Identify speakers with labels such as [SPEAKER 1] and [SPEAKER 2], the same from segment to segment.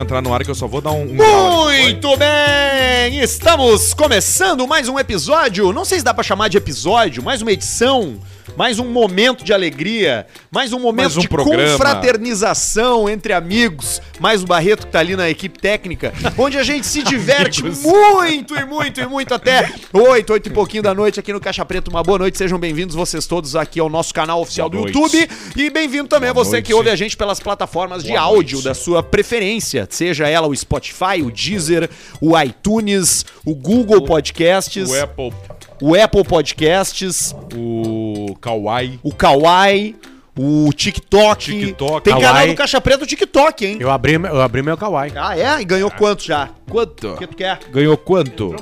[SPEAKER 1] entrar no ar que eu só vou dar um. um grau ali.
[SPEAKER 2] Muito bem! Estamos começando mais um episódio. Não sei se dá pra chamar de episódio, mais uma edição, mais um momento de alegria, mais um momento
[SPEAKER 1] Mais um
[SPEAKER 2] de
[SPEAKER 1] programa.
[SPEAKER 2] confraternização entre amigos, mais o Barreto que tá ali na equipe técnica, onde a gente se diverte
[SPEAKER 1] Amigos.
[SPEAKER 2] muito e muito e muito até 8, 8 e pouquinho da noite aqui no Caixa Preto. Uma boa noite, sejam bem-vindos vocês todos aqui ao nosso canal oficial
[SPEAKER 1] Boa
[SPEAKER 2] do
[SPEAKER 1] noite.
[SPEAKER 2] YouTube e bem-vindo também
[SPEAKER 1] Boa
[SPEAKER 2] a você que
[SPEAKER 1] noite.
[SPEAKER 2] ouve a gente pelas plataformas de
[SPEAKER 1] Boa
[SPEAKER 2] áudio
[SPEAKER 1] noite.
[SPEAKER 2] da sua preferência, seja ela o Spotify, o Deezer, o iTunes, o Google Podcasts,
[SPEAKER 1] O Apple,
[SPEAKER 2] o Apple Podcasts,
[SPEAKER 1] o Kawaii.
[SPEAKER 2] o Kawaii, o TikTok.
[SPEAKER 1] TikTok,
[SPEAKER 2] Tem canal
[SPEAKER 3] Kawaii.
[SPEAKER 2] do Caixa Preta do TikTok, hein?
[SPEAKER 3] Eu abri, eu abri meu kawaii.
[SPEAKER 2] Ah, é? E ganhou quanto já? Quanto? O que tu quer?
[SPEAKER 1] Ganhou quanto?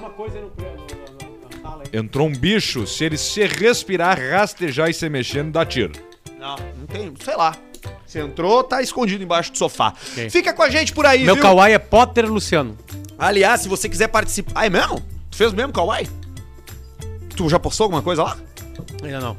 [SPEAKER 1] Entrou um bicho, se ele se respirar, rastejar e se mexendo, dá tiro.
[SPEAKER 2] Não, não tem, sei lá. Você entrou, tá escondido embaixo do sofá. Fica com a gente por aí,
[SPEAKER 3] Meu kawaii é Potter Luciano.
[SPEAKER 2] Aliás, se você quiser participar. Ah, é mesmo? Tu fez mesmo, Kawaii? Tu já postou alguma coisa lá?
[SPEAKER 3] Ainda não.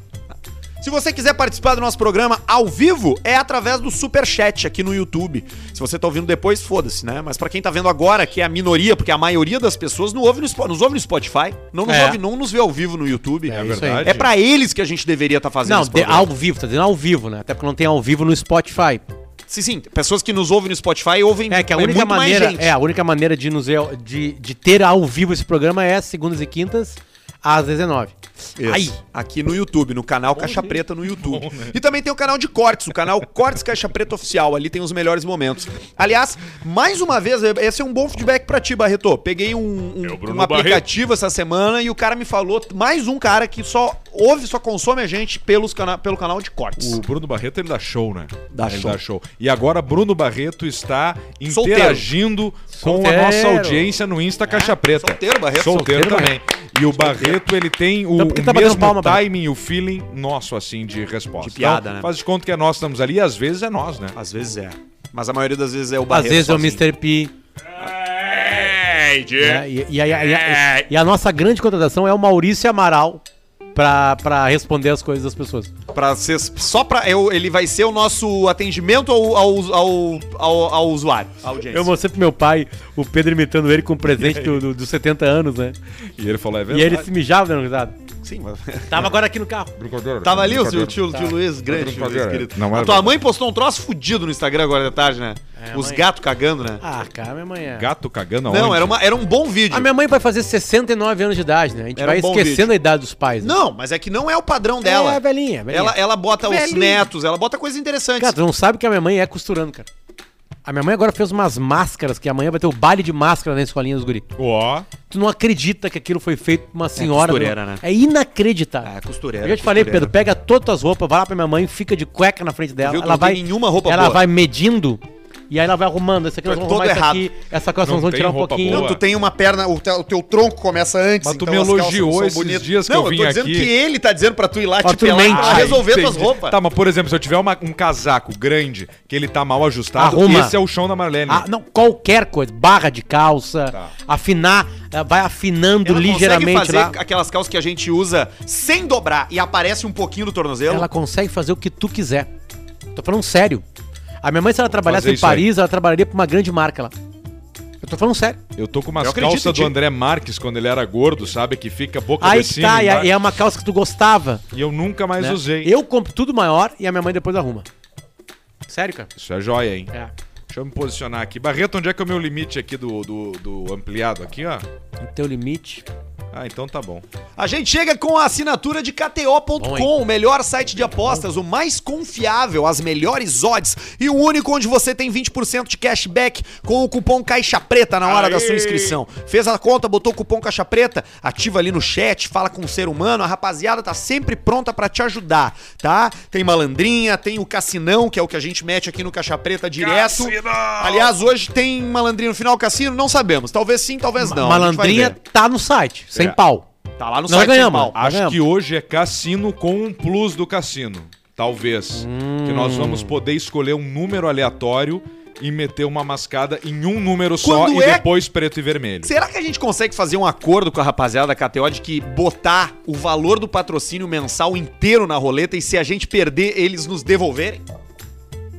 [SPEAKER 2] Se você quiser participar do nosso programa ao vivo, é através do Superchat aqui no YouTube. Se você tá ouvindo depois, foda-se, né? Mas pra quem tá vendo agora, que é a minoria, porque a maioria das pessoas não ouve no, Spo- nos ouve no Spotify, não nos,
[SPEAKER 3] É.
[SPEAKER 2] ouve, não nos vê ao vivo no YouTube.
[SPEAKER 3] É
[SPEAKER 2] É,
[SPEAKER 3] isso
[SPEAKER 2] verdade. É pra eles que a gente deveria estar fazendo
[SPEAKER 3] Não,
[SPEAKER 2] esse
[SPEAKER 3] de-
[SPEAKER 2] programa.
[SPEAKER 3] ao vivo, tá dizendo ao vivo, né? Até porque não tem ao vivo no Spotify.
[SPEAKER 2] Sim, sim. Pessoas que nos ouvem no Spotify ouvem
[SPEAKER 3] É que a
[SPEAKER 2] muito
[SPEAKER 3] única
[SPEAKER 2] mais
[SPEAKER 3] maneira,
[SPEAKER 2] gente.
[SPEAKER 3] é a única maneira de nos ver- de, de ter ao vivo esse programa é segundas e quintas às 19.
[SPEAKER 2] Isso.
[SPEAKER 3] Aí,
[SPEAKER 2] Aqui no YouTube, no canal Caixa Preta no YouTube.
[SPEAKER 1] né?
[SPEAKER 2] E também tem o canal de cortes, o canal Cortes Caixa Preta Oficial. Ali tem os melhores momentos. Aliás, mais uma vez, esse é um bom feedback pra ti, Barreto. Peguei um, um-
[SPEAKER 1] É o Bruno
[SPEAKER 2] um aplicativo essa semana e o cara me falou, mais um cara que só ouve, só consome a gente pelos cana pelo canal de cortes.
[SPEAKER 1] O Bruno Barreto ele dá show, né?
[SPEAKER 2] Dá
[SPEAKER 1] ele
[SPEAKER 2] show.
[SPEAKER 1] dá show. E agora Bruno Barreto está
[SPEAKER 2] Solteiro. É,
[SPEAKER 1] interagindo com
[SPEAKER 3] Solteiro.
[SPEAKER 1] a nossa audiência no Insta Caixa Preta.
[SPEAKER 2] solteiro, Barreto.
[SPEAKER 1] Solteiro,
[SPEAKER 3] Solteiro,
[SPEAKER 1] também. E o Barreto ele tem o,
[SPEAKER 3] Então por que
[SPEAKER 1] o
[SPEAKER 3] tá batendo
[SPEAKER 1] mesmo
[SPEAKER 3] palma, Barreto?
[SPEAKER 1] timing e o feeling nosso assim de resposta.
[SPEAKER 2] De piada, né?
[SPEAKER 1] Faz de conta que é nós que estamos ali e às vezes é nós, né?
[SPEAKER 2] Às vezes é. Mas a maioria das vezes é o
[SPEAKER 3] às
[SPEAKER 2] Barreto.
[SPEAKER 3] vezes é o
[SPEAKER 2] sozinho.
[SPEAKER 3] Mr. P.
[SPEAKER 1] É,
[SPEAKER 3] né? E, e, aí- aí- aí- e a nossa grande contratação é o Maurício Amaral pra, pra responder as coisas das pessoas.
[SPEAKER 2] Pra ser, só pra. eu- ele vai ser o nosso atendimento ao, ao, ao, ao, ao usuário. à audiência.
[SPEAKER 3] Eu mostrei pro meu pai o Pedro imitando ele com o presente do- do- dos 70 anos, né?
[SPEAKER 1] E ele falou, é
[SPEAKER 3] E
[SPEAKER 1] verdade.
[SPEAKER 3] ele se mijava dando risada.
[SPEAKER 2] Sim, mas.
[SPEAKER 3] Tava agora aqui no carro.
[SPEAKER 1] Brincadeira,
[SPEAKER 2] Tava ali o seu
[SPEAKER 1] brincadeira. Tá.
[SPEAKER 2] tio, tio Luiz, grande tio Luiz,
[SPEAKER 1] Brincadeira.
[SPEAKER 2] querido.
[SPEAKER 1] Não é-
[SPEAKER 2] a
[SPEAKER 1] era
[SPEAKER 2] tua
[SPEAKER 1] verdade.
[SPEAKER 2] mãe postou um troço fudido no Instagram agora de tarde, né?
[SPEAKER 3] É,
[SPEAKER 2] Os
[SPEAKER 3] mãe.
[SPEAKER 2] gatos cagando, né?
[SPEAKER 3] Ah, cara, minha mãe é.
[SPEAKER 1] Gato cagando aonde?
[SPEAKER 2] não, era, uma, era um bom vídeo.
[SPEAKER 3] A minha mãe vai fazer 69 anos de idade, né? A gente
[SPEAKER 2] Era
[SPEAKER 3] vai
[SPEAKER 2] um bom
[SPEAKER 3] esquecendo
[SPEAKER 2] vídeo.
[SPEAKER 3] a idade dos pais. né?
[SPEAKER 2] Não, mas é que não é o padrão dela.
[SPEAKER 3] É, velhinha, velhinha.
[SPEAKER 2] ela, ela bota os
[SPEAKER 3] Velhinha.
[SPEAKER 2] netos, ela bota coisas interessantes.
[SPEAKER 3] Cara, tu não sabe o que a minha mãe é costurando, cara. A minha mãe agora fez umas máscaras, que amanhã vai ter o baile de máscara na escolinha dos guri.
[SPEAKER 1] Ó,
[SPEAKER 3] Tu não acredita que aquilo foi feito por uma senhora.
[SPEAKER 2] É, costureira,
[SPEAKER 3] não-
[SPEAKER 2] né?
[SPEAKER 3] É inacreditável.
[SPEAKER 2] É, costureira,
[SPEAKER 3] Eu já te falei,
[SPEAKER 2] costureira.
[SPEAKER 3] Pedro, pega todas as roupas, vai lá pra minha mãe, fica de cueca na frente dela.
[SPEAKER 2] Viu?
[SPEAKER 3] Ela
[SPEAKER 2] Não tem
[SPEAKER 3] vai.
[SPEAKER 2] nenhuma roupa
[SPEAKER 3] Ela
[SPEAKER 2] boa.
[SPEAKER 3] vai medindo e aí ela vai arrumando. Essa aqui nós
[SPEAKER 2] Tu é
[SPEAKER 3] vamos arrumar
[SPEAKER 2] todo
[SPEAKER 3] isso aqui.
[SPEAKER 2] errado.
[SPEAKER 3] Essa aqui nós
[SPEAKER 1] Não
[SPEAKER 3] vamos
[SPEAKER 1] tem
[SPEAKER 3] tirar um
[SPEAKER 1] roupa
[SPEAKER 3] pouquinho.
[SPEAKER 1] boa.
[SPEAKER 2] Não, tu tem uma perna, o teu, o teu tronco começa antes.
[SPEAKER 1] Mas tu
[SPEAKER 2] então
[SPEAKER 1] me
[SPEAKER 2] as calças
[SPEAKER 1] elogiou
[SPEAKER 2] são
[SPEAKER 1] esses
[SPEAKER 2] bonitas.
[SPEAKER 1] dias que
[SPEAKER 2] não,
[SPEAKER 1] eu vim
[SPEAKER 2] tô dizendo
[SPEAKER 1] aqui.
[SPEAKER 2] que ele tá dizendo pra tu ir lá
[SPEAKER 3] Ó,
[SPEAKER 2] te
[SPEAKER 3] tu
[SPEAKER 2] pelar
[SPEAKER 3] mente.
[SPEAKER 2] pra
[SPEAKER 3] Ah,
[SPEAKER 2] resolver
[SPEAKER 1] entendi.
[SPEAKER 2] tuas roupas.
[SPEAKER 1] Tá, mas por exemplo, se eu tiver uma- um casaco grande que ele tá mal ajustado,
[SPEAKER 3] Arruma.
[SPEAKER 1] esse é o chão da Marlene.
[SPEAKER 3] Ah, não, qualquer coisa, barra de calça,
[SPEAKER 1] Tá.
[SPEAKER 3] afinar, eh, vai afinando
[SPEAKER 2] Ela consegue
[SPEAKER 3] ligeiramente
[SPEAKER 2] fazer
[SPEAKER 3] lá.
[SPEAKER 2] aquelas calças que a gente usa sem dobrar e aparece um pouquinho do tornozelo.
[SPEAKER 3] Ela consegue fazer o que tu quiser. Tô falando sério. A minha mãe, se ela trabalhasse
[SPEAKER 1] fazer
[SPEAKER 3] em
[SPEAKER 1] isso aí.
[SPEAKER 3] Paris, ela trabalharia pra uma grande marca lá. Eu tô falando sério.
[SPEAKER 1] Eu tô com umas
[SPEAKER 2] Eu acredito em
[SPEAKER 1] calças
[SPEAKER 2] ti.
[SPEAKER 1] do André Marques quando ele era gordo, sabe? Que fica boca
[SPEAKER 3] Aí
[SPEAKER 1] de
[SPEAKER 3] que
[SPEAKER 1] cima.
[SPEAKER 3] tá, e é-
[SPEAKER 1] embaixo.
[SPEAKER 3] e é uma calça que tu gostava.
[SPEAKER 1] E eu nunca mais
[SPEAKER 3] né?
[SPEAKER 1] usei.
[SPEAKER 3] Eu compro tudo maior e a minha mãe depois arruma. Sério, cara?
[SPEAKER 1] Isso é joia, hein?
[SPEAKER 3] É.
[SPEAKER 1] Deixa eu me posicionar aqui. Barreto, onde é que é o meu limite aqui do, do, do ampliado? Aqui, ó.
[SPEAKER 3] No teu limite.
[SPEAKER 1] Ah, então tá bom.
[SPEAKER 2] A gente chega com a assinatura de
[SPEAKER 3] Bom,
[SPEAKER 2] KTO.com,
[SPEAKER 3] hein?
[SPEAKER 2] o melhor site de apostas, o mais confiável, as melhores odds e o único onde você tem 20% de cashback com o cupom Caixa Preta na hora da sua inscrição. Fez a conta, botou o cupom Caixa Preta, ativa ali no chat, fala com o ser humano, a rapaziada tá sempre pronta pra te ajudar, tá? Tem malandrinha, tem o cassinão, que é o que a gente mete aqui no Caixa Preta direto.
[SPEAKER 1] Cassinão!
[SPEAKER 3] Tá
[SPEAKER 2] Aliás, hoje tem malandrinha no final cassino, não sabemos, talvez sim, talvez não. a gente vai
[SPEAKER 3] Malandrinha
[SPEAKER 2] ver.
[SPEAKER 3] tá no site, sem
[SPEAKER 1] É.
[SPEAKER 3] pau.
[SPEAKER 2] tá lá no
[SPEAKER 3] Nós
[SPEAKER 2] site sem
[SPEAKER 3] ganhamos.
[SPEAKER 2] pau.
[SPEAKER 3] Ah,
[SPEAKER 1] Acho
[SPEAKER 3] mesmo?
[SPEAKER 1] que hoje é cassino com um plus do cassino. Talvez.
[SPEAKER 3] Hum.
[SPEAKER 1] Que nós vamos poder escolher um número aleatório e meter uma mascada em um número só
[SPEAKER 2] Quando
[SPEAKER 1] e
[SPEAKER 2] é-
[SPEAKER 1] depois preto e vermelho.
[SPEAKER 2] Será que a gente consegue fazer um acordo com a rapaziada da KTO de que botar o valor do patrocínio mensal inteiro na roleta e se a gente perder, eles nos devolverem?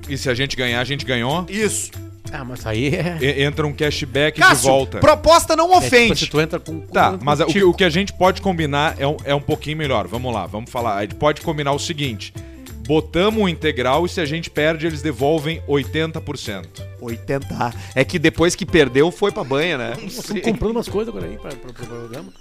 [SPEAKER 1] E se a gente ganhar, a gente ganhou?
[SPEAKER 2] Isso.
[SPEAKER 3] Ah, mas aí é.
[SPEAKER 1] E- entra um cashback de
[SPEAKER 2] Cássio,
[SPEAKER 1] volta.
[SPEAKER 2] proposta não
[SPEAKER 3] é tipo,
[SPEAKER 2] ofende.
[SPEAKER 3] se tu entra com.
[SPEAKER 1] Tá,
[SPEAKER 3] com-
[SPEAKER 1] mas o que,
[SPEAKER 3] tipo,
[SPEAKER 1] o que a gente pode combinar é um, é um pouquinho melhor. Vamos lá, vamos falar. A gente pode combinar o seguinte: botamos o integral e se a gente perde, eles devolvem 80%.
[SPEAKER 2] 80. É que depois que perdeu, foi pra banha, né?
[SPEAKER 3] eu tô comprando umas coisas agora aí pra, pra, pro programa.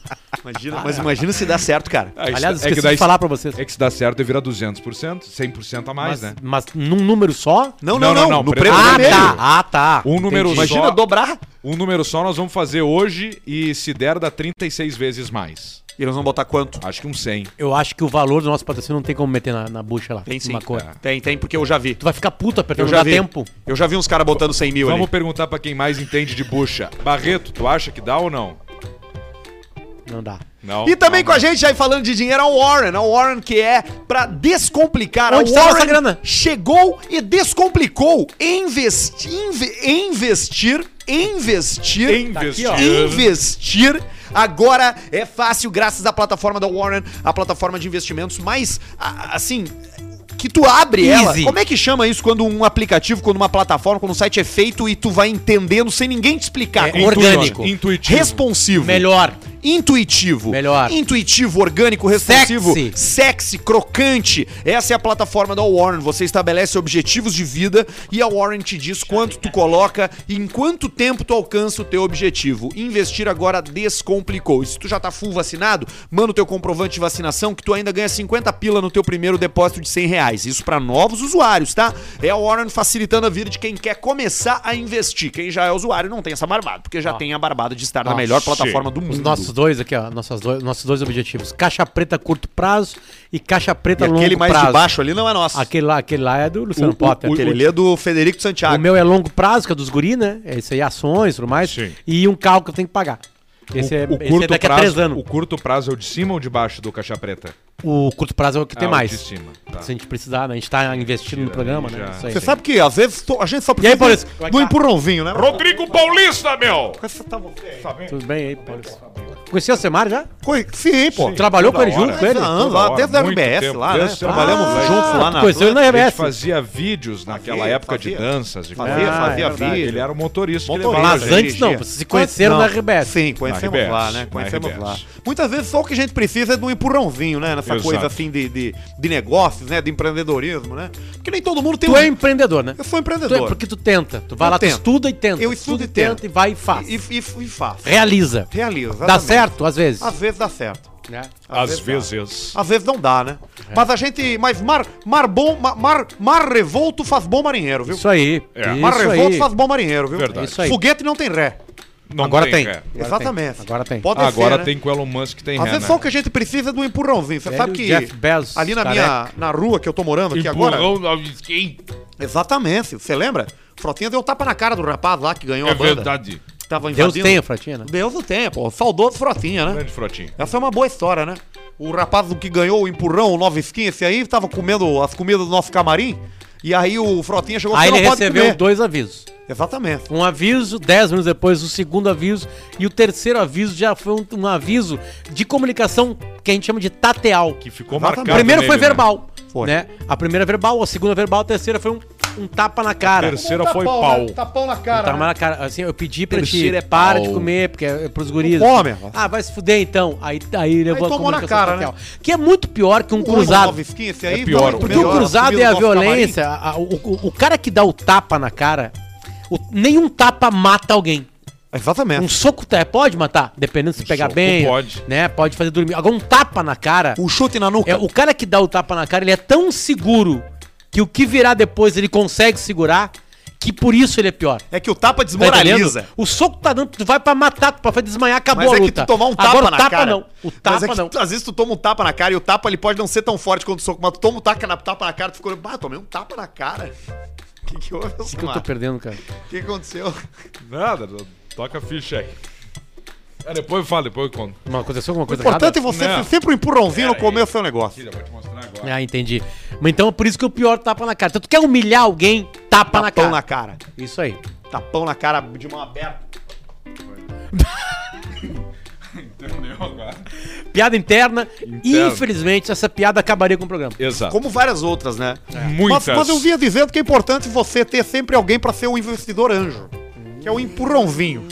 [SPEAKER 2] Imagina, mas imagina se dá certo, cara.
[SPEAKER 1] Ah, isso
[SPEAKER 3] Aliás,
[SPEAKER 1] dá- é
[SPEAKER 3] esqueci
[SPEAKER 1] que dá,
[SPEAKER 3] de falar pra vocês.
[SPEAKER 1] É que se dá certo e vira 200%, 100% a mais,
[SPEAKER 3] mas,
[SPEAKER 1] né?
[SPEAKER 3] mas num número só?
[SPEAKER 2] Não,
[SPEAKER 1] Não,
[SPEAKER 2] não, não.
[SPEAKER 1] não, não,
[SPEAKER 2] no
[SPEAKER 1] preto
[SPEAKER 2] preto
[SPEAKER 1] e
[SPEAKER 3] ah,
[SPEAKER 2] vermelho.
[SPEAKER 3] tá. Ah, tá.
[SPEAKER 1] Um número
[SPEAKER 3] Entendi.
[SPEAKER 1] só.
[SPEAKER 2] Imagina dobrar.
[SPEAKER 1] Um número só nós vamos fazer hoje e se der, dá 36 vezes mais.
[SPEAKER 2] E nós vamos botar quanto?
[SPEAKER 1] Acho que um 100.
[SPEAKER 3] Eu acho que o valor do nosso patrocínio não tem como meter na, na bucha lá.
[SPEAKER 2] Tem sim.
[SPEAKER 3] Uma cor.
[SPEAKER 1] É.
[SPEAKER 2] Tem, tem, porque eu já vi.
[SPEAKER 3] Tu vai ficar puta
[SPEAKER 2] Eu
[SPEAKER 3] apertando
[SPEAKER 2] já
[SPEAKER 3] dá
[SPEAKER 2] vi.
[SPEAKER 3] tempo.
[SPEAKER 2] Eu já vi uns caras botando 100 mil
[SPEAKER 1] Vamos
[SPEAKER 2] ali.
[SPEAKER 1] perguntar pra quem mais entende de bucha. Barreto, tu acha que dá ou não?
[SPEAKER 3] Não dá.
[SPEAKER 1] Não.
[SPEAKER 2] E também
[SPEAKER 1] não,
[SPEAKER 2] com a
[SPEAKER 1] não.
[SPEAKER 2] gente, já falando de dinheiro, a Warren. A Warren que é pra descomplicar.
[SPEAKER 3] Onde
[SPEAKER 2] a
[SPEAKER 3] tá
[SPEAKER 2] Warren
[SPEAKER 3] nossa grana?
[SPEAKER 2] chegou e descomplicou. Investi, inve- investir, investir,
[SPEAKER 1] Investir.
[SPEAKER 3] Tá aqui, ó.
[SPEAKER 2] investir. Agora é fácil, graças à plataforma da Warren, a plataforma de investimentos mais, a- assim, que tu abre ela.
[SPEAKER 3] Easy.
[SPEAKER 2] Como é que chama isso quando um aplicativo, quando uma plataforma, quando um site é feito e tu vai entendendo sem ninguém te explicar?
[SPEAKER 3] É
[SPEAKER 2] Como tu
[SPEAKER 3] orgânico.
[SPEAKER 2] chama?
[SPEAKER 1] Intuitivo.
[SPEAKER 2] Responsivo.
[SPEAKER 3] Melhor.
[SPEAKER 2] Intuitivo.
[SPEAKER 3] Melhor.
[SPEAKER 2] Intuitivo, orgânico, responsivo,
[SPEAKER 3] Sexy.
[SPEAKER 2] sexy. crocante. Essa é a plataforma da Warren. Você estabelece objetivos de vida e a Warren te diz quanto tu coloca e em quanto tempo tu alcança o teu objetivo. Investir agora descomplicou. E se tu já tá full vacinado, manda o teu comprovante de vacinação que tu ainda ganha 50 pila no teu primeiro depósito de 100 reais. Isso pra novos usuários, tá? É a Warren facilitando a vida de quem quer começar a investir. Quem já é usuário não tem essa barbada, porque já tem a barbada de estar na
[SPEAKER 3] Ó,
[SPEAKER 2] melhor
[SPEAKER 1] chega.
[SPEAKER 2] plataforma do mundo.
[SPEAKER 3] Os nossos dois aqui, ó. Nossas dois, nossos dois objetivos. Caixa preta curto prazo e caixa preta
[SPEAKER 2] E
[SPEAKER 3] longo
[SPEAKER 2] aquele mais
[SPEAKER 3] prazo.
[SPEAKER 2] de baixo ali não é nosso.
[SPEAKER 3] Aquele lá, aquele lá é do
[SPEAKER 2] O-
[SPEAKER 3] Luciano
[SPEAKER 2] o-
[SPEAKER 3] Potter.
[SPEAKER 2] o- aquele ali é do Federico Santiago.
[SPEAKER 3] O meu é longo prazo, que é dos guri, né? É isso aí, ações e tudo mais.
[SPEAKER 1] Sim.
[SPEAKER 3] E um carro que eu tenho que pagar. Esse, é,
[SPEAKER 1] o, o
[SPEAKER 3] esse é
[SPEAKER 1] curto
[SPEAKER 3] daqui
[SPEAKER 1] prazo,
[SPEAKER 3] a três anos.
[SPEAKER 1] O curto prazo é o de cima ou de baixo do caixa preta?
[SPEAKER 3] O, curto prazo é o que tem
[SPEAKER 1] Ah, o
[SPEAKER 3] mais.
[SPEAKER 1] de cima, tá.
[SPEAKER 3] Se a gente precisar, né? A gente tá investindo no
[SPEAKER 1] Aí
[SPEAKER 3] programa,
[SPEAKER 1] já-
[SPEAKER 3] né? Isso aí.
[SPEAKER 2] Você sabe que às vezes to- a gente só
[SPEAKER 3] aí, Paulista?
[SPEAKER 2] do-
[SPEAKER 3] Como é que
[SPEAKER 2] do
[SPEAKER 3] tá?
[SPEAKER 2] empurrãozinho, né? tá
[SPEAKER 1] Rodrigo Paulista, meu!
[SPEAKER 3] Tudo bem aí, Paulo?
[SPEAKER 2] um
[SPEAKER 3] Conheceu o Semar já?
[SPEAKER 2] Coi- Sim, pô.
[SPEAKER 3] Trabalhou com ele
[SPEAKER 1] hora.
[SPEAKER 3] junto com ele?
[SPEAKER 2] Não,
[SPEAKER 1] Toda
[SPEAKER 2] lá
[SPEAKER 1] hora,
[SPEAKER 2] dentro da
[SPEAKER 1] muito
[SPEAKER 2] RBS
[SPEAKER 1] tempo.
[SPEAKER 2] lá, né?
[SPEAKER 1] Desde-
[SPEAKER 2] Trabalhamos
[SPEAKER 1] Ah,
[SPEAKER 2] juntos lá na
[SPEAKER 3] Conheceu ele na
[SPEAKER 1] A gente
[SPEAKER 3] RBS.
[SPEAKER 1] fazia vídeos naquela
[SPEAKER 2] Fazia,
[SPEAKER 1] época de
[SPEAKER 2] fazia.
[SPEAKER 1] danças. e
[SPEAKER 2] Fazia,
[SPEAKER 1] coisas.
[SPEAKER 3] fazia
[SPEAKER 1] é verdade.
[SPEAKER 2] vídeo.
[SPEAKER 1] Ele era o motorista,
[SPEAKER 2] Motorista.
[SPEAKER 1] que levava a
[SPEAKER 3] Mas
[SPEAKER 1] gente.
[SPEAKER 3] antes não,
[SPEAKER 2] Energia.
[SPEAKER 3] vocês se conheceram na RBS.
[SPEAKER 2] Sim, conhecemos
[SPEAKER 1] Na RBS,
[SPEAKER 2] lá, né?
[SPEAKER 1] na
[SPEAKER 2] Conhecemos
[SPEAKER 1] RBS.
[SPEAKER 2] lá. Muitas vezes só o que a gente precisa é de um empurrãozinho, né? Nessa
[SPEAKER 1] Exato.
[SPEAKER 2] coisa assim de, de, de negócios, né? De empreendedorismo, né? Porque nem todo mundo tem
[SPEAKER 3] Tu
[SPEAKER 2] um-
[SPEAKER 3] é empreendedor, né?
[SPEAKER 2] Eu sou
[SPEAKER 3] Tu é
[SPEAKER 2] empreendedor.
[SPEAKER 3] porque tu tenta. Tu vai
[SPEAKER 2] Eu
[SPEAKER 3] lá,
[SPEAKER 2] tento.
[SPEAKER 3] tu estuda e tenta.
[SPEAKER 2] Eu estudo
[SPEAKER 3] Estuda
[SPEAKER 2] e tento.
[SPEAKER 3] E vai e faz.
[SPEAKER 2] E, e, e faço.
[SPEAKER 3] Realiza.
[SPEAKER 2] Realizo.
[SPEAKER 3] Dá
[SPEAKER 2] exatamente.
[SPEAKER 3] certo, às vezes.
[SPEAKER 2] Às vezes dá certo.
[SPEAKER 3] Né?
[SPEAKER 1] Às
[SPEAKER 2] dá.
[SPEAKER 1] vezes. É.
[SPEAKER 2] Às vezes não dá, né? Mas a gente. Mas mar, mar bom. ma- Mar, mar revolto faz bom marinheiro, viu?
[SPEAKER 3] Isso aí.
[SPEAKER 1] É.
[SPEAKER 2] mar
[SPEAKER 3] Isso
[SPEAKER 2] revolto
[SPEAKER 3] aí.
[SPEAKER 2] faz bom marinheiro, viu?
[SPEAKER 1] Verdade.
[SPEAKER 3] Isso aí.
[SPEAKER 2] Foguete não tem ré.
[SPEAKER 1] Não
[SPEAKER 3] Agora tem.
[SPEAKER 1] ré.
[SPEAKER 2] Exatamente.
[SPEAKER 3] tem. Agora tem.
[SPEAKER 2] Pode ser,
[SPEAKER 1] Agora
[SPEAKER 2] né?
[SPEAKER 1] tem com o Elon Musk que tem
[SPEAKER 2] Às
[SPEAKER 1] ré,
[SPEAKER 2] vezes
[SPEAKER 1] né?
[SPEAKER 2] só o que a gente precisa é de um empurrãozinho. Você
[SPEAKER 3] Velho
[SPEAKER 2] sabe que.
[SPEAKER 3] Jeff Bezos,
[SPEAKER 2] ali na minha.
[SPEAKER 3] careca.
[SPEAKER 2] Na rua que eu tô morando aqui agora.
[SPEAKER 1] Empurrão da esquerda.
[SPEAKER 2] Exatamente. Você lembra? Frotinha deu um tapa na cara do rapaz lá que ganhou
[SPEAKER 1] É
[SPEAKER 2] a banda.
[SPEAKER 1] verdade.
[SPEAKER 2] que Tava
[SPEAKER 3] Deus
[SPEAKER 2] invadindo.
[SPEAKER 3] tenha, Fratinha, né?
[SPEAKER 2] Deus o tenha, pô. Saudoso Frotinha, né?
[SPEAKER 1] Grande frotinho.
[SPEAKER 2] Essa é uma boa história, né? O rapaz do que ganhou o empurrão, o Nova Skin, esse aí, tava comendo as comidas do nosso camarim. E aí o Frotinha chegou
[SPEAKER 3] Aí
[SPEAKER 2] "Você
[SPEAKER 3] ele recebeu dois avisos.
[SPEAKER 2] Exatamente.
[SPEAKER 3] Um aviso, dez minutos depois, o segundo aviso. E o terceiro aviso já foi um, um aviso de comunicação que a gente chama de tateal.
[SPEAKER 1] Que ficou
[SPEAKER 2] Exatamente.
[SPEAKER 1] marcado.
[SPEAKER 3] O primeiro foi
[SPEAKER 1] nele, né?
[SPEAKER 3] verbal.
[SPEAKER 2] Foi.
[SPEAKER 3] Né? A primeira é verbal, a segunda é verbal, a terceira foi um, um tapa na cara.
[SPEAKER 1] terceira- Terceiro foi pau.
[SPEAKER 2] Tapão na
[SPEAKER 3] Um tapa
[SPEAKER 2] cara. né?
[SPEAKER 3] na cara. Assim, eu pedi pra ti,
[SPEAKER 2] Terceiro é
[SPEAKER 3] para
[SPEAKER 2] pau.
[SPEAKER 3] de comer, porque é pros guris.
[SPEAKER 2] come, rapaz.
[SPEAKER 3] ah, vai se fuder então. Aí, aí levou
[SPEAKER 2] tomou na
[SPEAKER 3] comunicação
[SPEAKER 2] cara, né?
[SPEAKER 3] Que é muito pior que um
[SPEAKER 2] O
[SPEAKER 3] cruzado.
[SPEAKER 2] Nova Skin, esse aí,
[SPEAKER 1] É pior,
[SPEAKER 2] não,
[SPEAKER 1] o
[SPEAKER 3] Porque
[SPEAKER 2] melhor,
[SPEAKER 3] o cruzado
[SPEAKER 2] comida
[SPEAKER 3] é a
[SPEAKER 2] do nosso camarim.
[SPEAKER 3] violência. a- a- o, o- o cara que dá o tapa na cara, o- nenhum tapa mata alguém. Um
[SPEAKER 2] Exatamente.
[SPEAKER 3] soco tá- pode matar, dependendo
[SPEAKER 2] Um
[SPEAKER 3] se pegar
[SPEAKER 1] soco
[SPEAKER 3] bem.
[SPEAKER 1] pode.
[SPEAKER 3] Né, pode fazer dormir. Agora, um tapa na cara.
[SPEAKER 2] Um chute na nuca.
[SPEAKER 3] é, o cara que dá o tapa na cara, ele é tão seguro que o que virá depois ele consegue segurar, que por isso ele é pior.
[SPEAKER 2] É que o tapa
[SPEAKER 3] Tá entendendo? o soco tá dando, tu vai pra matar, tu vai desmanhar, acabou
[SPEAKER 2] Mas
[SPEAKER 3] a
[SPEAKER 2] é que
[SPEAKER 3] luta.
[SPEAKER 2] tu tomar um tapa
[SPEAKER 3] Agora, o
[SPEAKER 2] na
[SPEAKER 3] tapa
[SPEAKER 2] cara.
[SPEAKER 3] não. O
[SPEAKER 2] Mas
[SPEAKER 3] tapa
[SPEAKER 2] é que
[SPEAKER 3] não.
[SPEAKER 2] tu- às vezes tu toma um tapa na cara e o tapa ele pode não ser tão forte quanto o soco, mas tu toma um tapa na, tapa na cara, tu ficou, bah, tomei um tapa na cara. O que, que houve,
[SPEAKER 3] É que eu
[SPEAKER 2] Osmar?
[SPEAKER 3] tô perdendo, cara.
[SPEAKER 2] O que aconteceu?
[SPEAKER 1] Nada, toca a ficha aí. É, depois eu falo, depois eu conto.
[SPEAKER 3] Mas Aconteceu alguma
[SPEAKER 2] O
[SPEAKER 3] coisa
[SPEAKER 2] importante é você
[SPEAKER 1] Não. É,
[SPEAKER 2] ser sempre um empurrãozinho no
[SPEAKER 1] Pera
[SPEAKER 2] começo
[SPEAKER 1] aí.
[SPEAKER 2] do seu negócio.
[SPEAKER 1] Filha, vou te mostrar agora.
[SPEAKER 2] É.
[SPEAKER 3] Ah, entendi. Mas então é por isso que o pior tapa na cara. Então tu quer humilhar alguém, tapa Tá na cara.
[SPEAKER 2] Tapão na cara.
[SPEAKER 3] Isso aí.
[SPEAKER 2] Tapão na cara de mão aberta.
[SPEAKER 1] Entendeu agora?
[SPEAKER 3] Piada interna.
[SPEAKER 1] Interna.
[SPEAKER 3] Infelizmente, essa piada acabaria com o programa.
[SPEAKER 1] Exato.
[SPEAKER 2] Como várias outras, né?
[SPEAKER 1] É. Muitas.
[SPEAKER 2] Mas, mas eu vinha dizendo que é importante você ter sempre alguém pra ser o investidor anjo. Que é o empurrãozinho.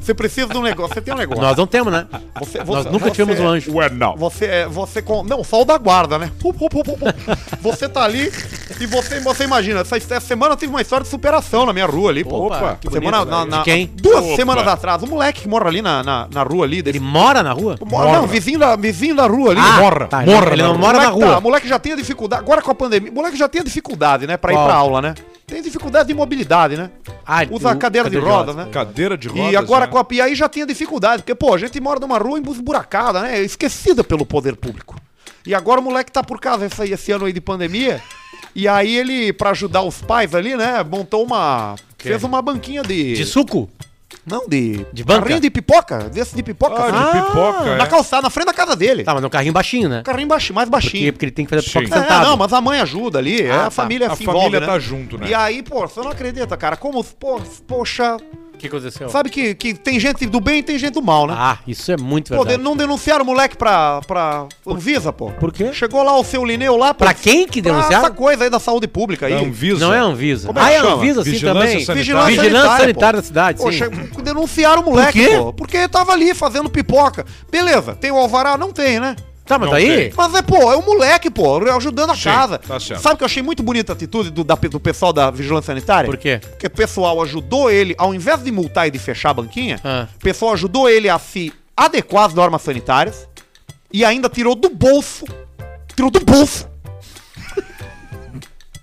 [SPEAKER 2] Você precisa de um negócio, você tem um negócio.
[SPEAKER 3] Nós não temos, né?
[SPEAKER 2] Você-
[SPEAKER 3] Nós
[SPEAKER 2] você-
[SPEAKER 3] nunca tivemos
[SPEAKER 2] você-
[SPEAKER 3] um anjo.
[SPEAKER 1] Ué, não.
[SPEAKER 2] Você é, você com, não, só o da guarda, né? Pu, pu, pu, pu, pu. Você tá ali e você, você imagina, essa, essa semana teve uma história de superação na minha rua ali, pô.
[SPEAKER 3] Opa, que bonito,
[SPEAKER 2] semana na,
[SPEAKER 3] velho.
[SPEAKER 2] na-
[SPEAKER 3] De quem?
[SPEAKER 2] duas
[SPEAKER 1] Opa.
[SPEAKER 2] semanas atrás, um moleque que mora ali na, na, na rua ali,
[SPEAKER 3] Ele
[SPEAKER 2] dele,
[SPEAKER 3] mora na rua?
[SPEAKER 2] mora, não, vizinho da, vizinho da rua ali,
[SPEAKER 3] Ah,
[SPEAKER 2] mora.
[SPEAKER 3] tá, ele
[SPEAKER 2] mora
[SPEAKER 3] não- ele
[SPEAKER 2] na
[SPEAKER 3] não
[SPEAKER 2] rua.
[SPEAKER 3] mora na
[SPEAKER 2] Moleque tá-
[SPEAKER 3] rua.
[SPEAKER 2] moleque já tem a dificuldade, agora com a pandemia, moleque já tem a dificuldade, né, pra ir
[SPEAKER 3] Qual?
[SPEAKER 2] pra aula, né? Tem dificuldade de mobilidade, né?
[SPEAKER 3] Ah, ele-
[SPEAKER 2] Usa
[SPEAKER 3] o-
[SPEAKER 2] cadeira de rodas, né?
[SPEAKER 1] Cadeira de rodas.
[SPEAKER 2] E agora
[SPEAKER 1] né?
[SPEAKER 2] com a Pia aí já tinha dificuldade, porque, pô, a gente mora numa rua emburacada, né? Esquecida pelo poder público. E agora o moleque tá por casa esse, esse ano aí de pandemia. E aí ele, pra ajudar os pais ali, né, montou uma. Fez uma banquinha de.
[SPEAKER 3] De suco?
[SPEAKER 2] Não, de.
[SPEAKER 3] De banca?
[SPEAKER 2] Carrinho de pipoca? Desse de pipoca.
[SPEAKER 1] Ah, de
[SPEAKER 2] sabe?
[SPEAKER 1] pipoca.
[SPEAKER 2] na
[SPEAKER 1] é.
[SPEAKER 2] calçada, na frente da casa dele.
[SPEAKER 3] Tá, mas é um carrinho baixinho, né?
[SPEAKER 2] Um carrinho baixinho, mais
[SPEAKER 3] Porque,
[SPEAKER 2] baixinho.
[SPEAKER 3] porque ele tem que fazer
[SPEAKER 1] Sim.
[SPEAKER 3] pipoca
[SPEAKER 2] É,
[SPEAKER 3] sentado.
[SPEAKER 2] não, mas a mãe ajuda ali, é,
[SPEAKER 3] Ah,
[SPEAKER 2] a
[SPEAKER 3] tá.
[SPEAKER 2] família
[SPEAKER 1] A
[SPEAKER 2] se
[SPEAKER 1] família
[SPEAKER 2] envolve,
[SPEAKER 1] tá
[SPEAKER 2] né?
[SPEAKER 1] junto, né?
[SPEAKER 2] E aí, pô, você não acredita, cara, como, pô, poxa,
[SPEAKER 1] Então.
[SPEAKER 3] O que aconteceu?
[SPEAKER 2] sabe que, que tem gente do bem e tem gente do mal, né?
[SPEAKER 3] Ah, isso é muito
[SPEAKER 2] Pô,
[SPEAKER 3] verdade.
[SPEAKER 2] de- não denunciaram o moleque pra, pra Anvisa, pô.
[SPEAKER 3] por quê?
[SPEAKER 2] Chegou lá o seu Lineu lá, pô.
[SPEAKER 3] Pra quem que
[SPEAKER 2] Pra essa
[SPEAKER 3] denunciaram?
[SPEAKER 2] coisa aí da saúde pública aí.
[SPEAKER 1] Da Anvisa.
[SPEAKER 3] Não é a Anvisa.
[SPEAKER 2] Como é que
[SPEAKER 3] ah, é a
[SPEAKER 2] chama?
[SPEAKER 3] Anvisa sim
[SPEAKER 1] Vigilância
[SPEAKER 3] também.
[SPEAKER 1] sanitária.
[SPEAKER 3] Vigilância sanitária da cidade,
[SPEAKER 2] Pô,
[SPEAKER 3] sim.
[SPEAKER 2] che- denunciaram o moleque,
[SPEAKER 3] Por quê?
[SPEAKER 2] pô. Porque tava ali fazendo pipoca. Beleza, tem o Alvará? Não tem, né?
[SPEAKER 3] Tá, mas
[SPEAKER 1] Não
[SPEAKER 3] daí...
[SPEAKER 2] Mas é, pô, é o moleque, pô, ajudando a
[SPEAKER 1] Sim,
[SPEAKER 2] casa.
[SPEAKER 1] tá certo.
[SPEAKER 2] Sabe que eu achei muito bonita a atitude do, da- do pessoal da Vigilância Sanitária?
[SPEAKER 3] Por quê?
[SPEAKER 2] Porque o pessoal ajudou ele, ao invés de multar e de fechar a banquinha,
[SPEAKER 3] Ah.
[SPEAKER 2] o pessoal ajudou ele a se adequar às normas sanitárias e ainda tirou do bolso. Tirou do bolso.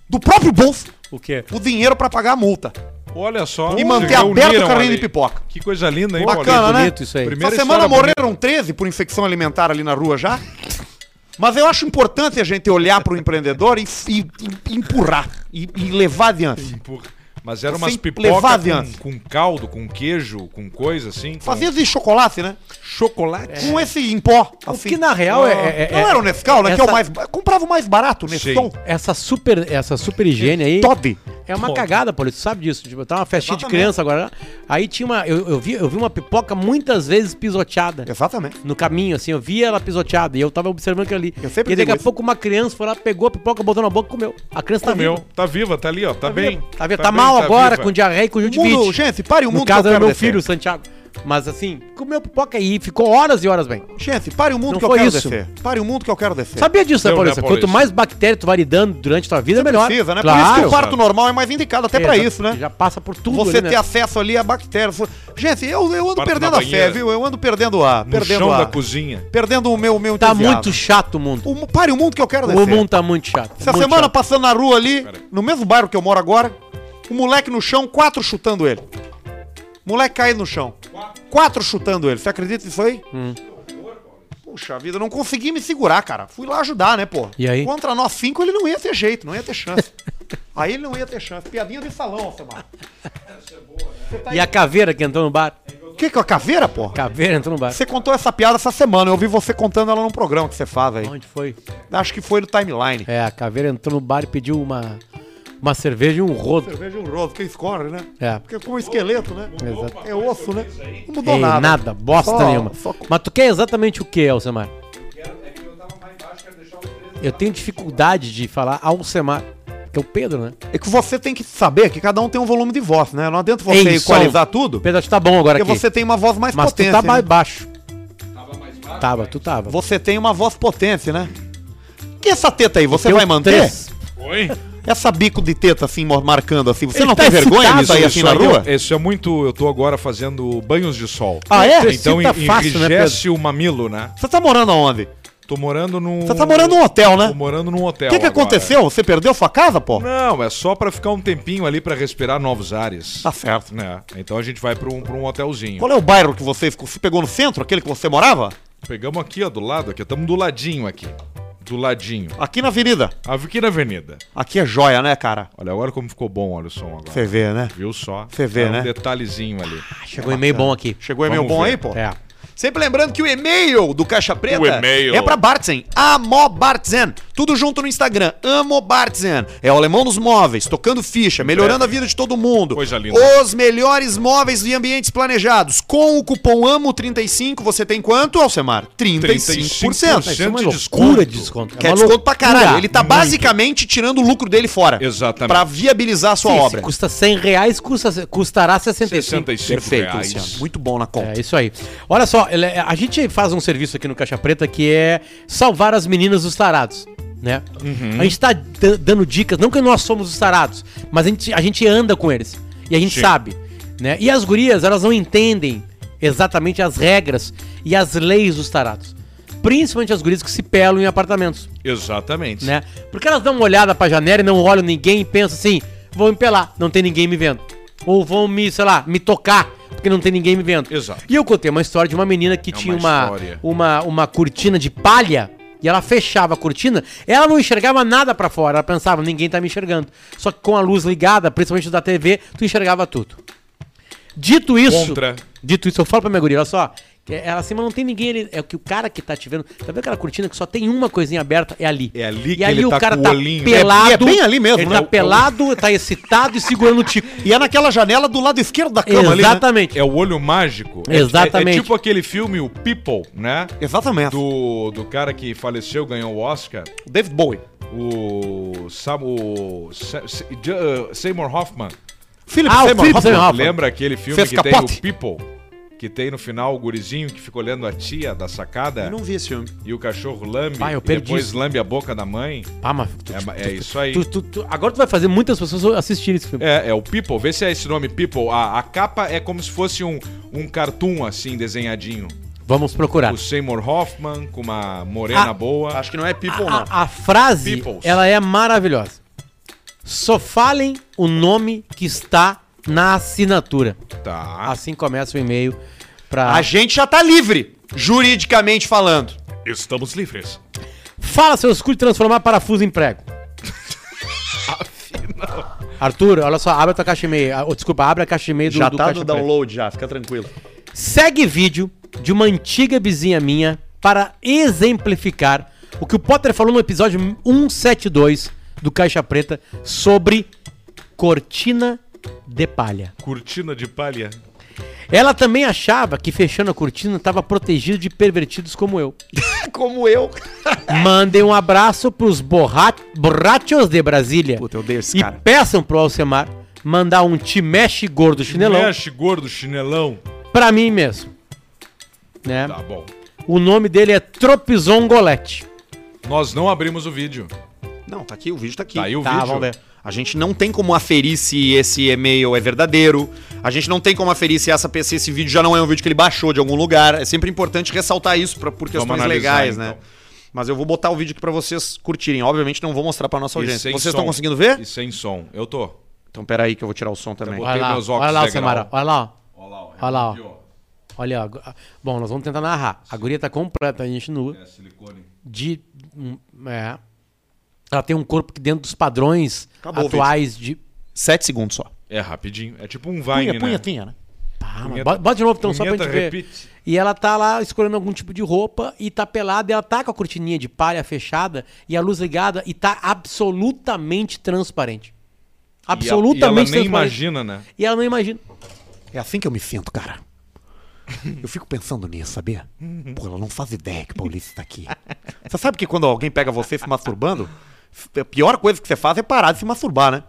[SPEAKER 2] do próprio bolso
[SPEAKER 3] O quê?
[SPEAKER 2] o dinheiro pra pagar a multa.
[SPEAKER 1] Olha só.
[SPEAKER 2] e
[SPEAKER 1] se
[SPEAKER 2] manter aberto
[SPEAKER 1] reuniram
[SPEAKER 2] o carrinho
[SPEAKER 1] ali.
[SPEAKER 2] de pipoca.
[SPEAKER 1] Que coisa linda, hein,
[SPEAKER 2] Bacana,
[SPEAKER 1] Paulinho?
[SPEAKER 2] né?
[SPEAKER 3] Bonito isso aí.
[SPEAKER 1] Primeira
[SPEAKER 2] Essa semana
[SPEAKER 1] história
[SPEAKER 2] morreram 13 por infecção alimentar ali na rua já. Mas eu acho importante a gente olhar pro empreendedor e, e- e empurrar e, e levar adiante.
[SPEAKER 1] Por- Mas eram
[SPEAKER 2] Você
[SPEAKER 1] umas
[SPEAKER 2] levar
[SPEAKER 1] pipocas
[SPEAKER 2] adiante.
[SPEAKER 1] com, com caldo, com queijo, com coisa assim. Com
[SPEAKER 2] Fazia de chocolate, né?
[SPEAKER 1] chocolate.
[SPEAKER 2] Com esse em pó.
[SPEAKER 3] O
[SPEAKER 2] assim.
[SPEAKER 3] que na real é... é- é-
[SPEAKER 2] não era o Nescau, né? Que é o
[SPEAKER 3] essa-
[SPEAKER 2] mais. ba- Comprava o mais barato, Neston.
[SPEAKER 1] Sim.
[SPEAKER 3] Essa super, essa super higiene aí...
[SPEAKER 2] Todd.
[SPEAKER 3] É uma
[SPEAKER 1] Pô.
[SPEAKER 3] cagada, Paulista, tu sabe disso. Tipo, eu tava uma festinha
[SPEAKER 2] Exatamente.
[SPEAKER 3] de criança agora. Aí tinha uma. Eu, eu vi, eu vi uma pipoca muitas vezes pisoteada.
[SPEAKER 2] Exatamente.
[SPEAKER 3] No caminho, assim, eu via ela pisoteada e eu tava observando aquilo ali.
[SPEAKER 2] Eu sempre
[SPEAKER 3] e daqui
[SPEAKER 2] digo
[SPEAKER 3] a
[SPEAKER 2] isso.
[SPEAKER 3] pouco uma criança foi lá, pegou a pipoca, botou na boca e comeu. A criança tá
[SPEAKER 1] Comeu.
[SPEAKER 3] viva.
[SPEAKER 1] Tá viva, tá ali, ó. Tá, bem.
[SPEAKER 3] viva. Tá, viva. tá
[SPEAKER 1] bem,
[SPEAKER 3] mal
[SPEAKER 1] tá
[SPEAKER 3] agora,
[SPEAKER 1] viva.
[SPEAKER 3] com diarreia e com
[SPEAKER 2] O mundo,
[SPEAKER 3] judivite.
[SPEAKER 2] gente, pare o mundo.
[SPEAKER 3] No caso
[SPEAKER 2] que eu
[SPEAKER 3] era
[SPEAKER 2] quero
[SPEAKER 3] meu
[SPEAKER 2] defender.
[SPEAKER 3] filho, o Santiago. Mas assim, comeu pipoca e ficou horas e horas bem.
[SPEAKER 2] Gente, pare o mundo
[SPEAKER 3] Não
[SPEAKER 2] que eu
[SPEAKER 3] foi
[SPEAKER 2] quero
[SPEAKER 3] isso.
[SPEAKER 2] descer. Pare o mundo que eu quero descer.
[SPEAKER 3] Sabia disso, né,
[SPEAKER 1] Deu, né,
[SPEAKER 3] Paulista? Quanto
[SPEAKER 1] Paulista?
[SPEAKER 3] mais bactéria tu vai lidando durante tua vida, é melhor.
[SPEAKER 2] Precisa, né? Por isso que
[SPEAKER 3] Claro.
[SPEAKER 2] o parto normal é mais indicado até pra
[SPEAKER 3] É, já-
[SPEAKER 2] isso, né?
[SPEAKER 3] Já passa por tudo,
[SPEAKER 2] Você
[SPEAKER 3] ali, né?
[SPEAKER 2] ter acesso ali a bactérias. Gente, eu, eu ando
[SPEAKER 1] Parto
[SPEAKER 2] perdendo
[SPEAKER 1] na
[SPEAKER 2] a fé,
[SPEAKER 1] banheira.
[SPEAKER 2] viu? Eu ando perdendo a.
[SPEAKER 1] No
[SPEAKER 2] Perdendo
[SPEAKER 1] chão
[SPEAKER 2] a.
[SPEAKER 1] da cozinha.
[SPEAKER 2] Perdendo o meu, meu
[SPEAKER 3] Tá
[SPEAKER 2] entusiasmo.
[SPEAKER 3] muito chato o mundo.
[SPEAKER 2] O mu- pare o mundo que eu quero descer.
[SPEAKER 3] O mundo tá muito chato.
[SPEAKER 2] Essa
[SPEAKER 3] muito
[SPEAKER 2] semana
[SPEAKER 3] chato.
[SPEAKER 2] passando na rua ali,
[SPEAKER 1] Peraí.
[SPEAKER 2] no mesmo bairro que eu moro agora, um moleque no chão, quatro chutando ele. Moleque caído no chão. Quatro chutando ele. Você acredita nisso aí?
[SPEAKER 3] Hum.
[SPEAKER 2] Puxa vida, eu não consegui me segurar, cara. Fui lá ajudar, né, pô?
[SPEAKER 3] E aí?
[SPEAKER 2] Contra nós cinco ele não ia ter jeito, não ia ter chance. aí ele não ia ter chance. Piadinha de salão, Alcemar.
[SPEAKER 3] E a caveira que entrou no bar?
[SPEAKER 2] O que que é a caveira, porra?
[SPEAKER 3] Caveira entrou no bar.
[SPEAKER 2] Você contou essa piada essa semana, eu ouvi você contando ela num programa que você faz aí.
[SPEAKER 3] Onde foi?
[SPEAKER 2] Acho que foi no timeline.
[SPEAKER 3] É, a caveira entrou no bar e pediu uma, uma cerveja e um rodo.
[SPEAKER 2] Cerveja e um rodo, que escorre, né?
[SPEAKER 3] É.
[SPEAKER 2] Porque com um esqueleto, né?
[SPEAKER 3] Exato.
[SPEAKER 2] É osso, né? Não mudou
[SPEAKER 3] Ei, nada.
[SPEAKER 2] nada.
[SPEAKER 3] bosta
[SPEAKER 2] Só-
[SPEAKER 3] nenhuma.
[SPEAKER 2] só com-
[SPEAKER 3] Mas tu quer exatamente o que, Alcemar? Eu tenho dificuldade de falar Alcemar, que é o Pedro, né?
[SPEAKER 2] É que você tem que saber que cada um tem um volume de voz, né? Não adianta você
[SPEAKER 3] Ei, som.
[SPEAKER 2] equalizar tudo,
[SPEAKER 3] O Pedro acho que tá bom agora
[SPEAKER 2] porque
[SPEAKER 3] aqui.
[SPEAKER 2] você tem uma voz mais
[SPEAKER 3] Mas tu
[SPEAKER 2] potência.
[SPEAKER 3] tá
[SPEAKER 2] né?
[SPEAKER 3] mais baixo. Tava mais baixo? Tava, tu tava.
[SPEAKER 2] Você tem uma voz potência, né? Que essa teta aí, você
[SPEAKER 3] Tem
[SPEAKER 2] vai
[SPEAKER 3] um
[SPEAKER 2] manter?
[SPEAKER 3] três.
[SPEAKER 1] Oi?
[SPEAKER 2] Essa bico de teta assim, mor- marcando assim, você
[SPEAKER 3] Ele
[SPEAKER 2] não
[SPEAKER 3] tá
[SPEAKER 2] tem vergonha
[SPEAKER 3] excitado
[SPEAKER 2] disso aí assim na rua?
[SPEAKER 1] Isso é muito. Eu tô agora fazendo banhos de sol.
[SPEAKER 2] Ah, é?
[SPEAKER 1] Então en-
[SPEAKER 3] Excita fácil, né,
[SPEAKER 1] enrijece o mamilo, né?
[SPEAKER 2] Você tá morando aonde?
[SPEAKER 1] Tô morando num.
[SPEAKER 2] Você tá morando num hotel, né?
[SPEAKER 1] Tô morando num hotel.
[SPEAKER 2] O que, que
[SPEAKER 1] agora.
[SPEAKER 2] aconteceu? Você perdeu sua casa, pô?
[SPEAKER 1] Não, é só pra ficar um tempinho ali pra respirar novos ares.
[SPEAKER 2] Tá certo.
[SPEAKER 1] Né? Então a gente vai pra um, pra um hotelzinho.
[SPEAKER 2] Qual é o bairro que você ficou- se pegou no centro, aquele que você morava?
[SPEAKER 1] Pegamos aqui, ó, do lado, aqui. Estamos do ladinho aqui. Do ladinho. Ah,
[SPEAKER 2] Aqui na avenida.
[SPEAKER 1] Aqui na avenida.
[SPEAKER 2] Aqui é joia, né, cara?
[SPEAKER 1] Olha agora como ficou bom, olha o som agora.
[SPEAKER 2] Você vê, né?
[SPEAKER 1] Viu só?
[SPEAKER 2] Cê vê,
[SPEAKER 1] Era
[SPEAKER 2] né?
[SPEAKER 1] Um detalhezinho ali.
[SPEAKER 3] Chegou
[SPEAKER 2] É
[SPEAKER 3] um e-mail bom aqui.
[SPEAKER 2] Chegou o e-mail
[SPEAKER 1] Vamos
[SPEAKER 2] bom
[SPEAKER 1] ver.
[SPEAKER 2] aí, pô?
[SPEAKER 3] É.
[SPEAKER 2] Sempre lembrando que o e-mail do Caixa Preta
[SPEAKER 1] O e-mail.
[SPEAKER 2] é pra Bartzen, Amobartzen, Tudo junto no Instagram. Amo Bartzen. É o alemão dos móveis, tocando ficha, melhorando a vida de todo mundo.
[SPEAKER 1] É. Coisa linda.
[SPEAKER 2] Os melhores móveis e ambientes planejados. Com o cupom AMO35, você tem quanto, Alcemar? 35%.
[SPEAKER 3] Isso é uma
[SPEAKER 1] de
[SPEAKER 3] loucura
[SPEAKER 1] desconto.
[SPEAKER 3] de desconto.
[SPEAKER 2] Que é
[SPEAKER 3] uma
[SPEAKER 2] desconto pra caralho.
[SPEAKER 3] loucura.
[SPEAKER 2] Ele tá
[SPEAKER 3] Muito.
[SPEAKER 2] basicamente tirando o lucro dele fora.
[SPEAKER 1] Exatamente.
[SPEAKER 2] Pra viabilizar a sua
[SPEAKER 3] Sim,
[SPEAKER 2] obra.
[SPEAKER 3] Se custa 100 reais, custa, custará 65.
[SPEAKER 1] 65
[SPEAKER 2] Perfeito,
[SPEAKER 1] reais.
[SPEAKER 2] Luciano. Muito bom na conta.
[SPEAKER 3] É isso aí. Olha só, ele- a gente faz um serviço aqui no Caixa Preta que é salvar as meninas dos tarados. Né? A gente tá da- dando dicas, não que nós somos os tarados, mas a gente, a gente anda com eles. E a gente
[SPEAKER 1] Sim.
[SPEAKER 3] sabe. Né? E as gurias, elas não entendem exatamente as regras e as leis dos tarados. Principalmente as gurias que se pelam em apartamentos.
[SPEAKER 1] Exatamente.
[SPEAKER 3] né? Porque elas dão uma olhada pra janela e não olham ninguém e pensam assim, vão me pelar, não tem ninguém me vendo. Ou vão me, sei lá, me tocar, porque não tem ninguém me vendo.
[SPEAKER 1] Exato.
[SPEAKER 3] E eu contei uma história de uma menina que
[SPEAKER 1] É
[SPEAKER 3] tinha
[SPEAKER 1] uma
[SPEAKER 3] uma,
[SPEAKER 1] história.
[SPEAKER 3] uma, uma cortina de palha e ela fechava a cortina, ela não enxergava nada pra fora, ela pensava, ninguém tá me enxergando. Só que com a luz ligada, principalmente da TV, tu enxergava tudo. Dito isso,
[SPEAKER 1] Contra.
[SPEAKER 3] dito isso, eu falo pra minha guria, olha só, que ela assim, mas não tem ninguém ali, é o que o cara que tá te vendo, tá vendo aquela cortina que só tem uma coisinha aberta, é ali.
[SPEAKER 1] É ali
[SPEAKER 3] e
[SPEAKER 1] que
[SPEAKER 3] ali
[SPEAKER 1] ele
[SPEAKER 3] o
[SPEAKER 1] tá
[SPEAKER 3] cara
[SPEAKER 1] com o
[SPEAKER 3] tá
[SPEAKER 1] olhinho.
[SPEAKER 3] pelado.
[SPEAKER 2] É- é bem ali mesmo,
[SPEAKER 3] ele
[SPEAKER 2] né?
[SPEAKER 3] tá
[SPEAKER 2] O-
[SPEAKER 3] pelado, tá excitado e segurando o tico.
[SPEAKER 2] E é naquela janela do lado esquerdo da cama ali. né?
[SPEAKER 3] Exatamente.
[SPEAKER 1] É o olho mágico. É- é- É,
[SPEAKER 3] Exatamente.
[SPEAKER 1] tipo aquele filme, o People, né?
[SPEAKER 2] Exatamente.
[SPEAKER 1] Do, do cara que faleceu, ganhou o Oscar.
[SPEAKER 2] David Bowie.
[SPEAKER 1] O. Sam, o Sa- Sa- Ju- uh, Seymour Hoffman.
[SPEAKER 2] Philip
[SPEAKER 3] Ah, o
[SPEAKER 2] Seymour
[SPEAKER 3] Philip
[SPEAKER 2] Hoffman.
[SPEAKER 3] Seymour Hoffman.
[SPEAKER 1] Lembra aquele filme
[SPEAKER 2] Fez
[SPEAKER 1] que
[SPEAKER 2] capote.
[SPEAKER 1] tem o People? Que tem no final o gurizinho que fica olhando a tia da sacada
[SPEAKER 2] Eu não vi esse filme.
[SPEAKER 1] e o cachorro lambe
[SPEAKER 3] Pai, eu
[SPEAKER 1] e
[SPEAKER 3] perdi
[SPEAKER 1] depois
[SPEAKER 3] isso.
[SPEAKER 1] lambe a boca da mãe.
[SPEAKER 3] Ah, mas tu-
[SPEAKER 1] É,
[SPEAKER 3] tu-
[SPEAKER 1] ma- é isso aí.
[SPEAKER 3] tu- tu- tu- agora tu vai fazer muitas pessoas assistirem esse filme.
[SPEAKER 1] É, é o People. Vê se é esse nome, People. A, a capa é como se fosse um, um cartoon, assim, desenhadinho.
[SPEAKER 3] Vamos procurar.
[SPEAKER 1] O Seymour Hoffman com uma morena
[SPEAKER 3] Ah,
[SPEAKER 1] boa.
[SPEAKER 2] Acho que não é People, não.
[SPEAKER 3] A, a frase,
[SPEAKER 1] Peoples.
[SPEAKER 3] ela é maravilhosa. Só falem o nome que está na assinatura.
[SPEAKER 2] Ah.
[SPEAKER 1] Tá.
[SPEAKER 3] Assim começa o e-mail pra...
[SPEAKER 1] Ah,
[SPEAKER 2] A gente já tá livre, juridicamente falando.
[SPEAKER 1] Estamos livres.
[SPEAKER 3] Fala, seus cu de transformar parafuso em prego. Arthur, olha só, abre a tua caixa de e-mail. Ah, oh, desculpa, abre a caixa de e-mail do,
[SPEAKER 2] já
[SPEAKER 3] do
[SPEAKER 2] tá
[SPEAKER 3] caixa
[SPEAKER 2] no
[SPEAKER 3] preta.
[SPEAKER 2] download, já, fica tranquilo.
[SPEAKER 3] Segue vídeo de uma antiga vizinha minha para exemplificar o que o Potter falou no episódio 172 do Caixa Preta sobre cortina de palha.
[SPEAKER 1] Cortina de palha.
[SPEAKER 3] Ela também achava que fechando a cortina estava protegido de pervertidos como eu.
[SPEAKER 2] Como eu.
[SPEAKER 3] Mandem um abraço pros borra borrachos de Brasília.
[SPEAKER 2] Puta, eu odeio esse
[SPEAKER 3] e
[SPEAKER 2] cara.
[SPEAKER 3] peçam pro Alcemar mandar um te mexe gordo chinelão
[SPEAKER 1] Mexe gordo, chinelão.
[SPEAKER 3] pra mim mesmo.
[SPEAKER 2] É.
[SPEAKER 3] Né?
[SPEAKER 1] Tá bom.
[SPEAKER 3] O nome dele é Tropizongolete.
[SPEAKER 1] Nós não abrimos o vídeo.
[SPEAKER 2] Não, tá aqui, o vídeo tá aqui.
[SPEAKER 1] Tá aí o
[SPEAKER 3] Tá,
[SPEAKER 1] vídeo.
[SPEAKER 3] vamos ver.
[SPEAKER 2] A gente não tem como aferir se esse e-mail é verdadeiro. A gente não tem como aferir se, essa, se esse vídeo já não é um vídeo que ele baixou de algum lugar. É sempre importante ressaltar isso pra, por questões
[SPEAKER 1] analisar,
[SPEAKER 2] legais, né?
[SPEAKER 1] então.
[SPEAKER 2] Mas eu vou botar o vídeo aqui pra vocês curtirem. Obviamente não vou mostrar pra nossa
[SPEAKER 1] E
[SPEAKER 2] audiência.
[SPEAKER 1] sem
[SPEAKER 2] Vocês
[SPEAKER 1] som.
[SPEAKER 2] estão conseguindo ver?
[SPEAKER 1] E sem som. Eu tô.
[SPEAKER 2] Então peraí que eu vou tirar o som também.
[SPEAKER 1] Tá bom.
[SPEAKER 3] Olha
[SPEAKER 1] Botei
[SPEAKER 3] lá,
[SPEAKER 1] meus óculos
[SPEAKER 3] olha lá,
[SPEAKER 1] de
[SPEAKER 3] Alcemar.
[SPEAKER 1] grau.
[SPEAKER 3] Olha lá, ó.
[SPEAKER 1] Olha lá, É
[SPEAKER 3] Olha lá, ó. Olha, ó. Agora- Bom, nós vamos tentar narrar. A guria tá completa, a gente nua.
[SPEAKER 1] É silicone.
[SPEAKER 3] De. hum, É. Ela tem um corpo que dentro dos padrões
[SPEAKER 2] Acabou o
[SPEAKER 3] atuais de.
[SPEAKER 2] Sete segundos só.
[SPEAKER 1] É rapidinho. É tipo um Vine, né?
[SPEAKER 2] punhetinha, né?
[SPEAKER 3] Ah, mas
[SPEAKER 1] Punheta-
[SPEAKER 3] bota, bota de novo então, só pra
[SPEAKER 1] punheta
[SPEAKER 3] gente ver.
[SPEAKER 1] repite.
[SPEAKER 3] E ela tá lá escolhendo algum tipo de roupa e tá pelada, e ela tá com a cortininha de palha fechada e a luz ligada e tá absolutamente transparente.
[SPEAKER 1] E
[SPEAKER 3] Absolutamente
[SPEAKER 1] ela, e ela nem
[SPEAKER 3] transparente.
[SPEAKER 1] imagina, né?
[SPEAKER 3] E ela não imagina.
[SPEAKER 2] É assim que eu me sinto, cara. Eu fico pensando nisso, sabia? Pô, ela não faz ideia que o Paulista tá aqui. Você sabe que quando alguém pega você se masturbando, a pior coisa que você faz é parar de se masturbar, né?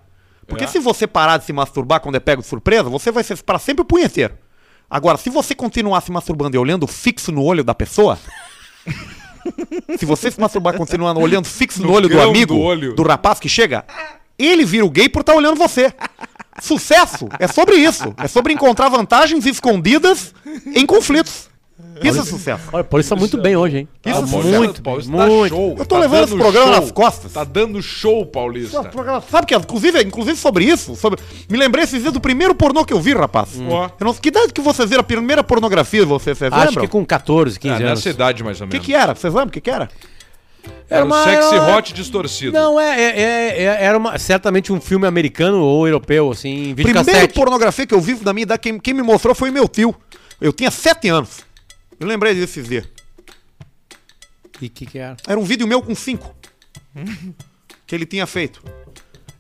[SPEAKER 2] Porque
[SPEAKER 1] É.
[SPEAKER 2] se você parar de se masturbar quando é pego de surpresa, você vai ser pra sempre o punheteiro. Agora, se você continuar se masturbando e olhando fixo no olho da pessoa. se você se masturbar continuando olhando fixo no,
[SPEAKER 1] No
[SPEAKER 2] olho do
[SPEAKER 1] grão
[SPEAKER 2] amigo,
[SPEAKER 1] do olho.
[SPEAKER 2] do rapaz que chega, ele vira o gay por estar olhando você. Sucesso é sobre isso. É sobre encontrar vantagens escondidas em conflitos. Isso é sucesso.
[SPEAKER 3] Olha, por isso tá muito bem hoje, hein?
[SPEAKER 2] Isso
[SPEAKER 3] tá
[SPEAKER 2] sim.
[SPEAKER 1] Paulista-
[SPEAKER 3] muito,
[SPEAKER 1] é Paulista
[SPEAKER 3] bem, muito.
[SPEAKER 1] show. Tá
[SPEAKER 2] Eu tô levando
[SPEAKER 1] dando
[SPEAKER 2] esse programa nas costas. é
[SPEAKER 1] Tá dando show, Paulista. Tá,
[SPEAKER 2] Sabe que, inclusive, inclusive sobre isso, sobre... me lembrei esses dias do primeiro pornô que eu vi, rapaz.
[SPEAKER 1] Hum. Ó.
[SPEAKER 2] Eu não... Que idade que vocês viram a primeira pornografia de vocês? Vocês
[SPEAKER 3] Acho
[SPEAKER 2] lembram?
[SPEAKER 3] que
[SPEAKER 2] O que,
[SPEAKER 3] com 14, 15
[SPEAKER 1] Ah,
[SPEAKER 3] anos.
[SPEAKER 1] nessa idade, mais ou menos.
[SPEAKER 2] que é, era? Vocês lembram o que, que era?
[SPEAKER 1] Era
[SPEAKER 3] uma-
[SPEAKER 1] o sexy
[SPEAKER 3] era-
[SPEAKER 1] hot distorcido.
[SPEAKER 3] Não, é, é- é- é- era uma- certamente um filme americano ou europeu, assim, vídeo
[SPEAKER 2] Primeiro
[SPEAKER 3] cassete.
[SPEAKER 2] pornografia que eu vi da minha idade, quem, quem me mostrou foi meu tio. Eu tinha sete anos. Eu lembrei disso esses dias.
[SPEAKER 3] E que que era?
[SPEAKER 2] Era um vídeo meu com cinco. que ele tinha feito.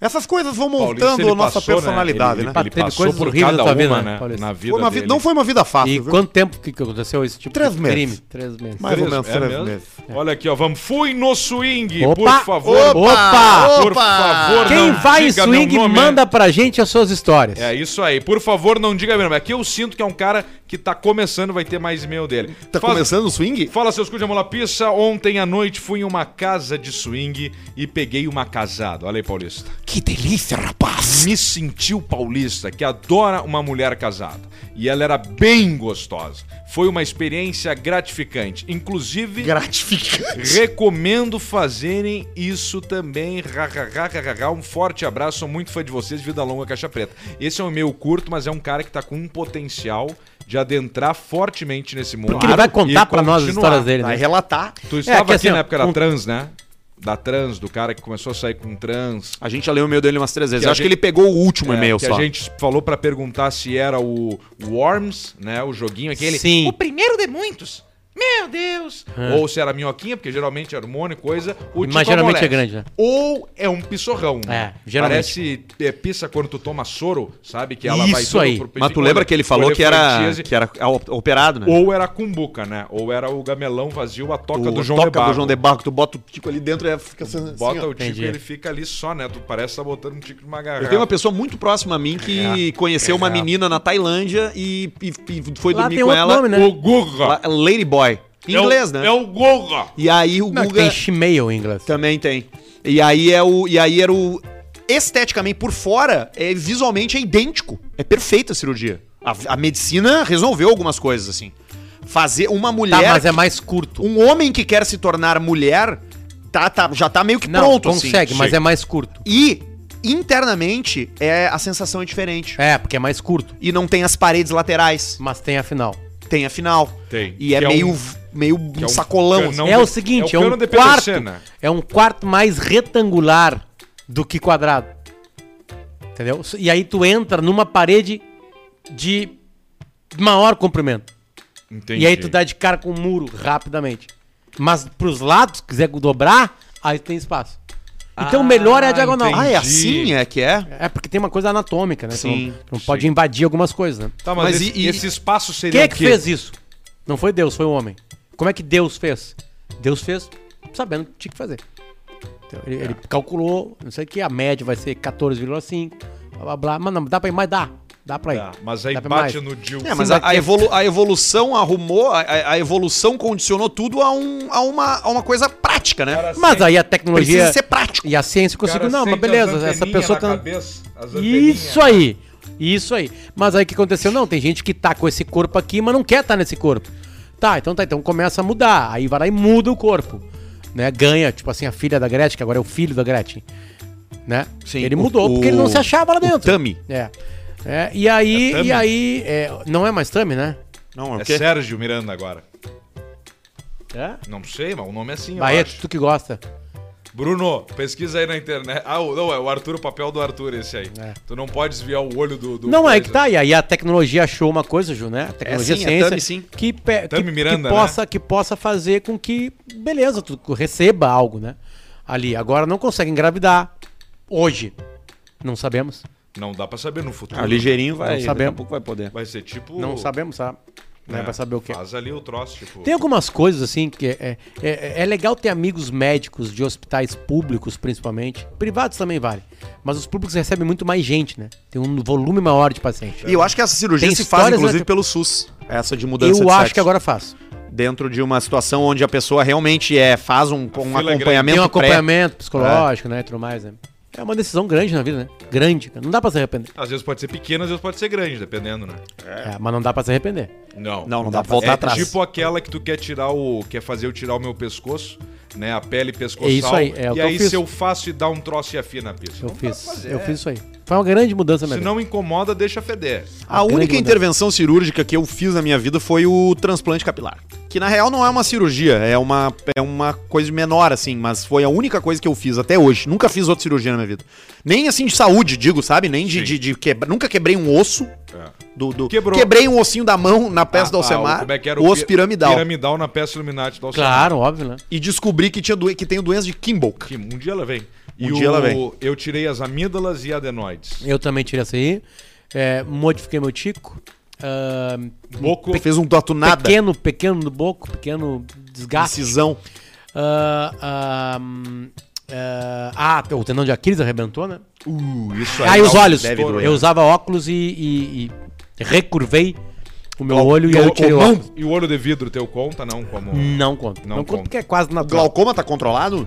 [SPEAKER 2] Essas coisas vão
[SPEAKER 1] Paulinho, se
[SPEAKER 2] montando
[SPEAKER 1] ele
[SPEAKER 2] a nossa
[SPEAKER 1] passou, né,
[SPEAKER 2] personalidade,
[SPEAKER 1] ele-
[SPEAKER 2] né?
[SPEAKER 1] Ele,
[SPEAKER 3] Teve
[SPEAKER 1] passou
[SPEAKER 3] coisas
[SPEAKER 1] por
[SPEAKER 3] horríveis
[SPEAKER 1] cada
[SPEAKER 3] na tua vida,
[SPEAKER 1] uma,
[SPEAKER 3] né,
[SPEAKER 1] né?
[SPEAKER 3] Paulista?
[SPEAKER 1] Na vida
[SPEAKER 2] Foi uma vi-
[SPEAKER 1] dele.
[SPEAKER 2] não foi um uma vida fácil,
[SPEAKER 3] E
[SPEAKER 2] viu?
[SPEAKER 3] quanto tempo que que aconteceu esse tipo
[SPEAKER 2] Três
[SPEAKER 3] de
[SPEAKER 2] meses.
[SPEAKER 3] crime? Três meses.
[SPEAKER 2] Mais ou menos
[SPEAKER 1] É
[SPEAKER 2] três
[SPEAKER 1] mesmo?
[SPEAKER 2] meses.
[SPEAKER 1] Olha aqui, ó. Vamos. Fui no swing,
[SPEAKER 3] Opa!
[SPEAKER 1] por favor.
[SPEAKER 3] Opa!
[SPEAKER 1] Por favor,
[SPEAKER 3] Quem
[SPEAKER 1] não
[SPEAKER 3] vai em
[SPEAKER 1] diga meu
[SPEAKER 3] swing,
[SPEAKER 1] nome.
[SPEAKER 3] manda pra gente as suas histórias.
[SPEAKER 1] É isso aí. Por favor, não diga meu nome. Aqui eu sinto que é um cara que tá começando, vai ter mais e-mail dele.
[SPEAKER 2] Tá
[SPEAKER 1] Faz-
[SPEAKER 2] começando o swing?
[SPEAKER 1] Fala, seus cu de amola pizza. Ontem à noite fui em uma casa de swing e peguei uma casada. Olha aí, Paulista.
[SPEAKER 2] Que delícia, rapaz!
[SPEAKER 1] Me sentiu paulista, que adora uma mulher casada. E ela era bem gostosa. Foi uma experiência gratificante. Inclusive,
[SPEAKER 2] Gratificante.
[SPEAKER 1] recomendo fazerem isso também. Ra, ra, ra, ra, ra, ra. Um forte abraço, sou muito fã de vocês. Vida longa, caixa preta. Esse é um e-mail curto, mas é um cara que tá com um potencial de adentrar fortemente nesse mundo.
[SPEAKER 3] Porque ele vai contar
[SPEAKER 1] E
[SPEAKER 3] pra nós
[SPEAKER 1] continuar.
[SPEAKER 3] as histórias dele,
[SPEAKER 2] Vai
[SPEAKER 3] né?
[SPEAKER 2] relatar.
[SPEAKER 1] Tu estava
[SPEAKER 3] que
[SPEAKER 1] aqui
[SPEAKER 3] assim,
[SPEAKER 1] na
[SPEAKER 3] ó,
[SPEAKER 1] época da
[SPEAKER 3] um-
[SPEAKER 1] trans, né? Da trans, do cara que começou a sair com trans.
[SPEAKER 2] A gente já leu o e-mail dele umas três vezes.
[SPEAKER 1] Que a
[SPEAKER 2] Eu acho
[SPEAKER 1] gente-
[SPEAKER 2] que ele pegou o último
[SPEAKER 1] É,
[SPEAKER 2] Um e-mail
[SPEAKER 1] que
[SPEAKER 2] só.
[SPEAKER 1] a gente falou pra perguntar se era o Worms, né? O joguinho aquele.
[SPEAKER 3] Sim.
[SPEAKER 1] O primeiro de muitos. Meu Deus! Ou se era minhoquinha, porque geralmente é hormônio, coisa. O
[SPEAKER 3] Mas
[SPEAKER 1] Tico
[SPEAKER 3] geralmente
[SPEAKER 1] Amolete.
[SPEAKER 3] é grande, né?
[SPEAKER 1] Ou é um pissorrão. né?
[SPEAKER 3] É, geralmente.
[SPEAKER 1] Parece é, pissa quando tu toma soro, sabe? Que ela vai
[SPEAKER 3] Isso
[SPEAKER 1] tudo
[SPEAKER 3] aí.
[SPEAKER 2] Mas tu lembra que ele falou que era, que era o- operado, né?
[SPEAKER 1] Ou era a cumbuca, né? Ou era o gamelão vazio, a toca do João
[SPEAKER 2] toca
[SPEAKER 1] Lebarro.
[SPEAKER 2] do João de Barro, que tu bota o tico ali dentro e fica assim,
[SPEAKER 1] Bota
[SPEAKER 2] ó.
[SPEAKER 1] o tico
[SPEAKER 3] Entendi.
[SPEAKER 1] e ele fica ali só, né? Tu parece que tá botando um tico numa garrafa.
[SPEAKER 2] Eu tenho uma pessoa muito próxima a mim
[SPEAKER 3] É.
[SPEAKER 2] que conheceu uma menina na Tailândia e, e- e foi
[SPEAKER 3] Lá
[SPEAKER 2] dormir
[SPEAKER 3] tem
[SPEAKER 2] com
[SPEAKER 3] outro
[SPEAKER 2] ela.
[SPEAKER 3] nome, né?
[SPEAKER 1] O Guga.
[SPEAKER 2] Lá- Ladyboy. Em
[SPEAKER 1] É o-
[SPEAKER 2] inglês, né?
[SPEAKER 1] É o Guga.
[SPEAKER 2] E aí o
[SPEAKER 3] Não,
[SPEAKER 2] Guga.
[SPEAKER 3] tem Shmail
[SPEAKER 1] Então,
[SPEAKER 3] em inglês.
[SPEAKER 2] Também tem. E aí é o. E aí era o. Esteticamente, por fora, é, visualmente é idêntico. É perfeita a cirurgia. A, a medicina resolveu algumas coisas, assim. Fazer uma mulher.
[SPEAKER 3] Tá, mas é mais curto.
[SPEAKER 2] Um homem que quer se tornar mulher tá, tá, já tá meio que
[SPEAKER 3] Não,
[SPEAKER 2] pronto, assim.
[SPEAKER 3] consegue, mas é mais curto.
[SPEAKER 2] E internamente é a sensação é diferente.
[SPEAKER 3] É, porque é mais curto,
[SPEAKER 2] E não tem as paredes laterais.
[SPEAKER 3] mas tem a final.
[SPEAKER 2] Tem a final.
[SPEAKER 1] Tem.
[SPEAKER 2] E é
[SPEAKER 1] Que é
[SPEAKER 2] meio,
[SPEAKER 1] um-
[SPEAKER 2] meio um
[SPEAKER 1] é um
[SPEAKER 2] sacolão.
[SPEAKER 1] canão.
[SPEAKER 2] assim.
[SPEAKER 3] é
[SPEAKER 1] do-
[SPEAKER 3] o seguinte,
[SPEAKER 1] é
[SPEAKER 3] é,
[SPEAKER 1] o
[SPEAKER 3] um
[SPEAKER 1] cano de
[SPEAKER 3] quarto,
[SPEAKER 1] PVC, né?
[SPEAKER 3] é um quarto mais retangular do que quadrado. Entendeu? E aí tu entra numa parede de maior comprimento.
[SPEAKER 1] Entendi.
[SPEAKER 3] E aí tu dá de cara com o muro rapidamente. Mas pros lados, se quiser dobrar, aí tem espaço. Então o melhor é a diagonal.
[SPEAKER 1] Ah, entendi.
[SPEAKER 2] Ah, é assim é que é?
[SPEAKER 3] É porque tem uma coisa anatômica, né? Tu
[SPEAKER 2] Sim,
[SPEAKER 3] não, tu não pode invadir algumas coisas, né?
[SPEAKER 1] Tá, mas,
[SPEAKER 2] Mas
[SPEAKER 1] esse,
[SPEAKER 2] e- e-
[SPEAKER 1] esse espaço seria
[SPEAKER 3] Quem é que
[SPEAKER 1] o quê?
[SPEAKER 3] fez isso? Não foi Deus, foi o homem. Como é que Deus fez? Deus fez sabendo o que tinha que fazer. Então, ele, ele calculou, não sei o que, a média vai ser 14,5, blá blá blá. Mas não, dá pra ir mais? Dá. Dá pra ir.
[SPEAKER 1] Tá, mas aí
[SPEAKER 3] Dá pra
[SPEAKER 1] bate
[SPEAKER 3] mais.
[SPEAKER 1] no Dil.
[SPEAKER 2] É, mas
[SPEAKER 3] Sim,
[SPEAKER 2] a,
[SPEAKER 3] mas
[SPEAKER 2] a
[SPEAKER 3] é-
[SPEAKER 2] evolu- a evolução arrumou, a- a, a evolução condicionou tudo a, um- a uma, a uma coisa prática, né?
[SPEAKER 3] Mas aí
[SPEAKER 2] Precisa
[SPEAKER 3] a tecnologia
[SPEAKER 2] ser prático.
[SPEAKER 3] e a ciência conseguiu. Não, mas beleza, essa pessoa tá. Isso
[SPEAKER 1] aí.
[SPEAKER 3] aí! Isso aí. Mas aí o que aconteceu? Não, tem gente que tá com esse corpo aqui, mas não quer estar nesse corpo. Tá, então tá, então começa a mudar. Aí vai lá e muda o corpo. Né? Ganha, tipo assim, a filha da Gretchen, que agora é o filho da Gretchen. Né?
[SPEAKER 2] Sim,
[SPEAKER 3] ele
[SPEAKER 2] o-
[SPEAKER 3] mudou porque ele não se
[SPEAKER 2] o-
[SPEAKER 3] achava lá
[SPEAKER 2] o
[SPEAKER 3] dentro.
[SPEAKER 2] Tami.
[SPEAKER 3] É. É, e aí,
[SPEAKER 1] É Tami?
[SPEAKER 3] e aí. é, não é mais Tami, né?
[SPEAKER 2] Não,
[SPEAKER 1] É Sérgio Miranda agora.
[SPEAKER 3] É?
[SPEAKER 1] Não sei, mas o nome é assim, eu
[SPEAKER 3] Barreto,
[SPEAKER 1] acho.
[SPEAKER 3] tu que gosta.
[SPEAKER 1] Bruno, pesquisa aí na internet. Ah, o- não, é o Arthur, o papel do Arthur esse aí.
[SPEAKER 3] É.
[SPEAKER 1] Tu não pode desviar o olho do... do
[SPEAKER 3] Não, é
[SPEAKER 1] coisa.
[SPEAKER 3] que tá. E aí a tecnologia achou uma coisa, Ju, né? A tecnologia
[SPEAKER 2] sim, é
[SPEAKER 3] ciência.
[SPEAKER 2] Tami, sim.
[SPEAKER 3] Que, pe-
[SPEAKER 1] Tami
[SPEAKER 3] que,
[SPEAKER 1] Miranda,
[SPEAKER 3] que possa, que possa fazer com que, beleza, tu receba algo, né? Ali. Agora não consegue engravidar. Hoje. Não sabemos.
[SPEAKER 1] Não dá pra saber no futuro.
[SPEAKER 2] Ah, ligeirinho vai,
[SPEAKER 3] Não
[SPEAKER 2] daqui a
[SPEAKER 3] sabemos.
[SPEAKER 2] pouco vai poder.
[SPEAKER 1] Vai ser tipo...
[SPEAKER 3] Não sabemos, sabe? Né?
[SPEAKER 1] É,
[SPEAKER 3] Vai saber o que.
[SPEAKER 1] Faz ali o troço, tipo...
[SPEAKER 3] Tem algumas coisas assim que é, é, é- é legal ter amigos médicos de hospitais públicos, principalmente. Privados também vale. Mas os públicos recebem muito mais gente, né? Tem um volume maior de paciente.
[SPEAKER 2] E eu acho que essa cirurgia
[SPEAKER 3] Tem
[SPEAKER 2] se faz,
[SPEAKER 3] histórias,
[SPEAKER 2] inclusive,
[SPEAKER 3] né?
[SPEAKER 2] pelo SUS. Essa de mudança
[SPEAKER 3] Eu
[SPEAKER 2] de
[SPEAKER 3] acho
[SPEAKER 2] sexo.
[SPEAKER 3] que agora faz.
[SPEAKER 2] Dentro de uma situação onde a pessoa realmente é, faz um, um
[SPEAKER 1] fila grande.
[SPEAKER 2] acompanhamento
[SPEAKER 3] Tem um
[SPEAKER 2] pré.
[SPEAKER 3] acompanhamento psicológico, né? E tudo mais, né? É uma decisão grande na vida, né? Grande. cara. Não dá pra se arrepender.
[SPEAKER 1] Às vezes pode ser pequeno, às vezes pode ser grande, dependendo, né?
[SPEAKER 3] É, mas não dá pra se arrepender.
[SPEAKER 1] Não.
[SPEAKER 2] Não, não dá pra
[SPEAKER 3] tá
[SPEAKER 2] voltar
[SPEAKER 1] é
[SPEAKER 2] atrás.
[SPEAKER 1] tipo aquela que tu quer tirar o. quer fazer eu tirar o meu pescoço, né? A pele pescoçal.
[SPEAKER 3] É isso aí, é o
[SPEAKER 1] e
[SPEAKER 3] que eu
[SPEAKER 1] aí
[SPEAKER 3] fiz.
[SPEAKER 1] se eu faço e dá um troço e afina a pista.
[SPEAKER 3] Eu
[SPEAKER 1] Não dá pra
[SPEAKER 3] fiz.
[SPEAKER 1] fazer.
[SPEAKER 3] Eu fiz isso aí. Foi uma grande mudança na
[SPEAKER 1] Se
[SPEAKER 3] minha
[SPEAKER 1] não incomoda, deixa feder.
[SPEAKER 2] A
[SPEAKER 3] Grande
[SPEAKER 2] única
[SPEAKER 3] mudança.
[SPEAKER 2] intervenção cirúrgica que eu fiz na minha vida foi o transplante capilar. Que na real não é uma cirurgia, é uma, é uma coisa menor, assim, mas foi a única coisa que eu fiz até hoje. Nunca fiz outra cirurgia na minha vida. Nem assim de saúde, digo, sabe? Nem de,
[SPEAKER 1] Sim.
[SPEAKER 2] de, de quebra... Nunca quebrei um osso.
[SPEAKER 1] É.
[SPEAKER 2] do, do-
[SPEAKER 1] Quebrou.
[SPEAKER 2] Quebrei um ossinho da mão na peça
[SPEAKER 1] Ah,
[SPEAKER 2] do Alcemar,
[SPEAKER 1] ah, como é que era
[SPEAKER 2] o osso
[SPEAKER 1] pi-
[SPEAKER 2] piramidal.
[SPEAKER 1] Piramidal na peça Illuminati do Alcemar.
[SPEAKER 3] Claro, óbvio, né?
[SPEAKER 2] E descobri que, tinha doen- que tenho doença de Kimball.
[SPEAKER 1] Que um dia ela vem.
[SPEAKER 2] Um dia ela vem.
[SPEAKER 1] Eu tirei as amígdalas e adenoides.
[SPEAKER 3] Eu também tirei essa aí. É, modifiquei meu tico. Ah,
[SPEAKER 1] Boco.
[SPEAKER 2] Fez um tatu nada,
[SPEAKER 3] Pequeno, pequeno no boco, pequeno desgaste.
[SPEAKER 2] incisão.
[SPEAKER 3] Ah, ah, hum, ah, ah, o tendão de Aquiles arrebentou, né?
[SPEAKER 1] Uh, isso
[SPEAKER 3] Ah, e os
[SPEAKER 1] dá um-
[SPEAKER 3] olhos.
[SPEAKER 1] deve doer.
[SPEAKER 3] Eu usava óculos e, e- e recurvei o meu olho e
[SPEAKER 2] o-
[SPEAKER 3] eu tirei
[SPEAKER 2] o
[SPEAKER 3] o
[SPEAKER 2] mão?
[SPEAKER 3] óculos.
[SPEAKER 1] E o olho de vidro teu conta, não, como.
[SPEAKER 3] Não conto.
[SPEAKER 1] Não
[SPEAKER 3] Não,
[SPEAKER 1] conta.
[SPEAKER 3] conto porque é quase natural.
[SPEAKER 2] Glaucoma tá controlado?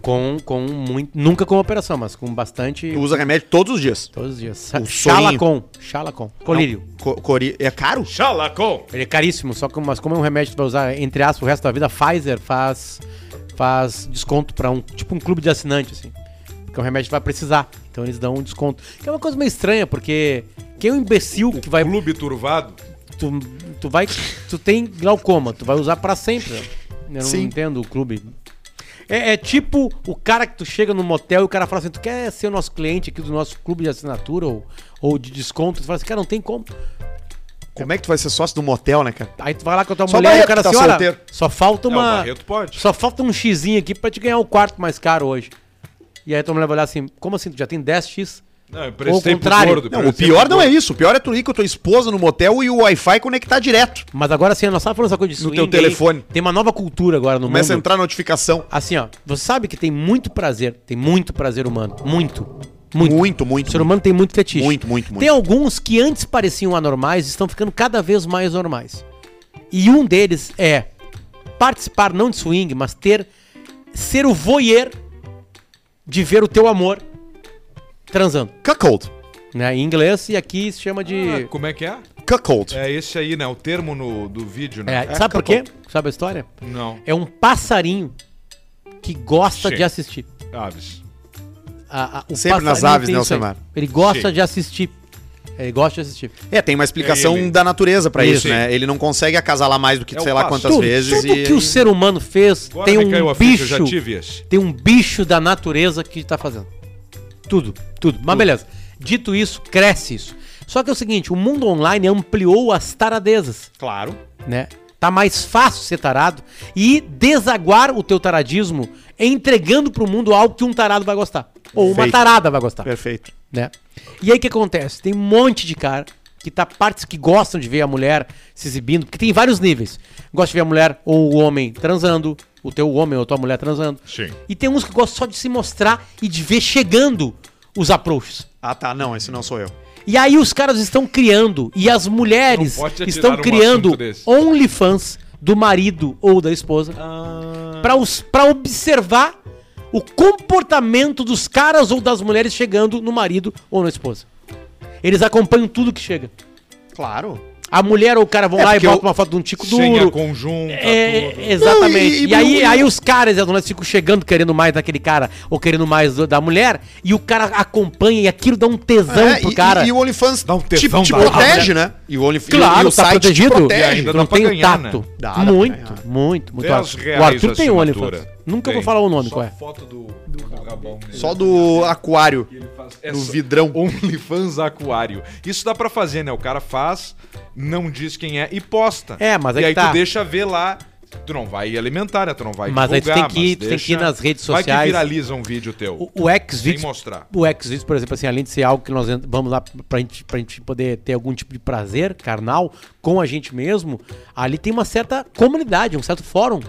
[SPEAKER 3] Com, com muito. Nunca com operação, mas com bastante.
[SPEAKER 2] Tu usa remédio todos os dias.
[SPEAKER 3] Todos os dias.
[SPEAKER 2] O
[SPEAKER 3] Xalacon. Xalacon. Colírio.
[SPEAKER 2] Não, co- cori- É caro?
[SPEAKER 1] Xalacom!
[SPEAKER 3] Ele é caríssimo, só que, mas como é um remédio que tu vai usar, entre aspas, o resto da vida, a Pfizer faz, faz desconto pra um, tipo um clube de assinante, assim. Porque é um remédio que vai precisar. Então eles dão um desconto. Que é uma coisa meio estranha, porque quem é um imbecil que vai.
[SPEAKER 1] Clube turvado.
[SPEAKER 3] Tu, tu vai. Tu tem glaucoma, tu vai usar pra sempre. né? Eu
[SPEAKER 2] Sim.
[SPEAKER 3] não entendo o clube. É, é tipo o cara que tu chega no motel e o cara fala assim: Tu quer ser o nosso cliente aqui do nosso clube de assinatura ou, ou de desconto? Tu fala assim: Cara, não tem como.
[SPEAKER 2] Como é que tu vai ser sócio do motel, né, cara?
[SPEAKER 3] Aí tu vai lá com a tua
[SPEAKER 2] Só
[SPEAKER 3] mulher e
[SPEAKER 2] Barreto
[SPEAKER 3] o cara
[SPEAKER 2] tá
[SPEAKER 3] assim, olha,
[SPEAKER 2] solteiro.
[SPEAKER 3] só
[SPEAKER 1] É,
[SPEAKER 3] falta
[SPEAKER 1] o
[SPEAKER 3] uma.
[SPEAKER 1] Barreto pode.
[SPEAKER 3] Só falta um xizinho aqui pra te ganhar o quarto mais caro hoje. E aí tua mulher vai olhar assim, como assim? Tu já tem 10x?
[SPEAKER 1] Não, eu
[SPEAKER 3] Ou o
[SPEAKER 1] prestei pro
[SPEAKER 3] contrário.
[SPEAKER 1] gordo.
[SPEAKER 2] Não, o
[SPEAKER 1] prestei
[SPEAKER 2] pior
[SPEAKER 1] pro
[SPEAKER 2] não é
[SPEAKER 1] gordo.
[SPEAKER 2] isso. O pior é tu ir com a tua esposa no motel e o Wi-Fi conectar direto.
[SPEAKER 3] Mas agora assim, nós estávamos falando essa coisa de
[SPEAKER 2] No
[SPEAKER 3] swing.
[SPEAKER 2] teu telefone.
[SPEAKER 3] aí, Tem uma nova cultura agora no
[SPEAKER 2] Começa a
[SPEAKER 3] mundo.
[SPEAKER 2] entrar notificação.
[SPEAKER 3] Assim, ó, você sabe que tem muito prazer, tem muito prazer humano. Muito. Muito.
[SPEAKER 2] Muito, muito,
[SPEAKER 3] O ser
[SPEAKER 2] muito.
[SPEAKER 3] humano tem muito fetiche.
[SPEAKER 2] Muito, muito, muito.
[SPEAKER 3] Tem alguns que antes pareciam anormais e estão ficando cada vez mais normais. E um deles é participar não de swing, mas ter ser o voyeur de ver o teu amor transando,
[SPEAKER 2] Cuckold.
[SPEAKER 3] né? Em inglês e aqui se chama
[SPEAKER 1] Ah,
[SPEAKER 3] de
[SPEAKER 1] como é que é?
[SPEAKER 2] Cuckold.
[SPEAKER 1] É esse aí, né? O termo no, do vídeo,
[SPEAKER 3] É,
[SPEAKER 1] né?
[SPEAKER 3] sabe por quê? Sabe a história?
[SPEAKER 1] Não.
[SPEAKER 3] É um passarinho que gosta
[SPEAKER 1] Sim.
[SPEAKER 3] de assistir.
[SPEAKER 1] Aves.
[SPEAKER 3] A- a- o
[SPEAKER 2] Sempre nas
[SPEAKER 3] passarinho
[SPEAKER 2] aves,
[SPEAKER 3] tem
[SPEAKER 2] né,
[SPEAKER 3] isso aí.
[SPEAKER 2] Alcemar?
[SPEAKER 3] Ele gosta
[SPEAKER 1] Sim.
[SPEAKER 3] de assistir. Ele gosta de assistir.
[SPEAKER 2] É, tem uma explicação
[SPEAKER 1] É ele.
[SPEAKER 2] da natureza pra isso,
[SPEAKER 1] Isso.
[SPEAKER 2] né? Ele não consegue acasalar mais do que
[SPEAKER 1] É o
[SPEAKER 2] sei lá
[SPEAKER 1] passo.
[SPEAKER 2] quantas
[SPEAKER 3] Tudo,
[SPEAKER 2] vezes
[SPEAKER 3] tudo
[SPEAKER 2] e
[SPEAKER 3] que o ser humano fez
[SPEAKER 1] Agora
[SPEAKER 3] tem
[SPEAKER 1] me
[SPEAKER 3] um
[SPEAKER 1] caiu a ficha,
[SPEAKER 3] bicho.
[SPEAKER 1] eu já tive esse.
[SPEAKER 3] Tem um bicho da natureza que tá fazendo. Tudo, tudo. Mas beleza. Dito isso, cresce isso. Só que é o seguinte, o mundo online ampliou as taradezas,
[SPEAKER 2] Claro.
[SPEAKER 3] né? Tá mais fácil ser tarado e desaguar o teu taradismo entregando pro mundo algo que um tarado vai gostar. Ou uma
[SPEAKER 2] Perfeito.
[SPEAKER 3] tarada vai gostar
[SPEAKER 2] Perfeito.
[SPEAKER 3] né? E aí o que acontece? Tem um monte de cara que tá partes que gostam de ver a mulher se exibindo, porque tem vários níveis. Gosta de ver a mulher ou o homem transando, o teu homem ou a tua mulher transando.
[SPEAKER 1] Sim.
[SPEAKER 3] E tem uns que gostam só de se mostrar e de ver chegando os approaches.
[SPEAKER 2] Ah, tá. Não, esse não sou eu.
[SPEAKER 3] E aí os caras estão criando, e as mulheres
[SPEAKER 1] Não pode atirar
[SPEAKER 2] um
[SPEAKER 3] estão
[SPEAKER 1] num
[SPEAKER 3] criando
[SPEAKER 1] assunto desse.
[SPEAKER 3] OnlyFans do marido ou da esposa
[SPEAKER 2] Ah.
[SPEAKER 3] pra os- pra observar o comportamento dos caras ou das mulheres chegando no marido ou na esposa. Eles acompanham tudo que chega.
[SPEAKER 2] Claro.
[SPEAKER 3] A mulher ou o cara vão
[SPEAKER 2] É,
[SPEAKER 3] lá e
[SPEAKER 2] porque
[SPEAKER 3] botam
[SPEAKER 2] eu-
[SPEAKER 3] uma foto de um tico
[SPEAKER 1] Sem a
[SPEAKER 3] duro.
[SPEAKER 1] conjunta,
[SPEAKER 3] É,
[SPEAKER 1] tudo.
[SPEAKER 2] né? Não, e-
[SPEAKER 3] exatamente. e,
[SPEAKER 2] e-
[SPEAKER 3] aí,
[SPEAKER 2] e-
[SPEAKER 3] aí os caras e as mulheres ficam chegando querendo mais daquele cara ou querendo mais do- da mulher e o cara acompanha e aquilo dá um tesão
[SPEAKER 2] É,
[SPEAKER 3] pro
[SPEAKER 2] e,
[SPEAKER 3] cara.
[SPEAKER 2] e o OnlyFans
[SPEAKER 1] Dá um
[SPEAKER 2] te,
[SPEAKER 1] tesão
[SPEAKER 2] te
[SPEAKER 1] da hora,
[SPEAKER 2] protege, né? E o OnlyFans
[SPEAKER 3] Claro,
[SPEAKER 2] e o
[SPEAKER 3] tá
[SPEAKER 2] site te
[SPEAKER 3] protegido.
[SPEAKER 2] protege.
[SPEAKER 1] E ainda dá
[SPEAKER 3] não
[SPEAKER 1] pra
[SPEAKER 3] tem o
[SPEAKER 1] ganhar,
[SPEAKER 3] tato.
[SPEAKER 1] né?
[SPEAKER 2] Dá, dá pra
[SPEAKER 3] Muito,
[SPEAKER 2] ganhar.
[SPEAKER 3] muito, muito.
[SPEAKER 1] 10
[SPEAKER 3] alto.
[SPEAKER 1] reais
[SPEAKER 3] O Arthur tem
[SPEAKER 1] a
[SPEAKER 3] o
[SPEAKER 1] assinatura.
[SPEAKER 3] OnlyFans. Nunca
[SPEAKER 1] Tem.
[SPEAKER 3] vou falar o nome
[SPEAKER 1] Só
[SPEAKER 3] qual é.
[SPEAKER 1] foto do, do, rabão dele.
[SPEAKER 2] Só do aquário.
[SPEAKER 1] E ele é faz
[SPEAKER 2] No
[SPEAKER 1] essa-
[SPEAKER 2] vidrão.
[SPEAKER 1] OnlyFans Aquário. Isso dá pra fazer, né? O cara faz, não diz quem é e posta.
[SPEAKER 3] É, mas
[SPEAKER 1] E
[SPEAKER 3] aí que
[SPEAKER 1] aí
[SPEAKER 3] tá.
[SPEAKER 1] tu deixa ver lá. Tu não vai alimentar, né? Tu não vai
[SPEAKER 3] Mas aí tu tem que ir-
[SPEAKER 1] mas
[SPEAKER 3] tu tem que ir nas redes
[SPEAKER 1] Vai que
[SPEAKER 3] sociais.
[SPEAKER 1] viraliza um vídeo teu.
[SPEAKER 3] O, o
[SPEAKER 1] Sem
[SPEAKER 3] Xvideos.
[SPEAKER 1] mostrar.
[SPEAKER 3] O Xvideos, por exemplo, assim, além de ser algo que nós ent- vamos lá pra gente, pra gente poder ter algum tipo de prazer carnal com a gente mesmo, ali tem uma certa comunidade, um certo fórum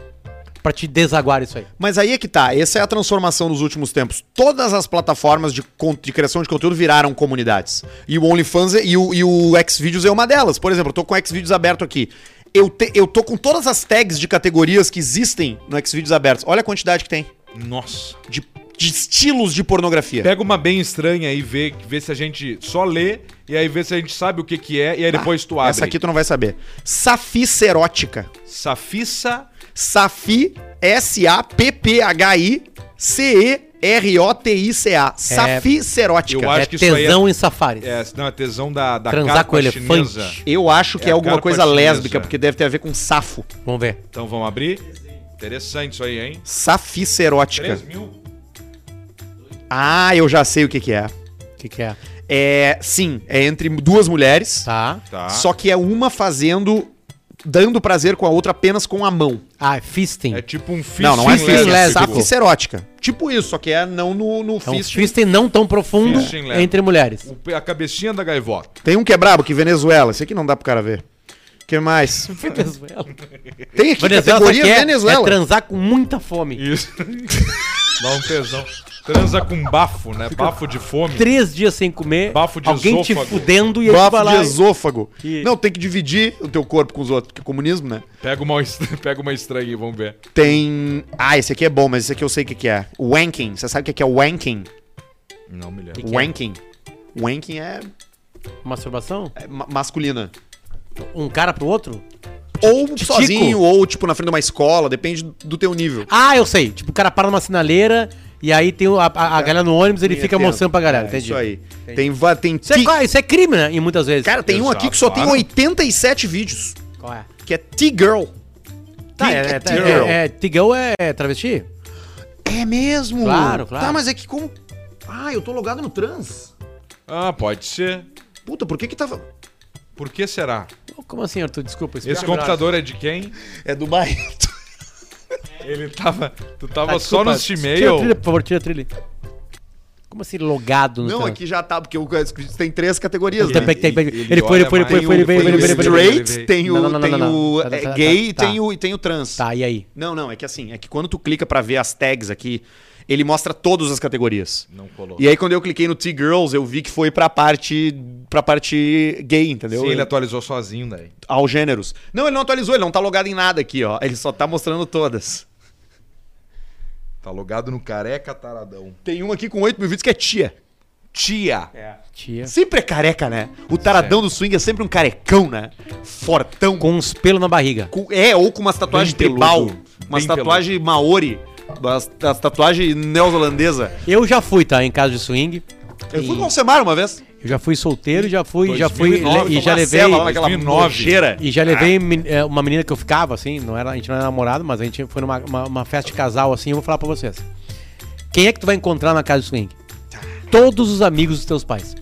[SPEAKER 3] pra te desaguar isso aí.
[SPEAKER 2] Mas aí é que tá, essa é a transformação nos últimos tempos. Todas as plataformas de, con- de criação de conteúdo viraram comunidades. E o OnlyFans é- e o, e o Xvideos é uma delas. Por exemplo, eu tô com o Xvideos aberto aqui. Eu, te- eu tô com todas as tags de categorias que existem no Xvideos abertos. Olha a quantidade que tem
[SPEAKER 1] Nossa.
[SPEAKER 2] de, de estilos de pornografia.
[SPEAKER 1] Pega uma bem estranha e vê, vê se a gente só lê, e aí vê se a gente sabe o que que é, e aí depois tu abre.
[SPEAKER 2] Essa aqui tu não vai saber. Safice erótica.
[SPEAKER 1] Safissa
[SPEAKER 2] Safi, S-A-P-P-H-I, C-E-R-O-T-I-C-A. Saficerótica.
[SPEAKER 1] É, Eu acho
[SPEAKER 3] é
[SPEAKER 1] que isso aí
[SPEAKER 3] tesão em safaris.
[SPEAKER 1] é, não, é tesão da, da
[SPEAKER 3] Transar com
[SPEAKER 1] carpa
[SPEAKER 3] elefante.
[SPEAKER 1] chinesa.
[SPEAKER 2] Eu acho que
[SPEAKER 1] É
[SPEAKER 2] é,
[SPEAKER 1] a
[SPEAKER 2] alguma
[SPEAKER 1] carpa
[SPEAKER 2] coisa
[SPEAKER 1] chinesa.
[SPEAKER 2] lésbica, porque deve ter a ver com safo.
[SPEAKER 3] Vamos ver.
[SPEAKER 1] Então vamos abrir. Interessante isso aí, hein?
[SPEAKER 2] Safice
[SPEAKER 1] 3
[SPEAKER 2] erótica.
[SPEAKER 1] mil?
[SPEAKER 2] Ah, eu já sei o que que é.
[SPEAKER 3] O que, que é?
[SPEAKER 2] É, sim, é entre duas mulheres.
[SPEAKER 3] Tá.
[SPEAKER 1] Tá.
[SPEAKER 2] Só que é uma fazendo, dando prazer com a outra apenas com a mão.
[SPEAKER 3] Ah, é fisting.
[SPEAKER 1] É tipo um fist
[SPEAKER 2] não, não é
[SPEAKER 1] in
[SPEAKER 2] fist, é
[SPEAKER 1] lésbico.
[SPEAKER 2] sapice erótica. Tipo isso, só que é não no, no
[SPEAKER 3] Então,
[SPEAKER 2] fist.
[SPEAKER 3] fisting, não tão profundo
[SPEAKER 1] Fisting leve.
[SPEAKER 3] entre mulheres.
[SPEAKER 1] tipo, O pe- A cabecinha da gaivota.
[SPEAKER 2] Tem um que é brabo, que Venezuela. Esse aqui não dá pro cara ver. que mais?
[SPEAKER 3] Venezuela.
[SPEAKER 2] Tem aqui
[SPEAKER 3] Venezuela só
[SPEAKER 2] categoria
[SPEAKER 3] quer,
[SPEAKER 2] Venezuela.
[SPEAKER 3] é transar com muita fome.
[SPEAKER 1] Isso. Dá um tesão. Transa com bafo, né? Bafo de fome.
[SPEAKER 3] Três dias sem comer,
[SPEAKER 1] Bafo de
[SPEAKER 3] alguém te
[SPEAKER 1] esôfago.
[SPEAKER 3] fudendo e aí tu vai
[SPEAKER 2] Bafo de
[SPEAKER 3] lá.
[SPEAKER 2] esôfago.
[SPEAKER 3] Que-
[SPEAKER 2] Não, tem que dividir o teu corpo com os outros, porque é comunismo, né?
[SPEAKER 1] Pega uma, est- pega uma estranha aí, vamos ver.
[SPEAKER 2] Tem. Ah, esse aqui é bom, mas esse aqui eu sei o que, que é. Wanking. Você sabe o que, que é wanking?
[SPEAKER 1] Não me lembro.
[SPEAKER 3] Que que é?
[SPEAKER 2] wanking. Wanking é,
[SPEAKER 3] Masturbação?
[SPEAKER 2] é ma- masculina.
[SPEAKER 3] Um cara pro outro?
[SPEAKER 2] Ou sozinho, ou tipo na frente de uma escola, depende do teu nível.
[SPEAKER 3] Ah, eu sei. Tipo, o cara para numa sinaleira e aí tem o- a, a-
[SPEAKER 1] É.
[SPEAKER 3] a galera no ônibus ele fica
[SPEAKER 2] Entendo.
[SPEAKER 3] mostrando pra galera.
[SPEAKER 2] É,
[SPEAKER 3] entendi.
[SPEAKER 2] Isso aí. Tem, va- tem
[SPEAKER 3] Isso é,
[SPEAKER 2] ti-
[SPEAKER 3] qua- isso é crime, né? E muitas vezes.
[SPEAKER 2] Cara, tem um
[SPEAKER 1] Exato,
[SPEAKER 2] aqui que só tem
[SPEAKER 1] claro.
[SPEAKER 2] 87 vídeos,
[SPEAKER 3] Qual é?
[SPEAKER 2] que é T-Girl.
[SPEAKER 3] Tá,
[SPEAKER 2] Tig-
[SPEAKER 3] é, é,
[SPEAKER 2] Tigão.
[SPEAKER 3] é, é, Tigão é travesti?
[SPEAKER 2] É mesmo?
[SPEAKER 3] Claro, claro.
[SPEAKER 2] Tá, mas é que como. Ah, eu tô logado no trans.
[SPEAKER 1] Ah, pode ser.
[SPEAKER 2] Puta, por que que tava.
[SPEAKER 1] Por que será?
[SPEAKER 3] Como assim, Arthur? Desculpa.
[SPEAKER 1] Esse computador é de quem?
[SPEAKER 2] É do Barreto.
[SPEAKER 1] Ele tava. Tu tava
[SPEAKER 2] Tá,
[SPEAKER 1] só nos
[SPEAKER 3] Tira a trilha,
[SPEAKER 1] Gmail.
[SPEAKER 3] por favor, tira a trilha. Como assim, logado no
[SPEAKER 2] Não,
[SPEAKER 3] trans?
[SPEAKER 2] aqui já tá, porque o- tem três categorias,
[SPEAKER 3] Tem,
[SPEAKER 2] né?
[SPEAKER 3] tem, tem, tem.
[SPEAKER 1] ele
[SPEAKER 3] Ele foi, ele foi,
[SPEAKER 1] olha
[SPEAKER 3] ele foi, ele
[SPEAKER 1] mais
[SPEAKER 3] foi, ele veio,
[SPEAKER 1] um,
[SPEAKER 2] Tem
[SPEAKER 3] ele
[SPEAKER 2] o
[SPEAKER 1] foi, foi,
[SPEAKER 3] veio, ele veio, ele veio.
[SPEAKER 1] foi, foi.
[SPEAKER 2] straight, tem
[SPEAKER 3] Não, não,
[SPEAKER 2] o
[SPEAKER 3] não,
[SPEAKER 2] tem
[SPEAKER 3] não, não.
[SPEAKER 2] o
[SPEAKER 3] Tá,
[SPEAKER 2] é,
[SPEAKER 3] tá,
[SPEAKER 2] gay,
[SPEAKER 3] tá,
[SPEAKER 2] tem
[SPEAKER 3] tá.
[SPEAKER 2] o tem o trans.
[SPEAKER 3] Tá, e aí?
[SPEAKER 2] Não, não, é que assim, é que quando tu clica pra ver as tags aqui, ele mostra todas as categorias.
[SPEAKER 1] Não colou.
[SPEAKER 2] E aí quando eu cliquei no T-Girls, eu vi que foi pra parte pra parte gay, entendeu?
[SPEAKER 1] Sim, ele
[SPEAKER 2] Eu-
[SPEAKER 1] atualizou sozinho né? daí.
[SPEAKER 2] aos gêneros. Não, ele não atualizou, ele não tá logado em nada aqui, ó. Ele só tá mostrando todas.
[SPEAKER 1] Tá logado no careca taradão.
[SPEAKER 2] Tem uma aqui com 8 mil vídeos que é tia.
[SPEAKER 1] Tia!
[SPEAKER 3] Tia.
[SPEAKER 2] Sempre é careca, né? O taradão do swing é sempre um carecão, né? Fortão.
[SPEAKER 3] Com uns pelos na barriga.
[SPEAKER 2] Com- é, ou com umas tatuagens
[SPEAKER 1] Bem
[SPEAKER 2] tribal.
[SPEAKER 1] peludo.
[SPEAKER 2] Umas
[SPEAKER 1] Bem
[SPEAKER 2] tatuagens maori. As, as tatuagens neozelandesa.
[SPEAKER 3] Eu já fui, tá? Em casa de swing.
[SPEAKER 2] Eu fui
[SPEAKER 3] E
[SPEAKER 2] com o Semar uma vez.
[SPEAKER 3] Eu já fui solteiro, já fui, já fui
[SPEAKER 1] 2009,
[SPEAKER 3] le- e já
[SPEAKER 2] Marcela,
[SPEAKER 3] levei
[SPEAKER 2] lá naquela
[SPEAKER 1] 2009.
[SPEAKER 2] nojeira.
[SPEAKER 3] e já levei
[SPEAKER 2] Ah.
[SPEAKER 3] men- é, uma menina que eu ficava assim, não era, a gente não era namorado, mas a gente foi numa uma, uma festa de casal assim, eu vou falar pra vocês. Quem é que tu vai encontrar na casa de swing?
[SPEAKER 2] Tá.
[SPEAKER 3] Todos os amigos dos teus pais.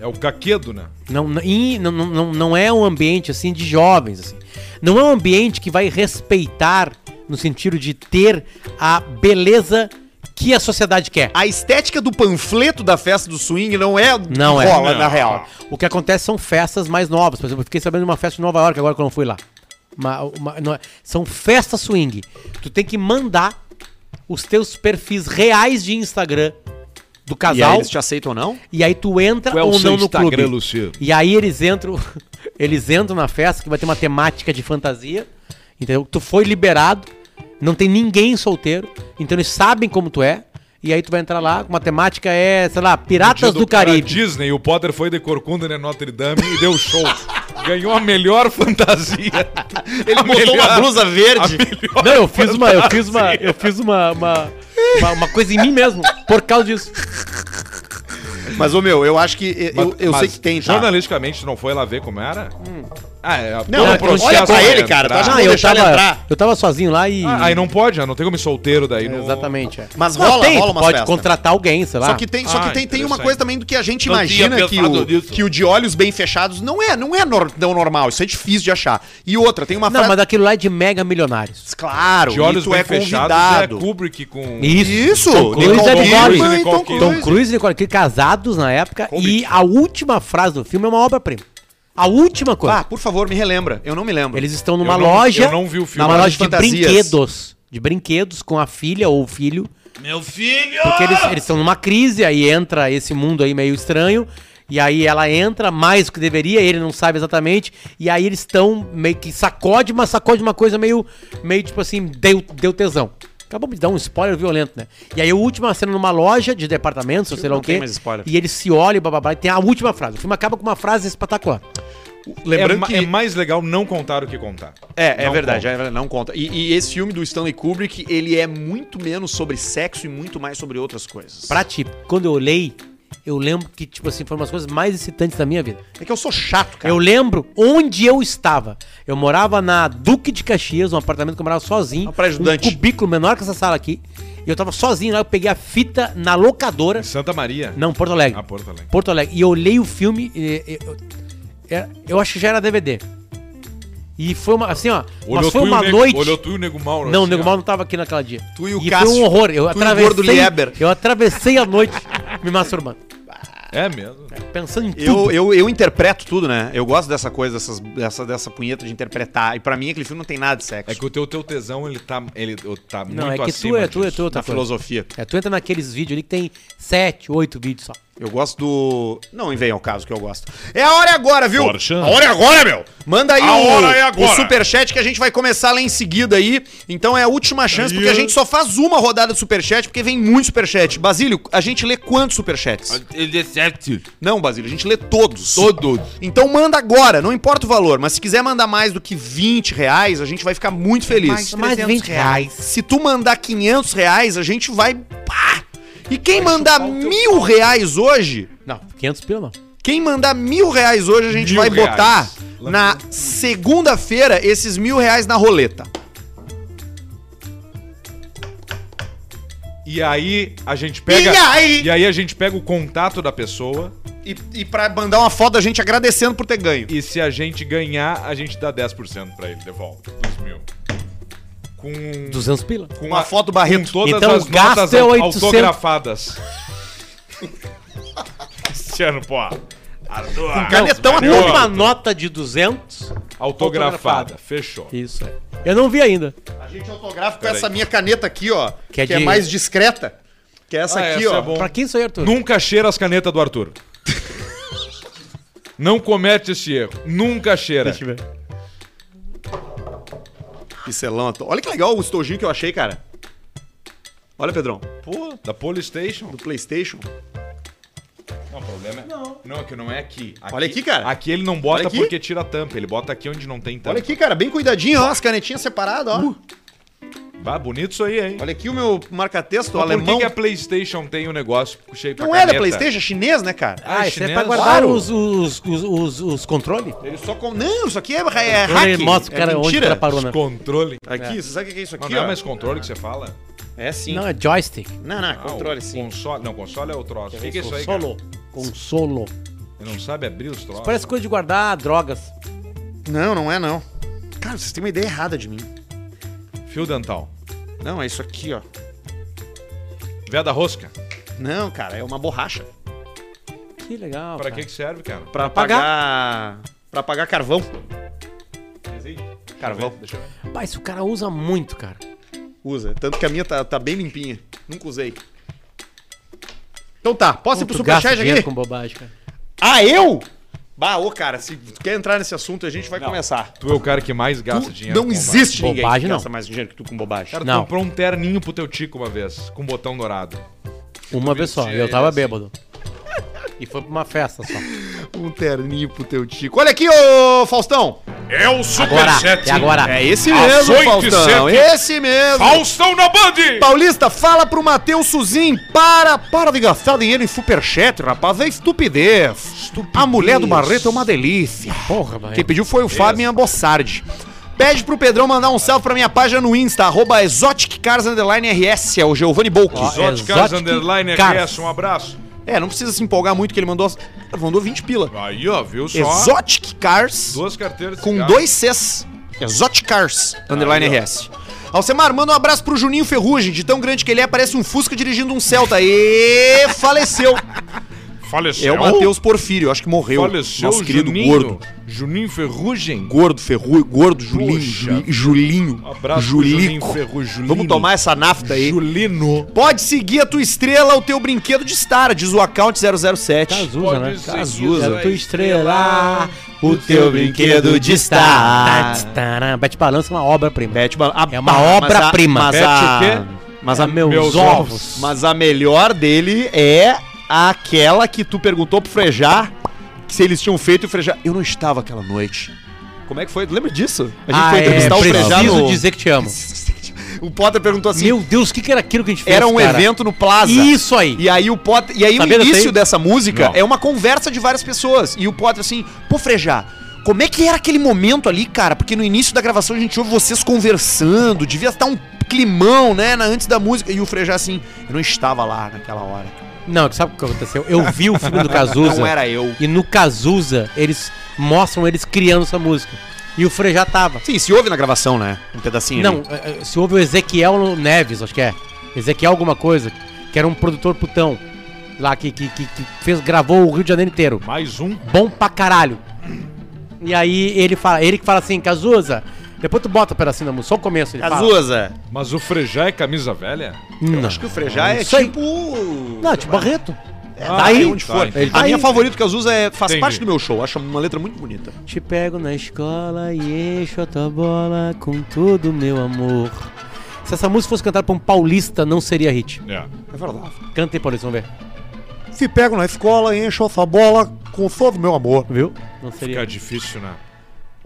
[SPEAKER 1] É o caquedo, né?
[SPEAKER 3] Não, não, e não, não- não, não é um ambiente assim de jovens. Assim. Não é um ambiente que vai respeitar no sentido de ter a beleza que a sociedade quer.
[SPEAKER 2] A estética do panfleto da festa do swing não é
[SPEAKER 3] Não é.
[SPEAKER 2] rola,
[SPEAKER 1] Não.
[SPEAKER 2] na real.
[SPEAKER 3] O que acontece são festas mais novas. Por exemplo, eu fiquei sabendo de uma festa em Nova York agora quando eu fui lá. Uma- uma- não é- são festas swing. Tu tem que mandar os teus perfis reais de Instagram do
[SPEAKER 2] E aí,
[SPEAKER 3] casal.
[SPEAKER 2] eles te aceitam ou não?
[SPEAKER 3] E aí tu entra
[SPEAKER 1] Qual é o
[SPEAKER 3] ou
[SPEAKER 1] seu
[SPEAKER 3] não no
[SPEAKER 1] Instagram,
[SPEAKER 3] clube.
[SPEAKER 1] Luciano?
[SPEAKER 3] E aí eles entram, eles entram na festa que vai ter uma temática de fantasia, entendeu? Tu foi liberado, não tem ninguém solteiro, então eles sabem como tu é. E aí tu vai entrar lá, uma temática é, sei lá, Piratas do
[SPEAKER 1] Para
[SPEAKER 3] Caribe.
[SPEAKER 1] Disney, o Potter foi de Corcunda né, Notre Dame e deu show. Ganhou a melhor fantasia.
[SPEAKER 2] Ele
[SPEAKER 1] A
[SPEAKER 2] botou
[SPEAKER 1] melhor-
[SPEAKER 2] uma blusa verde.
[SPEAKER 3] Não, eu fiz uma, eu fiz uma,
[SPEAKER 2] assim.
[SPEAKER 3] eu fiz uma, uma, uma, uma coisa em mim mesmo, por causa disso.
[SPEAKER 2] Mas, ô meu, eu acho que. Eu, eu- eu sei
[SPEAKER 1] Mas
[SPEAKER 2] que tem, tá? Hum.
[SPEAKER 1] Jornalisticamente, tu não foi lá ver como era? Ah, é. todo
[SPEAKER 2] olha
[SPEAKER 1] o processo
[SPEAKER 2] pra
[SPEAKER 1] pra
[SPEAKER 2] ele,
[SPEAKER 1] entrar.
[SPEAKER 2] cara, tá achando-
[SPEAKER 3] Não,
[SPEAKER 2] vou
[SPEAKER 3] eu
[SPEAKER 2] deixar ele
[SPEAKER 3] tava,
[SPEAKER 2] entrar.
[SPEAKER 3] eu tava sozinho lá e...
[SPEAKER 1] Ah, aí não pode, ah, não tem como ir solteiro daí. no-
[SPEAKER 3] Exatamente, é.
[SPEAKER 2] Mas
[SPEAKER 3] Não,
[SPEAKER 2] rola-
[SPEAKER 3] tem,
[SPEAKER 2] rola
[SPEAKER 3] tu
[SPEAKER 2] umas
[SPEAKER 3] pode
[SPEAKER 2] festas.
[SPEAKER 3] contratar alguém, sei lá.
[SPEAKER 2] Só que tem, só
[SPEAKER 1] Ah,
[SPEAKER 2] que tem, tem uma
[SPEAKER 1] interessante.
[SPEAKER 2] coisa também do que a gente
[SPEAKER 4] Não tinha
[SPEAKER 2] imagina que
[SPEAKER 4] pensado
[SPEAKER 2] o,
[SPEAKER 4] nisso.
[SPEAKER 2] que o de olhos bem fechados não é, não é nor- não normal, isso é difícil de achar. E outra, tem uma
[SPEAKER 3] Não,
[SPEAKER 2] frase
[SPEAKER 3] mas aquilo lá é de mega milionários.
[SPEAKER 2] claro,
[SPEAKER 1] De olhos
[SPEAKER 2] e tu
[SPEAKER 1] bem
[SPEAKER 2] é
[SPEAKER 1] fechados,
[SPEAKER 2] convidado.
[SPEAKER 1] é Kubrick com...
[SPEAKER 2] Isso,
[SPEAKER 3] Tom Cruise
[SPEAKER 2] Nicole
[SPEAKER 3] é
[SPEAKER 1] Tom
[SPEAKER 2] Kidman
[SPEAKER 1] Cruise,
[SPEAKER 3] Nicole
[SPEAKER 2] e
[SPEAKER 1] Nicole
[SPEAKER 2] Tom
[SPEAKER 1] Kidman.
[SPEAKER 3] Tom
[SPEAKER 2] Cruise.
[SPEAKER 3] Cruise e Nicole Kidman casados na época
[SPEAKER 2] Kubrick.
[SPEAKER 3] e a última frase do filme é uma obra-prima. A última coisa.
[SPEAKER 2] Ah, por favor, me relembra. Eu não me lembro.
[SPEAKER 3] Eles estão numa
[SPEAKER 1] eu não-
[SPEAKER 3] loja,
[SPEAKER 1] eu não vi o filme.
[SPEAKER 3] numa
[SPEAKER 2] Uma
[SPEAKER 3] loja de
[SPEAKER 2] loja de fantasias.
[SPEAKER 3] brinquedos, de brinquedos com a filha ou o filho,
[SPEAKER 4] Meu filho!
[SPEAKER 3] porque eles eles estão numa crise, aí entra esse mundo aí meio estranho. E aí ela entra mais do que deveria, ele não sabe exatamente, e aí eles estão meio que sacode, mas sacode uma coisa meio, meio tipo assim, deu, deu tesão. Acabamos de dar um spoiler violento, né? E aí a última cena numa loja de departamentos, ou sei lá
[SPEAKER 2] Não
[SPEAKER 3] o
[SPEAKER 2] tem
[SPEAKER 3] quê.
[SPEAKER 2] mais spoiler.
[SPEAKER 3] E eles se olham, e blá, blá, blá, e tem a última frase. O filme acaba com uma frase espetacular.
[SPEAKER 1] É,
[SPEAKER 2] Lembrando
[SPEAKER 1] ma-
[SPEAKER 2] que
[SPEAKER 1] é mais legal não contar o que contar.
[SPEAKER 2] É, é
[SPEAKER 1] Não
[SPEAKER 2] verdade,
[SPEAKER 1] conta.
[SPEAKER 2] é verdade, não conta. E, e esse filme do Stanley Kubrick, ele é muito menos sobre sexo e muito mais sobre outras coisas.
[SPEAKER 3] Pra ti, quando eu olhei, eu lembro que, tipo assim, foi uma das coisas mais excitantes da minha vida.
[SPEAKER 2] É que eu sou chato, cara.
[SPEAKER 3] Eu lembro onde eu estava. Eu morava na Duque de Caxias, um apartamento que eu morava sozinho.
[SPEAKER 2] Ah, pra ajudante.
[SPEAKER 3] Um cubículo menor que essa sala aqui. E eu tava sozinho lá, eu peguei a fita na locadora.
[SPEAKER 2] é.
[SPEAKER 1] Em Santa Maria.
[SPEAKER 3] Não, Porto Alegre.
[SPEAKER 1] Ah, Porto Alegre.
[SPEAKER 3] Porto Alegre. E eu olhei o filme. e- e- eu, era- eu acho que já era DVD. E foi uma. Assim, ó. mas foi
[SPEAKER 1] tu e o
[SPEAKER 3] uma
[SPEAKER 1] Nego-
[SPEAKER 3] noite.
[SPEAKER 1] Olhou tu e o Nego Mauro.
[SPEAKER 3] Não, o
[SPEAKER 1] assim,
[SPEAKER 3] Nego
[SPEAKER 1] ó.
[SPEAKER 3] Mal não tava aqui naquela dia.
[SPEAKER 2] Tu e o
[SPEAKER 3] foi
[SPEAKER 2] Cássio.
[SPEAKER 3] um horror. Eu
[SPEAKER 2] Tu e o Gordo
[SPEAKER 3] atravessei.
[SPEAKER 2] Lieber.
[SPEAKER 3] eu atravessei a noite me masturbando.
[SPEAKER 1] É mesmo.
[SPEAKER 3] Pensando em
[SPEAKER 2] Eu,
[SPEAKER 3] tudo.
[SPEAKER 2] eu, eu interpreto tudo, né? Eu gosto dessa coisa, dessas, dessa, dessa punheta de interpretar. E pra mim aquele filme não tem nada de sexo.
[SPEAKER 1] É que o teu, teu tesão, ele tá, ele oh, tá muito
[SPEAKER 3] Não, é que tu
[SPEAKER 1] acima
[SPEAKER 3] é, tu é,
[SPEAKER 1] disso.
[SPEAKER 3] tu é outra
[SPEAKER 2] na
[SPEAKER 3] coisa.
[SPEAKER 2] filosofia.
[SPEAKER 3] É, tu entra naqueles vídeos ali que tem 7, 8 vídeos só.
[SPEAKER 2] Eu gosto do. Não vem ao caso que eu gosto. É a hora é agora, viu?
[SPEAKER 1] Forchan.
[SPEAKER 2] A hora é agora, meu! Manda aí
[SPEAKER 1] A
[SPEAKER 2] o,
[SPEAKER 1] hora é agora.
[SPEAKER 2] o superchat que a gente vai começar lá em seguida aí. Então é a última chance, porque a gente só faz uma rodada de superchat, porque vem muito superchat. Basílio, a gente lê quantos superchats? Não, Basílio, a gente lê todos.
[SPEAKER 1] Todo.
[SPEAKER 2] Então manda agora, não importa o valor, mas se quiser mandar mais do que 20 reais, a gente vai ficar muito feliz.
[SPEAKER 3] mais 300 reais.
[SPEAKER 2] Se tu mandar 500 reais, a gente vai... pá! E quem mandar
[SPEAKER 1] chupar o teu
[SPEAKER 2] mil reais hoje...
[SPEAKER 3] Não, 500 pila não.
[SPEAKER 2] Quem mandar mil reais hoje, a gente
[SPEAKER 1] Mil
[SPEAKER 2] vai
[SPEAKER 1] reais.
[SPEAKER 2] botar na segunda-feira esses mil reais na roleta.
[SPEAKER 1] E aí a gente pega.
[SPEAKER 2] E aí?
[SPEAKER 1] E aí a gente pega o contato da pessoa.
[SPEAKER 2] E, e pra mandar uma foto da gente agradecendo por ter ganho.
[SPEAKER 1] E se a gente ganhar, a gente dá 10% pra ele. Devolve. Dos mil. Com.
[SPEAKER 3] 200 pila.
[SPEAKER 1] com
[SPEAKER 2] Uma
[SPEAKER 1] a-
[SPEAKER 2] foto do Barreto.
[SPEAKER 1] Com todas
[SPEAKER 3] Então,
[SPEAKER 1] as
[SPEAKER 3] o gasto
[SPEAKER 1] notas
[SPEAKER 3] é
[SPEAKER 1] au-
[SPEAKER 3] 800.
[SPEAKER 1] autografadas. Cristiano, pô. Ardua.
[SPEAKER 2] canetão
[SPEAKER 1] Valeu.
[SPEAKER 2] na
[SPEAKER 3] uma nota de 200.
[SPEAKER 1] Autografada. Fechou.
[SPEAKER 3] Isso é. Eu não vi ainda.
[SPEAKER 2] A gente autografa com
[SPEAKER 1] Peraí.
[SPEAKER 2] essa minha caneta aqui, ó. Que
[SPEAKER 3] Que
[SPEAKER 2] é,
[SPEAKER 3] é de-
[SPEAKER 2] mais discreta. Que é essa
[SPEAKER 1] Ah,
[SPEAKER 2] aqui,
[SPEAKER 1] essa
[SPEAKER 2] ó.
[SPEAKER 1] é boa. Bom.
[SPEAKER 3] Pra quem isso aí, Arthur?
[SPEAKER 1] Nunca cheira as canetas do Arthur. Não comete esse erro. Nunca cheira.
[SPEAKER 3] Deixa eu ver.
[SPEAKER 2] Pincelão. ato- Olha que legal o estojinho que eu achei, cara. Olha, Pedrão.
[SPEAKER 1] Pô, da Polystation.
[SPEAKER 2] Do PlayStation.
[SPEAKER 1] Não, o problema é. Não. é que não é aqui.
[SPEAKER 2] Olha aqui, cara.
[SPEAKER 1] Aqui ele não
[SPEAKER 2] Olha
[SPEAKER 1] bota
[SPEAKER 2] aqui.
[SPEAKER 1] porque tira a tampa. Ele bota aqui onde não tem tampa.
[SPEAKER 2] Olha aqui, cara. Bem cuidadinho, ó. Uh. As canetinhas separadas, ó.
[SPEAKER 1] Bah, bonito isso aí, hein?
[SPEAKER 2] Olha aqui o meu marca-texto
[SPEAKER 1] Mas Por
[SPEAKER 2] alemão.
[SPEAKER 1] que, que a PlayStation tem um negócio cheio pra
[SPEAKER 2] Não é da
[SPEAKER 1] caneta?
[SPEAKER 2] PlayStation? É chinês, né, cara?
[SPEAKER 1] Ah,
[SPEAKER 3] Ah, isso é
[SPEAKER 1] chinês.
[SPEAKER 3] pra guardar
[SPEAKER 2] Claro.
[SPEAKER 3] os, os, os, os, os controles?
[SPEAKER 2] Ele só com... Não, isso aqui é, é
[SPEAKER 3] Quando
[SPEAKER 2] hack.
[SPEAKER 3] ele mostra o
[SPEAKER 2] é
[SPEAKER 3] cara onde o
[SPEAKER 2] mentira.
[SPEAKER 3] cara parou, né?
[SPEAKER 1] Controle.
[SPEAKER 2] Aqui, você sabe o que é isso
[SPEAKER 1] Mas
[SPEAKER 2] aqui,
[SPEAKER 1] não é
[SPEAKER 2] ó?
[SPEAKER 1] mais controle que você fala?
[SPEAKER 2] É sim.
[SPEAKER 3] Não, é joystick.
[SPEAKER 2] Não, não, é
[SPEAKER 1] Ah,
[SPEAKER 2] controle
[SPEAKER 1] o
[SPEAKER 2] sim.
[SPEAKER 1] Console. Não, console é o troço. O que, que é isso aí, cara?
[SPEAKER 3] Consolo. Consolo.
[SPEAKER 1] Ele não sabe abrir os troços.
[SPEAKER 3] Parece coisa de guardar drogas.
[SPEAKER 2] Não, não é não. Cara, vocês têm uma ideia errada de mim.
[SPEAKER 1] Fio dental.
[SPEAKER 2] Não, é isso aqui, ó.
[SPEAKER 1] Veda rosca.
[SPEAKER 2] Não, cara, é uma borracha.
[SPEAKER 3] Que legal.
[SPEAKER 1] Pra que
[SPEAKER 3] cara.
[SPEAKER 1] que serve, cara?
[SPEAKER 2] Pra apagar... Pra apagar carvão. Carvão.
[SPEAKER 1] Deixa eu ver.
[SPEAKER 3] Pá, isso o cara usa muito, cara.
[SPEAKER 2] Usa. Tanto que a minha tá, tá bem limpinha. Nunca usei. Então tá, posso ir pro
[SPEAKER 3] Tu gasta
[SPEAKER 2] superchat
[SPEAKER 3] dinheiro
[SPEAKER 2] aqui?
[SPEAKER 3] com bobagem, cara.
[SPEAKER 2] Ah, eu? Bah, ô cara, se tu quer entrar nesse assunto, a gente vai começar.
[SPEAKER 1] Tu é o cara que mais gasta
[SPEAKER 2] Tu-
[SPEAKER 1] dinheiro.
[SPEAKER 2] não
[SPEAKER 1] com
[SPEAKER 2] existe
[SPEAKER 3] bobagem.
[SPEAKER 2] ninguém
[SPEAKER 3] Bobagem
[SPEAKER 2] que
[SPEAKER 3] não.
[SPEAKER 2] gasta mais dinheiro que tu com bobagem.
[SPEAKER 1] Cara, tu
[SPEAKER 3] Não.
[SPEAKER 1] comprou um terninho pro teu tico uma vez, com botão dourado.
[SPEAKER 3] Uma vez só.
[SPEAKER 1] Mentira,
[SPEAKER 3] Eu tava
[SPEAKER 1] ele é
[SPEAKER 3] bêbado. E foi pra uma festa só.
[SPEAKER 2] Um terninho pro teu tico. Olha aqui, ô Faustão.
[SPEAKER 1] É o
[SPEAKER 3] Agora. É agora.
[SPEAKER 2] É esse
[SPEAKER 1] Às
[SPEAKER 2] mesmo,
[SPEAKER 1] oito e
[SPEAKER 2] Faustão.
[SPEAKER 1] sete.
[SPEAKER 2] Esse mesmo.
[SPEAKER 1] Faustão na Band!
[SPEAKER 2] Paulista, fala pro Matheus Suzin, para, para de gastar dinheiro em superchat, rapaz, é estupidez. A mulher do Barreto é uma delícia.
[SPEAKER 3] Porra, mano.
[SPEAKER 2] Quem pediu foi o Fábio Bossardi. Pede pro Pedrão mandar um salve pra minha página no Insta, arroba exoticcars__rs, é o Giovanni Bolki.
[SPEAKER 1] Exóticas Underline
[SPEAKER 3] Cars.
[SPEAKER 1] RS, um abraço.
[SPEAKER 2] É, não precisa se empolgar muito que ele mandou, mandou 20 pila.
[SPEAKER 1] Aí, ó, viu só?
[SPEAKER 2] Exotic Cars
[SPEAKER 1] Duas carteiras. de
[SPEAKER 2] com
[SPEAKER 1] cigarro.
[SPEAKER 2] dois Cs. Exotic Cars, underline
[SPEAKER 1] Aí, ó.
[SPEAKER 2] RS. Alcemar, manda um abraço pro Juninho Ferrugem, de tão grande que ele é, parece um Fusca dirigindo um Celta. E faleceu. É
[SPEAKER 1] Faleceu.
[SPEAKER 2] o Matheus Porfírio, acho que morreu.
[SPEAKER 1] Faleceu
[SPEAKER 2] Nosso querido
[SPEAKER 1] Juninho.
[SPEAKER 2] gordo.
[SPEAKER 1] Juninho Ferrugem.
[SPEAKER 2] Gordo, ferru... gordo, Julinho,
[SPEAKER 1] Poxa.
[SPEAKER 2] Juli- Julinho,
[SPEAKER 1] Um abraço pro Juninho
[SPEAKER 2] Julico.
[SPEAKER 1] Ferrugem.
[SPEAKER 2] Vamos tomar essa nafta aí.
[SPEAKER 1] Julino.
[SPEAKER 2] Pode seguir a tua estrela, o teu brinquedo de star, diz o account
[SPEAKER 1] Tá
[SPEAKER 2] 007.
[SPEAKER 3] Cazuza, né?
[SPEAKER 1] Pode ser
[SPEAKER 3] Cazuza.
[SPEAKER 1] Cazuza.
[SPEAKER 3] É tu estrela, o teu brinquedo de estar. Bete Balança é uma obra-prima.
[SPEAKER 2] Bete Bal- Né, tipo, a-
[SPEAKER 3] É uma
[SPEAKER 2] mas a-
[SPEAKER 3] obra-prima.
[SPEAKER 2] Mas
[SPEAKER 1] Bete
[SPEAKER 2] a,
[SPEAKER 1] o quê?
[SPEAKER 2] mas
[SPEAKER 3] É
[SPEAKER 2] a
[SPEAKER 3] meus
[SPEAKER 1] meus
[SPEAKER 3] ovos.
[SPEAKER 1] ovos.
[SPEAKER 2] Mas a melhor dele é aquela que tu perguntou pro Frejá que se eles tinham feito e o Frejá. Eu não estava aquela noite. Como é que foi? Lembra disso? A gente
[SPEAKER 3] ah,
[SPEAKER 2] foi entrevistar
[SPEAKER 3] é,
[SPEAKER 2] o Frejá
[SPEAKER 3] preciso
[SPEAKER 2] no.
[SPEAKER 3] dizer que te amo.
[SPEAKER 2] O Potter perguntou assim:
[SPEAKER 3] Meu Deus, o que, que era aquilo que a gente fez?
[SPEAKER 2] era um
[SPEAKER 3] cara?
[SPEAKER 2] evento no Plaza.
[SPEAKER 3] Isso aí.
[SPEAKER 2] E aí o Potter. E aí
[SPEAKER 3] Tá
[SPEAKER 2] no
[SPEAKER 3] vendo,
[SPEAKER 2] início
[SPEAKER 3] tem?
[SPEAKER 2] dessa música
[SPEAKER 1] Não.
[SPEAKER 2] é uma conversa de várias pessoas. E o Potter assim, pô, Frejá, como é que era aquele momento ali, cara? Porque no início da gravação a gente ouve vocês conversando, devia estar um climão, né? na- antes da música. E o Frejá assim, eu não estava lá naquela hora.
[SPEAKER 3] Não, sabe o que aconteceu? Eu vi o filme do
[SPEAKER 2] Não
[SPEAKER 3] Cazuza.
[SPEAKER 2] era eu.
[SPEAKER 3] e no Cazuza, eles mostram eles criando essa música. E o Frejá tava.
[SPEAKER 2] Sim, se ouve na gravação, né? Um pedacinho.
[SPEAKER 3] Não, eh, eh, se houve o Ezequiel Neves, acho que é. Ezequiel alguma coisa, que era um produtor putão. Lá que, que, que, que fez, gravou o Rio de Janeiro inteiro.
[SPEAKER 1] Mais um.
[SPEAKER 3] Bom pra caralho. E aí ele fala, ele que fala assim, Cazuza, depois tu bota o pedacinho da música, só o começo ele fala.
[SPEAKER 2] Cazuza.
[SPEAKER 1] Mas o Frejá é camisa velha?
[SPEAKER 3] Não.
[SPEAKER 2] Acho que o Frejá é
[SPEAKER 3] Isso aí.
[SPEAKER 2] tipo.
[SPEAKER 3] Não, tipo Barreto.
[SPEAKER 1] Ah,
[SPEAKER 3] aí-
[SPEAKER 1] é
[SPEAKER 2] onde for.
[SPEAKER 1] entendi.
[SPEAKER 3] Ele
[SPEAKER 2] A
[SPEAKER 3] tá-
[SPEAKER 2] minha
[SPEAKER 3] Aí-
[SPEAKER 2] favorita que Cazuza é, faz
[SPEAKER 1] Entendi.
[SPEAKER 2] parte do meu show. Acho uma letra muito bonita.
[SPEAKER 3] Te pego na escola e encho a tua bola com todo o meu amor. Se essa música fosse cantada por um paulista, não seria hit.
[SPEAKER 1] É.
[SPEAKER 2] É verdade.
[SPEAKER 3] Canta aí, paulista, vamos ver.
[SPEAKER 2] Se pego na escola e encho essa bola com todo meu amor.
[SPEAKER 3] Viu? Não seria.
[SPEAKER 1] Fica difícil, né?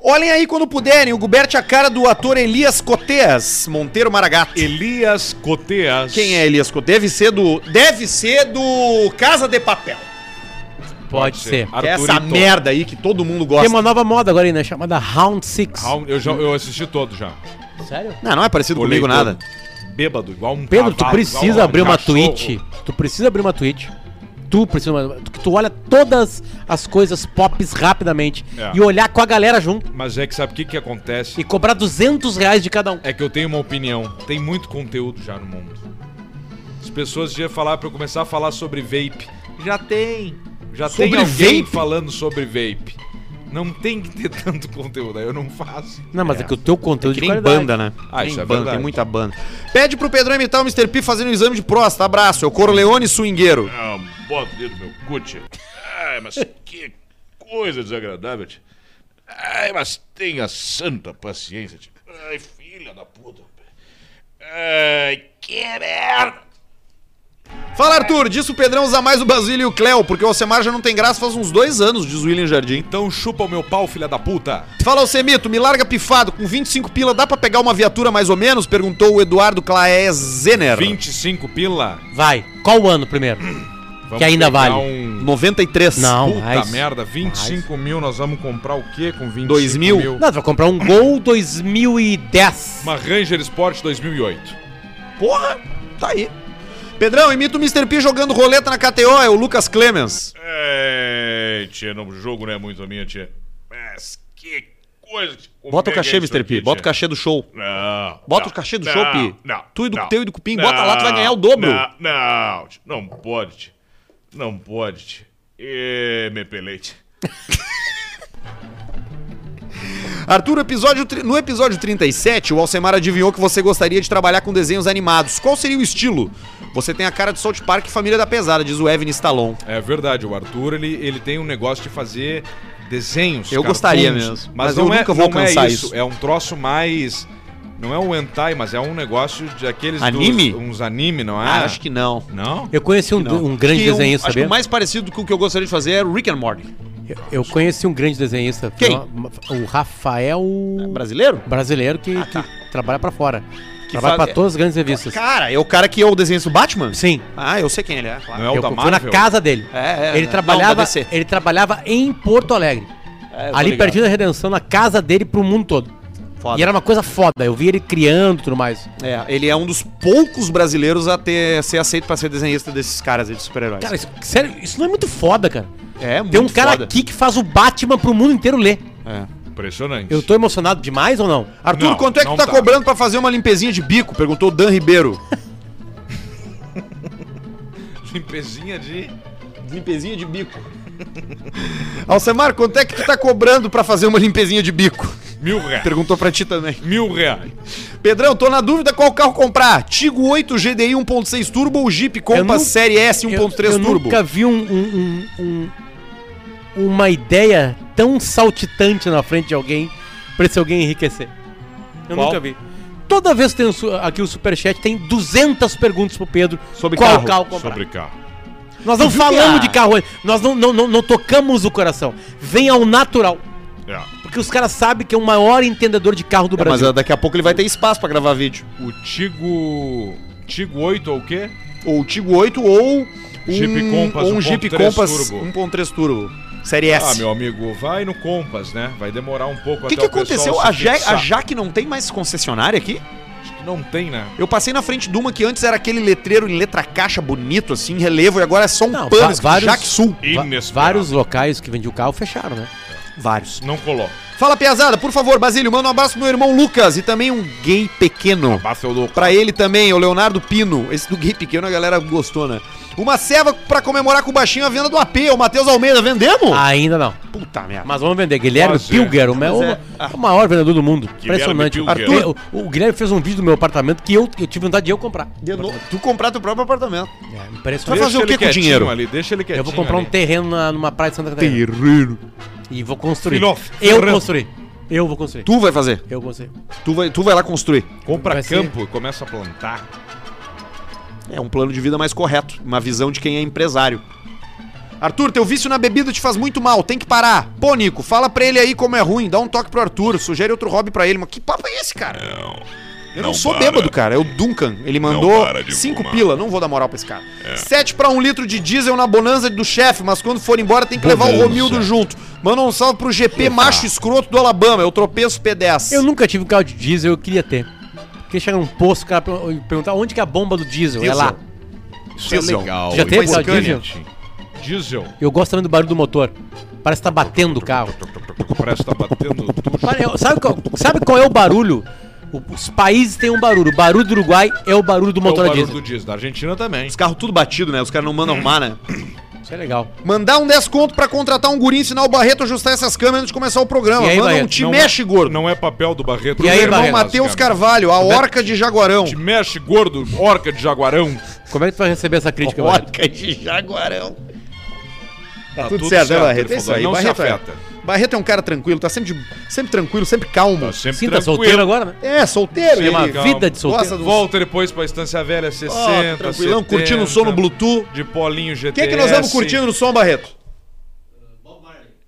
[SPEAKER 2] Olhem aí quando puderem, o Gubert é a cara do ator Elias Coteas, Monteiro Maragato.
[SPEAKER 1] Elias Coteas.
[SPEAKER 2] Quem é Elias Coteas? Deve ser do. Deve ser do Casa de Papel.
[SPEAKER 3] Pode ser.
[SPEAKER 2] Que é essa
[SPEAKER 1] Arthurito.
[SPEAKER 2] merda aí que todo mundo
[SPEAKER 3] Tem
[SPEAKER 2] gosta.
[SPEAKER 3] uma nova moda agora aí, né? Chamada Round Six.
[SPEAKER 1] Round- Eu, já, eu assisti todo já.
[SPEAKER 3] Sério?
[SPEAKER 2] Não, não é parecido
[SPEAKER 1] Olhei
[SPEAKER 2] comigo
[SPEAKER 1] todo.
[SPEAKER 2] nada.
[SPEAKER 1] Bêbado, igual um
[SPEAKER 3] Pedro, tu
[SPEAKER 1] cavalo,
[SPEAKER 3] precisa
[SPEAKER 1] igual um
[SPEAKER 3] abrir uma
[SPEAKER 1] cachorro.
[SPEAKER 3] tweet. Tu precisa abrir uma tweet. Tu precisa. Tu, tu olha todas as coisas pops rapidamente.
[SPEAKER 1] É.
[SPEAKER 3] E olhar com a galera junto.
[SPEAKER 1] Mas é que sabe o que, que acontece?
[SPEAKER 3] E cobrar 200 reais de cada um.
[SPEAKER 1] É que eu tenho uma opinião. Tem muito conteúdo já no mundo. As pessoas já falar pra eu começar a falar sobre vape. Já tem. Já tem
[SPEAKER 2] Sobre
[SPEAKER 1] alguém
[SPEAKER 2] vape?
[SPEAKER 1] falando sobre vape. Não tem que ter tanto conteúdo, aí eu não faço.
[SPEAKER 3] Não, mas é, que o teu conteúdo
[SPEAKER 2] Que
[SPEAKER 3] de
[SPEAKER 2] nem
[SPEAKER 3] qualidade.
[SPEAKER 2] banda, né?
[SPEAKER 1] Ah,
[SPEAKER 2] tem
[SPEAKER 1] isso é
[SPEAKER 2] banda,
[SPEAKER 1] verdade.
[SPEAKER 2] tem muita banda. Pede pro Pedro imitar o Mr. P fazendo um exame de próstata. Abraço, é o Corleone Swingueiro.
[SPEAKER 4] Ah, bota o dedo no meu cu, tia. Ai, mas que coisa desagradável, tia. Ai, mas tenha santa paciência, tia. Ai, filha da puta. Ai, que merda.
[SPEAKER 2] Fala, Arthur, disso o Pedrão usa mais o Basílio e o Cléo, porque o Alcemar já não tem graça faz uns dois anos, diz o William Jardim.
[SPEAKER 1] Então chupa o meu pau, filha da puta.
[SPEAKER 2] Fala, Alcemito, me larga pifado, com 25 pila dá pra pegar uma viatura mais ou menos? Perguntou o Eduardo Claes Zener.
[SPEAKER 1] 25 pila.
[SPEAKER 3] Vai. Qual o ano primeiro?
[SPEAKER 1] Vamos
[SPEAKER 3] Que ainda
[SPEAKER 1] pegar
[SPEAKER 3] vale.
[SPEAKER 1] Um...
[SPEAKER 2] 93.
[SPEAKER 3] Não.
[SPEAKER 1] Puta
[SPEAKER 3] mais.
[SPEAKER 1] merda, 25 mil nós vamos comprar o quê com 25
[SPEAKER 2] Dois mil?
[SPEAKER 3] Não, tu vai comprar um Gol 2010.
[SPEAKER 1] Uma Ranger Sport 2008.
[SPEAKER 2] Porra, tá aí. Pedrão, imita o Mr. P jogando roleta na KTO, é o Lucas Clemens.
[SPEAKER 4] Ai, tia, não, o jogo não é muito a minha, tia. Mas que coisa. tia. Como
[SPEAKER 2] Bota
[SPEAKER 4] é
[SPEAKER 2] o
[SPEAKER 4] que é
[SPEAKER 2] cachê,
[SPEAKER 4] isso
[SPEAKER 2] Mr. P,
[SPEAKER 4] aqui,
[SPEAKER 2] bota o
[SPEAKER 4] tia?
[SPEAKER 2] cachê do show.
[SPEAKER 4] Não.
[SPEAKER 2] Bota
[SPEAKER 4] não,
[SPEAKER 2] o cachê do
[SPEAKER 4] não,
[SPEAKER 2] show, Pi.
[SPEAKER 4] Não.
[SPEAKER 2] Tu e do
[SPEAKER 4] não,
[SPEAKER 2] teu e do Cupim, bota lá, tu vai ganhar o dobro.
[SPEAKER 4] Não, não, tio, não pode. tio. Não pode. tio. Ê, me pelete.
[SPEAKER 2] Arthur, episódio tri- no episódio 37, o Alcemar adivinhou que você gostaria de trabalhar com desenhos animados. Qual seria o estilo? Você tem a cara de South Park e Família da Pesada, diz o Evan Stallone.
[SPEAKER 1] É verdade, o Arthur ele, ele tem um negócio de fazer desenhos.
[SPEAKER 2] Eu gostaria mesmo,
[SPEAKER 1] Mas,
[SPEAKER 2] mas
[SPEAKER 1] não
[SPEAKER 2] eu
[SPEAKER 1] é,
[SPEAKER 2] nunca vou
[SPEAKER 1] não é
[SPEAKER 2] alcançar
[SPEAKER 1] isso.
[SPEAKER 2] isso.
[SPEAKER 1] É um troço mais. Não é um hentai, mas é um negócio de aqueles. dos-
[SPEAKER 2] Anime?
[SPEAKER 1] uns anime, não é?
[SPEAKER 2] Ah, acho que não.
[SPEAKER 1] Não?
[SPEAKER 3] Eu conheci um,
[SPEAKER 2] Não.
[SPEAKER 3] um grande
[SPEAKER 2] Que eu-
[SPEAKER 3] desenhista,
[SPEAKER 2] Acho que
[SPEAKER 3] sabia?
[SPEAKER 2] o mais parecido com o que eu gostaria de fazer é Rick and Morty.
[SPEAKER 3] Eu, eu conheci um grande desenhista.
[SPEAKER 2] Quem? É,
[SPEAKER 3] foi uma- O Rafael.
[SPEAKER 2] Brasileiro?
[SPEAKER 3] Brasileiro que, que trabalha pra fora. trabalha
[SPEAKER 2] Ah, tá. faz-
[SPEAKER 3] pra todas as grandes revistas.
[SPEAKER 2] Cara, é o cara que é o desenho do Batman?
[SPEAKER 3] Sim.
[SPEAKER 2] Ah, eu sei quem ele é, claro.
[SPEAKER 1] Não é o
[SPEAKER 3] eu
[SPEAKER 1] da
[SPEAKER 3] fui na
[SPEAKER 1] Marvel?
[SPEAKER 3] casa dele.
[SPEAKER 2] É, é,
[SPEAKER 3] ele
[SPEAKER 2] é. Não, da
[SPEAKER 3] trabalhava,
[SPEAKER 2] DC.
[SPEAKER 3] ele trabalhava em Porto Alegre.
[SPEAKER 2] É, eu tô
[SPEAKER 3] ali
[SPEAKER 2] ligado.
[SPEAKER 3] perdido da redenção na casa dele pro mundo todo.
[SPEAKER 2] Foda.
[SPEAKER 3] E era uma coisa foda. Eu vi ele criando e tudo mais.
[SPEAKER 2] É, ele é um dos poucos brasileiros a ter ser aceito pra ser desenhista desses caras aí de super-heróis.
[SPEAKER 3] Cara, isso, sério, isso não é muito foda, cara.
[SPEAKER 2] é
[SPEAKER 3] Tem um cara aqui que faz o Batman pro mundo inteiro ler.
[SPEAKER 2] É.
[SPEAKER 1] Impressionante.
[SPEAKER 3] Eu tô emocionado demais ou não?
[SPEAKER 2] Arthur,
[SPEAKER 1] Não,
[SPEAKER 2] quanto é que
[SPEAKER 1] não
[SPEAKER 2] tu tá,
[SPEAKER 1] tá.
[SPEAKER 2] cobrando pra fazer uma limpezinha de bico? Perguntou o Dan Ribeiro.
[SPEAKER 1] Limpezinha de.
[SPEAKER 2] limpezinha de bico. Alcemar, quanto é que tu tá cobrando pra fazer uma limpezinha de bico?
[SPEAKER 1] Mil reais.
[SPEAKER 2] Perguntou pra ti também.
[SPEAKER 1] Mil reais.
[SPEAKER 2] Pedrão, tô na dúvida qual carro comprar. Tigo 8 GDI 1.6 Turbo ou Jeep
[SPEAKER 3] nu-
[SPEAKER 2] Compass Série S
[SPEAKER 3] Eu-
[SPEAKER 2] 1.3
[SPEAKER 3] Eu
[SPEAKER 2] Turbo?
[SPEAKER 3] nunca vi um, um- um- um- uma ideia tão saltitante na frente de alguém pra esse alguém enriquecer. Eu
[SPEAKER 1] Qual?
[SPEAKER 3] nunca vi. Toda vez que tem o su- aqui o Superchat, tem 200 perguntas pro Pedro
[SPEAKER 2] Sobre
[SPEAKER 3] qual
[SPEAKER 2] carro.
[SPEAKER 3] carro, comprar.
[SPEAKER 1] Sobre carro.
[SPEAKER 3] Nós não
[SPEAKER 2] Tu viu que
[SPEAKER 3] falamos
[SPEAKER 2] a-
[SPEAKER 3] de carro, hoje, nós não, não- não- não tocamos o coração. Vem ao natural.
[SPEAKER 1] É.
[SPEAKER 2] Porque
[SPEAKER 3] Porque os caras sabem que é o maior entendedor de carro do
[SPEAKER 2] É, mas
[SPEAKER 3] Brasil.
[SPEAKER 2] ah, daqui a pouco ele vai ter espaço pra gravar vídeo.
[SPEAKER 1] O Tigo. Tigo 8 ou o quê?
[SPEAKER 2] Ou o Tigo 8 ou um
[SPEAKER 1] Jeep Compass
[SPEAKER 2] ou um
[SPEAKER 1] 1.3
[SPEAKER 2] Jeep Compass
[SPEAKER 1] Turbo.
[SPEAKER 2] 1.3 Turbo. Série S.
[SPEAKER 1] Ah, meu amigo, vai no Compass, né? Vai demorar um pouco
[SPEAKER 2] o que,
[SPEAKER 1] até pessoal
[SPEAKER 2] que aconteceu?
[SPEAKER 1] se
[SPEAKER 2] A, Ja-
[SPEAKER 1] fixar.
[SPEAKER 2] a Jaque não tem mais concessionária aqui?
[SPEAKER 1] Acho que Não tem, né?
[SPEAKER 2] Eu passei na frente de uma que antes era aquele letreiro em letra caixa bonito, assim, em relevo, e agora é só um
[SPEAKER 3] Não,
[SPEAKER 2] pano,
[SPEAKER 3] va- vários-
[SPEAKER 2] Jaque Sul.
[SPEAKER 3] Va-
[SPEAKER 1] Inesperado.
[SPEAKER 3] Vários locais que vendiam carro fecharam, né?
[SPEAKER 2] Vários.
[SPEAKER 1] Não coloca.
[SPEAKER 2] Fala, Piazada, por favor, Basílio, manda um abraço pro meu irmão Lucas e também um gay pequeno.
[SPEAKER 1] Bafeu louco.
[SPEAKER 2] Pra ele também, o Leonardo Pino. Esse do gay pequeno a galera gostou, né? Uma ceva pra comemorar com o baixinho a venda do AP, o Matheus Almeida, vendemos?
[SPEAKER 3] Ainda não.
[SPEAKER 2] Ah, puta merda.
[SPEAKER 3] Mas vamos vender. Guilherme
[SPEAKER 1] Quase.
[SPEAKER 3] Pilger, o, meu-
[SPEAKER 2] é.
[SPEAKER 3] o ma- o maior vendedor do mundo. Impressionante.
[SPEAKER 4] Pilger.
[SPEAKER 3] Arthur, o, o Guilherme fez um vídeo do meu apartamento que eu, eu tive vontade de eu comprar.
[SPEAKER 2] De novo, tu comprar teu próprio apartamento.
[SPEAKER 3] É,
[SPEAKER 2] Vai
[SPEAKER 3] impressionante.
[SPEAKER 2] fazer o
[SPEAKER 1] ele
[SPEAKER 2] quê com o
[SPEAKER 1] quietinho
[SPEAKER 2] dinheiro?
[SPEAKER 1] Ali, deixa ele
[SPEAKER 3] Eu
[SPEAKER 1] quietinho
[SPEAKER 3] vou comprar um
[SPEAKER 1] ali.
[SPEAKER 3] terreno na- numa praia de Santa Catarina.
[SPEAKER 2] Terreiro.
[SPEAKER 3] E vou construir.
[SPEAKER 1] Filó,
[SPEAKER 3] eu
[SPEAKER 1] terreno.
[SPEAKER 3] construir. Eu vou construir.
[SPEAKER 2] Tu vai fazer.
[SPEAKER 3] Eu vou construir.
[SPEAKER 2] Tu vai, tu vai lá construir.
[SPEAKER 1] Compra
[SPEAKER 3] Vai ser-
[SPEAKER 1] campo e começa a plantar.
[SPEAKER 2] É um plano de vida mais correto, uma visão de quem é empresário. Arthur, teu vício na bebida te faz muito mal, tem que parar. Pô, Nico, fala pra ele aí como é ruim, dá um toque pro Arthur, sugere outro hobby pra ele. Mas que papo é esse, cara? Eu não,
[SPEAKER 4] não
[SPEAKER 2] sou
[SPEAKER 4] para.
[SPEAKER 2] bêbado, cara. É o Duncan. Ele mandou
[SPEAKER 4] para de
[SPEAKER 2] 5
[SPEAKER 4] fumar.
[SPEAKER 2] pila. Não vou dar moral pra esse cara. 7 pra 1 litro de diesel na bonanza do chefe, mas quando for embora tem que levar o
[SPEAKER 1] Bonanza.
[SPEAKER 2] Romildo junto. Manda um salve pro GP macho escroto do Alabama. Eu tropeço P10.
[SPEAKER 3] Eu nunca tive um carro de diesel, eu queria ter. Porque chegar num posto, o cara per- perguntar onde que é a bomba do diesel.
[SPEAKER 2] Diesel.
[SPEAKER 3] É lá.
[SPEAKER 1] Isso
[SPEAKER 2] Diesel.
[SPEAKER 3] Tu já
[SPEAKER 1] e
[SPEAKER 3] teve
[SPEAKER 1] bacana.
[SPEAKER 3] carro diesel?
[SPEAKER 1] Diesel.
[SPEAKER 3] Eu gosto também do barulho do motor. Parece que tá batendo o carro.
[SPEAKER 1] Parece que tá batendo tudo.
[SPEAKER 3] Olha, eu- Sabe qual, sabe qual é o barulho? O- Os países têm um barulho. O barulho do Uruguai é o barulho
[SPEAKER 1] É
[SPEAKER 3] do
[SPEAKER 1] o
[SPEAKER 3] motor a
[SPEAKER 1] barulho
[SPEAKER 3] diesel.
[SPEAKER 1] do diesel. Da Argentina também.
[SPEAKER 2] Os carros tudo batido, né? Os caras não mandam arrumar, né?
[SPEAKER 3] Isso é legal.
[SPEAKER 2] Mandar um desconto pra contratar um guri, ensinar o Barreto a ajustar essas câmeras antes de começar o programa.
[SPEAKER 3] E aí,
[SPEAKER 2] Manda um
[SPEAKER 3] Barreto?
[SPEAKER 2] te
[SPEAKER 1] Não
[SPEAKER 2] mexe,
[SPEAKER 1] é,
[SPEAKER 2] gordo.
[SPEAKER 1] Não é papel do Barreto.
[SPEAKER 3] E aí,
[SPEAKER 2] Meu irmão
[SPEAKER 3] Barreto?
[SPEAKER 2] Matheus Carvalho, a Orca de Jaguarão.
[SPEAKER 1] Te mexe, gordo, orca de jaguarão.
[SPEAKER 3] Como é que tu vai receber essa crítica, Barreto?
[SPEAKER 2] Orca de Jaguarão. Tá,
[SPEAKER 1] tudo certo,
[SPEAKER 2] É
[SPEAKER 1] ele
[SPEAKER 2] isso
[SPEAKER 1] falou,
[SPEAKER 2] aí,
[SPEAKER 1] não se
[SPEAKER 2] Barreto. é-
[SPEAKER 1] afeta.
[SPEAKER 2] Barreto é um cara tranquilo, tá sempre, de- sempre tranquilo, sempre calmo.
[SPEAKER 1] Tá sempre
[SPEAKER 3] Sim, tá solteiro agora, né?
[SPEAKER 2] É, solteiro,
[SPEAKER 1] Sim,
[SPEAKER 2] ele
[SPEAKER 1] mas-
[SPEAKER 3] Uma vida de solteiro.
[SPEAKER 2] gosta do
[SPEAKER 1] Volta depois pra Estância Velha, 60,
[SPEAKER 2] Tá Ó, tranquilão,
[SPEAKER 1] 70,
[SPEAKER 2] curtindo o som no Bluetooth.
[SPEAKER 1] De Polinho
[SPEAKER 2] O
[SPEAKER 1] GTS.
[SPEAKER 2] que é que nós vamos curtindo no som, Barreto?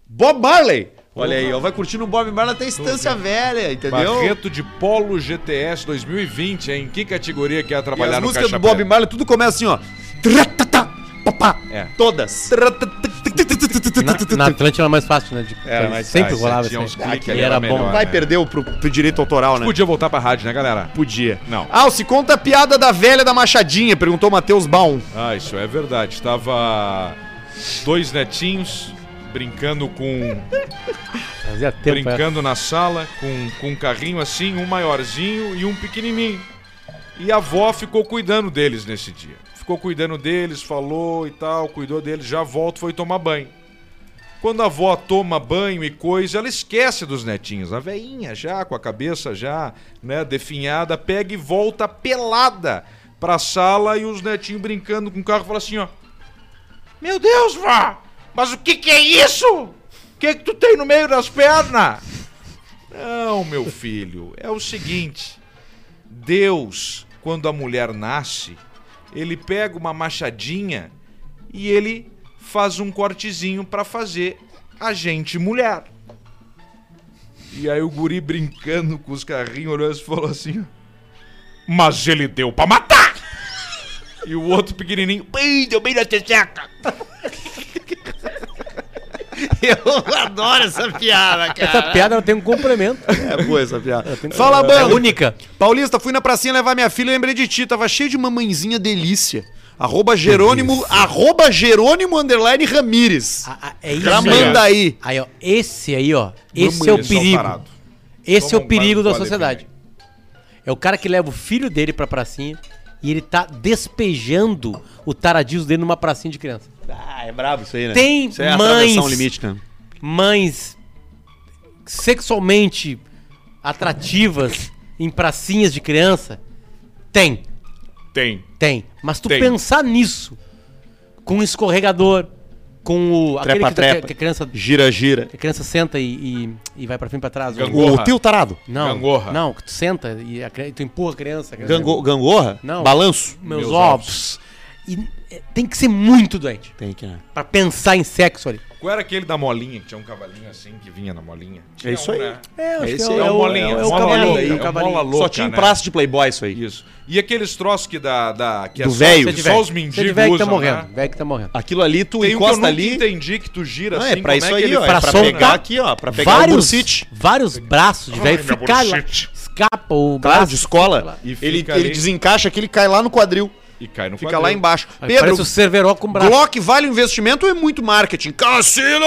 [SPEAKER 2] Bob Marley. Olha aí, ó, vai curtindo o Bob Marley até a Estância Velha, entendeu?
[SPEAKER 1] Barreto de Polo GTS 2020, hein? Que categoria que é
[SPEAKER 2] E
[SPEAKER 1] trabalhar
[SPEAKER 2] as
[SPEAKER 1] no
[SPEAKER 2] músicas
[SPEAKER 1] Caixa
[SPEAKER 2] do Bob
[SPEAKER 1] Preta?
[SPEAKER 2] Marley, tudo começa assim, ó. Tratatá, papá.
[SPEAKER 1] É.
[SPEAKER 2] Todas.
[SPEAKER 3] Na, na Atlântica era mais fácil, né? De-
[SPEAKER 2] Era mais
[SPEAKER 3] sempre
[SPEAKER 1] fácil,
[SPEAKER 3] rolava
[SPEAKER 1] tinha
[SPEAKER 3] isso.
[SPEAKER 1] uns
[SPEAKER 3] aí.
[SPEAKER 1] cliques
[SPEAKER 3] E
[SPEAKER 1] ali,
[SPEAKER 3] era
[SPEAKER 1] era
[SPEAKER 3] bom.
[SPEAKER 1] melhor.
[SPEAKER 2] Vai perder o pro- pro direito autoral, né?
[SPEAKER 1] Podia voltar pra rádio, né, galera?
[SPEAKER 2] Podia.
[SPEAKER 1] Não.
[SPEAKER 2] Alce, conta a piada da velha da Machadinha, perguntou Matheus Baum.
[SPEAKER 1] Ah, isso é verdade. Tava dois netinhos brincando com
[SPEAKER 3] Fazia tempo. é. era-
[SPEAKER 1] brincando na sala com, com um carrinho assim, um maiorzinho e um pequenininho. E a avó ficou cuidando deles nesse dia. Ficou cuidando deles, falou e tal, cuidou deles, já volta, foi tomar banho. Quando a avó toma banho e coisa, ela esquece dos netinhos. A veinha já, com a cabeça já, né, definhada, pega e volta pelada pra sala e os netinhos brincando com o carro, fala assim, ó. Meu Deus, vó! Mas o que que é isso? O que que tu tem no meio das pernas? Não, meu filho, é o seguinte. Deus, quando a mulher nasce, ele pega uma machadinha e ele faz um cortezinho pra fazer a gente mulher. E aí o guri brincando com os carrinhos olhou e falou assim: ó, Mas ele deu pra matar! E o outro pequenininho, "Ih, deu bem na teteca!
[SPEAKER 2] Eu adoro essa piada, cara.
[SPEAKER 3] Essa piada ela tem um complemento.
[SPEAKER 2] É boa essa piada. Fala, banda.
[SPEAKER 3] É única.
[SPEAKER 2] Paulista, fui na pracinha levar minha filha e lembrei de ti. Tava cheio de mamãezinha delícia. Arroba Jerônimo, arroba Jerônimo underline Ramírez.
[SPEAKER 3] Ah, ah, é isso
[SPEAKER 2] Já manda aí.
[SPEAKER 3] Aí, ó. Esse aí, ó. Esse é o
[SPEAKER 1] Eles são
[SPEAKER 3] perigo.
[SPEAKER 1] parados.
[SPEAKER 3] Esse é
[SPEAKER 1] Toma
[SPEAKER 3] o
[SPEAKER 1] um guarda
[SPEAKER 3] perigo da
[SPEAKER 1] do quadro
[SPEAKER 3] sociedade. É o cara que leva o filho dele pra pracinha e ele tá despejando o taradismo dele numa pracinha de criança.
[SPEAKER 2] Ah, é brabo isso aí, né?
[SPEAKER 3] Tem
[SPEAKER 2] isso aí é atravessar
[SPEAKER 3] mães,
[SPEAKER 2] um limite, né?
[SPEAKER 3] mães sexualmente atrativas em pracinhas de criança? Tem,
[SPEAKER 1] Tem.
[SPEAKER 3] tem. Mas tu
[SPEAKER 1] Tem.
[SPEAKER 3] pensar nisso com o escorregador, com o aquele que,
[SPEAKER 2] Trepa-trepa.
[SPEAKER 3] que a criança
[SPEAKER 2] Gira, gira.
[SPEAKER 3] que a criança senta e, e, e vai pra frente e pra trás.
[SPEAKER 1] Gangorra.
[SPEAKER 2] O tio tarado.
[SPEAKER 3] Não,
[SPEAKER 1] Gangorra.
[SPEAKER 3] não, que tu senta e a cri- tu empurra a criança. a criança-
[SPEAKER 2] Gango, gangorra?
[SPEAKER 3] Não.
[SPEAKER 2] Balanço?
[SPEAKER 3] meus,
[SPEAKER 1] Meus
[SPEAKER 3] ovos. E é, tem que ser muito doente
[SPEAKER 2] Tem que, né?
[SPEAKER 3] pra pensar em sexo ali.
[SPEAKER 1] Qual era aquele da molinha, que tinha um cavalinho assim que vinha na molinha? Tinha
[SPEAKER 2] isso
[SPEAKER 1] um,
[SPEAKER 2] aí.
[SPEAKER 1] né?
[SPEAKER 3] É, acho
[SPEAKER 2] Esse
[SPEAKER 3] que
[SPEAKER 2] é
[SPEAKER 1] É
[SPEAKER 2] o-
[SPEAKER 1] o molinha,
[SPEAKER 3] é
[SPEAKER 1] é
[SPEAKER 3] o
[SPEAKER 1] o mola
[SPEAKER 3] cavalinho,
[SPEAKER 1] louca,
[SPEAKER 3] é o
[SPEAKER 1] é o
[SPEAKER 3] cavalinho.
[SPEAKER 1] mola louca,
[SPEAKER 2] Só tinha em
[SPEAKER 1] né?
[SPEAKER 2] praça de Playboy isso aí.
[SPEAKER 1] Isso. E aqueles troços que da, da que é
[SPEAKER 2] Do
[SPEAKER 1] só-
[SPEAKER 2] velho.
[SPEAKER 1] que
[SPEAKER 3] de
[SPEAKER 1] só,
[SPEAKER 3] velho.
[SPEAKER 1] os
[SPEAKER 3] Você
[SPEAKER 1] mendigos
[SPEAKER 3] de velho que tá
[SPEAKER 1] usam,
[SPEAKER 3] morrendo.
[SPEAKER 1] né?
[SPEAKER 3] Velho que tá morrendo.
[SPEAKER 2] Aquilo ali,
[SPEAKER 1] Tem
[SPEAKER 2] tu
[SPEAKER 1] um que eu
[SPEAKER 2] encosta
[SPEAKER 1] nunca
[SPEAKER 2] ali.
[SPEAKER 1] entendi que tu gira
[SPEAKER 2] Não,
[SPEAKER 1] assim,
[SPEAKER 2] é pra
[SPEAKER 1] como
[SPEAKER 2] isso
[SPEAKER 1] é que
[SPEAKER 2] aí,
[SPEAKER 1] ele
[SPEAKER 2] ó. É
[SPEAKER 1] faz
[SPEAKER 2] pra
[SPEAKER 3] pra
[SPEAKER 2] pegar
[SPEAKER 3] soltar.
[SPEAKER 2] aqui, ó. Pra pegar o
[SPEAKER 3] Vários,
[SPEAKER 2] bursite.
[SPEAKER 3] vários braços de velho
[SPEAKER 4] minha
[SPEAKER 3] ficar lá.
[SPEAKER 4] bursite.
[SPEAKER 3] Escapa
[SPEAKER 2] Claro,
[SPEAKER 3] o braço. fica
[SPEAKER 2] descola.
[SPEAKER 3] lá.
[SPEAKER 1] E
[SPEAKER 2] Ele,
[SPEAKER 1] fica
[SPEAKER 2] ele
[SPEAKER 1] ali.
[SPEAKER 2] desencaixa aqui, ele cai lá no quadril.
[SPEAKER 1] e cai no
[SPEAKER 2] Fica
[SPEAKER 1] quadril.
[SPEAKER 2] lá embaixo.
[SPEAKER 3] Aí
[SPEAKER 2] Pedro,
[SPEAKER 3] Parece o Cerveró com braço.
[SPEAKER 2] Glock vale o investimento ou é muito marketing? Cassino!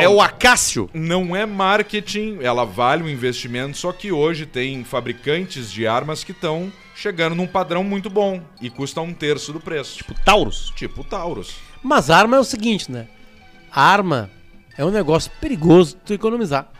[SPEAKER 2] É o Acácio.
[SPEAKER 1] Não é marketing, ela vale um investimento, só que hoje tem fabricantes de armas que estão chegando num padrão muito bom e custa um terço do preço. Tipo,
[SPEAKER 2] O Taurus.
[SPEAKER 1] tipo Taurus.
[SPEAKER 3] Mas arma é o seguinte, né? Arma é um negócio perigoso de tu economizar.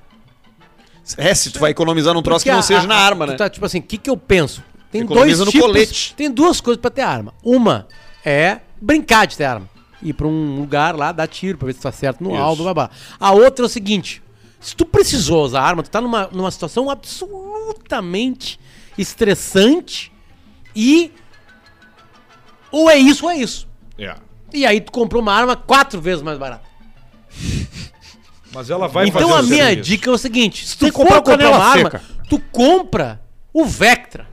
[SPEAKER 2] É, se tu vai economizar num troço
[SPEAKER 3] Porque
[SPEAKER 2] que não
[SPEAKER 3] a-
[SPEAKER 2] seja
[SPEAKER 3] a-
[SPEAKER 2] na arma,
[SPEAKER 3] tu
[SPEAKER 2] né?
[SPEAKER 3] Tá, tipo assim, o que, que eu penso? Tem
[SPEAKER 2] Economiza
[SPEAKER 3] dois
[SPEAKER 2] no
[SPEAKER 3] tipos,
[SPEAKER 2] colete.
[SPEAKER 3] Tem duas coisas pra ter arma. Uma é brincar de ter arma. Ir pra um lugar lá, dar tiro pra ver se tá certo no alvo, babá. A outra é o seguinte: se tu precisou usar arma, tu tá numa, numa situação absolutamente estressante e. Ou é isso ou é isso.
[SPEAKER 1] É.
[SPEAKER 3] E aí tu comprou uma arma quatro vezes mais barata.
[SPEAKER 1] Mas ela vai
[SPEAKER 3] Então
[SPEAKER 1] fazer
[SPEAKER 3] a
[SPEAKER 1] o
[SPEAKER 3] minha
[SPEAKER 1] serviço.
[SPEAKER 3] dica é o seguinte: se tu
[SPEAKER 2] Tem que
[SPEAKER 3] for
[SPEAKER 2] comprar
[SPEAKER 3] comprar,
[SPEAKER 2] o canela
[SPEAKER 3] uma arma,
[SPEAKER 2] seca.
[SPEAKER 3] tu compra o Vectra,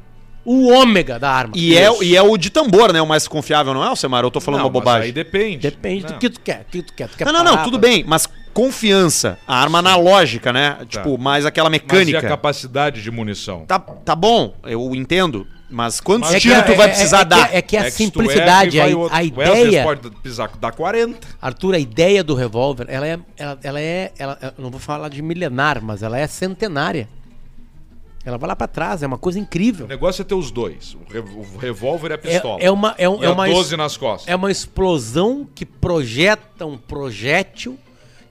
[SPEAKER 3] o ômega da arma.
[SPEAKER 2] E é, e é o de tambor, né? O mais confiável, não é, Alcemar? Eu tô falando
[SPEAKER 1] Não,
[SPEAKER 2] uma
[SPEAKER 1] mas
[SPEAKER 2] bobagem.
[SPEAKER 1] Aí depende.
[SPEAKER 3] Depende
[SPEAKER 1] é- Não.
[SPEAKER 3] do que tu quer. O que tu quer? Tu quer
[SPEAKER 2] Não, não, não,
[SPEAKER 3] parar,
[SPEAKER 2] tudo
[SPEAKER 3] pra- Tá.
[SPEAKER 2] bem, mas confiança. A arma analógica, né? Tipo, mais aquela
[SPEAKER 1] Mas e a
[SPEAKER 2] mecânica.
[SPEAKER 1] capacidade de munição?
[SPEAKER 2] Tá, tá bom, eu entendo. Mas quantos
[SPEAKER 3] É que
[SPEAKER 2] tiros
[SPEAKER 3] a-
[SPEAKER 2] tu
[SPEAKER 3] é-
[SPEAKER 2] vai
[SPEAKER 3] é-
[SPEAKER 2] precisar
[SPEAKER 3] é que-
[SPEAKER 2] dar?
[SPEAKER 3] É que a
[SPEAKER 1] É que se tu
[SPEAKER 3] simplicidade,
[SPEAKER 1] erra e vai
[SPEAKER 3] a-
[SPEAKER 1] outro.
[SPEAKER 3] a,
[SPEAKER 1] Tu erra, às vezes
[SPEAKER 3] ideia.
[SPEAKER 1] pode pisar, dá 40.
[SPEAKER 3] Arthur, a ideia do revólver, ela é. Ela, ela é. Ela, eu não vou falar de milenar, mas ela é centenária. Ela vai lá pra trás, é uma coisa incrível.
[SPEAKER 1] O negócio é ter os dois. O, rev- o revólver e a
[SPEAKER 3] É,
[SPEAKER 1] pistola.
[SPEAKER 3] é uma. É, um-
[SPEAKER 1] E
[SPEAKER 3] é
[SPEAKER 1] a
[SPEAKER 3] uma
[SPEAKER 1] 12 nas costas.
[SPEAKER 3] É uma explosão que projeta um projétil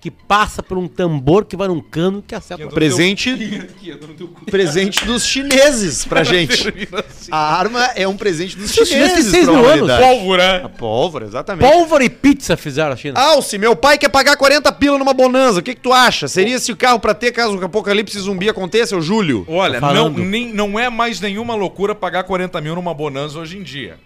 [SPEAKER 3] que passa por um tambor que vai num cano que acerta.
[SPEAKER 1] Que
[SPEAKER 2] Presente,
[SPEAKER 3] um-
[SPEAKER 2] presente dos chineses pra gente. A arma é um presente dos
[SPEAKER 3] assim. Os chineses têm
[SPEAKER 2] chineses
[SPEAKER 3] seis
[SPEAKER 2] pra
[SPEAKER 3] mil anos.
[SPEAKER 2] humanidade. A
[SPEAKER 1] Pólvora.
[SPEAKER 3] Tá
[SPEAKER 2] pólvora, exatamente.
[SPEAKER 3] Pólvora e pizza fizeram a China.
[SPEAKER 2] Alce, meu pai quer pagar 40 pila numa bonanza. O que, que tu acha? Seria esse o carro pra ter caso um apocalipse zumbi aconteça, ô Júlio?
[SPEAKER 1] Olha,
[SPEAKER 3] Tá
[SPEAKER 1] não,
[SPEAKER 3] falando.
[SPEAKER 1] nem, não é mais nenhuma loucura pagar 40 mil numa bonanza hoje em dia.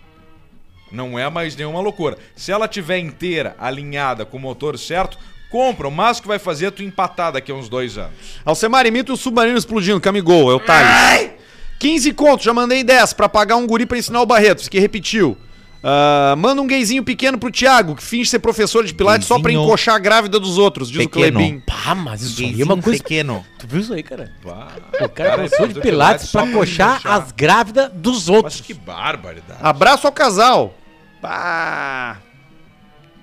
[SPEAKER 1] Não é mais nenhuma loucura. Se ela tiver inteira, alinhada, com o motor certo, compra. O máximo que vai fazer é tu empatar daqui a uns dois anos.
[SPEAKER 2] Alcemar, imita o submarino explodindo. Camigol, é o Thales. 15 conto, já mandei 10 pra pagar um guri pra ensinar o Barretos, que repetiu. Ah, manda um gayzinho pequeno pro Thiago, que finge ser professor de pilates só pra
[SPEAKER 5] Gayzinho
[SPEAKER 2] encoxar a grávida dos outros, diz o
[SPEAKER 5] Pequeno.
[SPEAKER 2] Clebin.
[SPEAKER 3] Pá, mas isso aí é uma coisa.
[SPEAKER 5] pequeno.
[SPEAKER 3] Tu viu isso aí, cara?
[SPEAKER 1] O
[SPEAKER 3] O cara passou de pilates pra coxar as grávidas dos
[SPEAKER 1] um Mas
[SPEAKER 3] outros.
[SPEAKER 1] que barbaridade.
[SPEAKER 2] Abraço ao casal. Pá.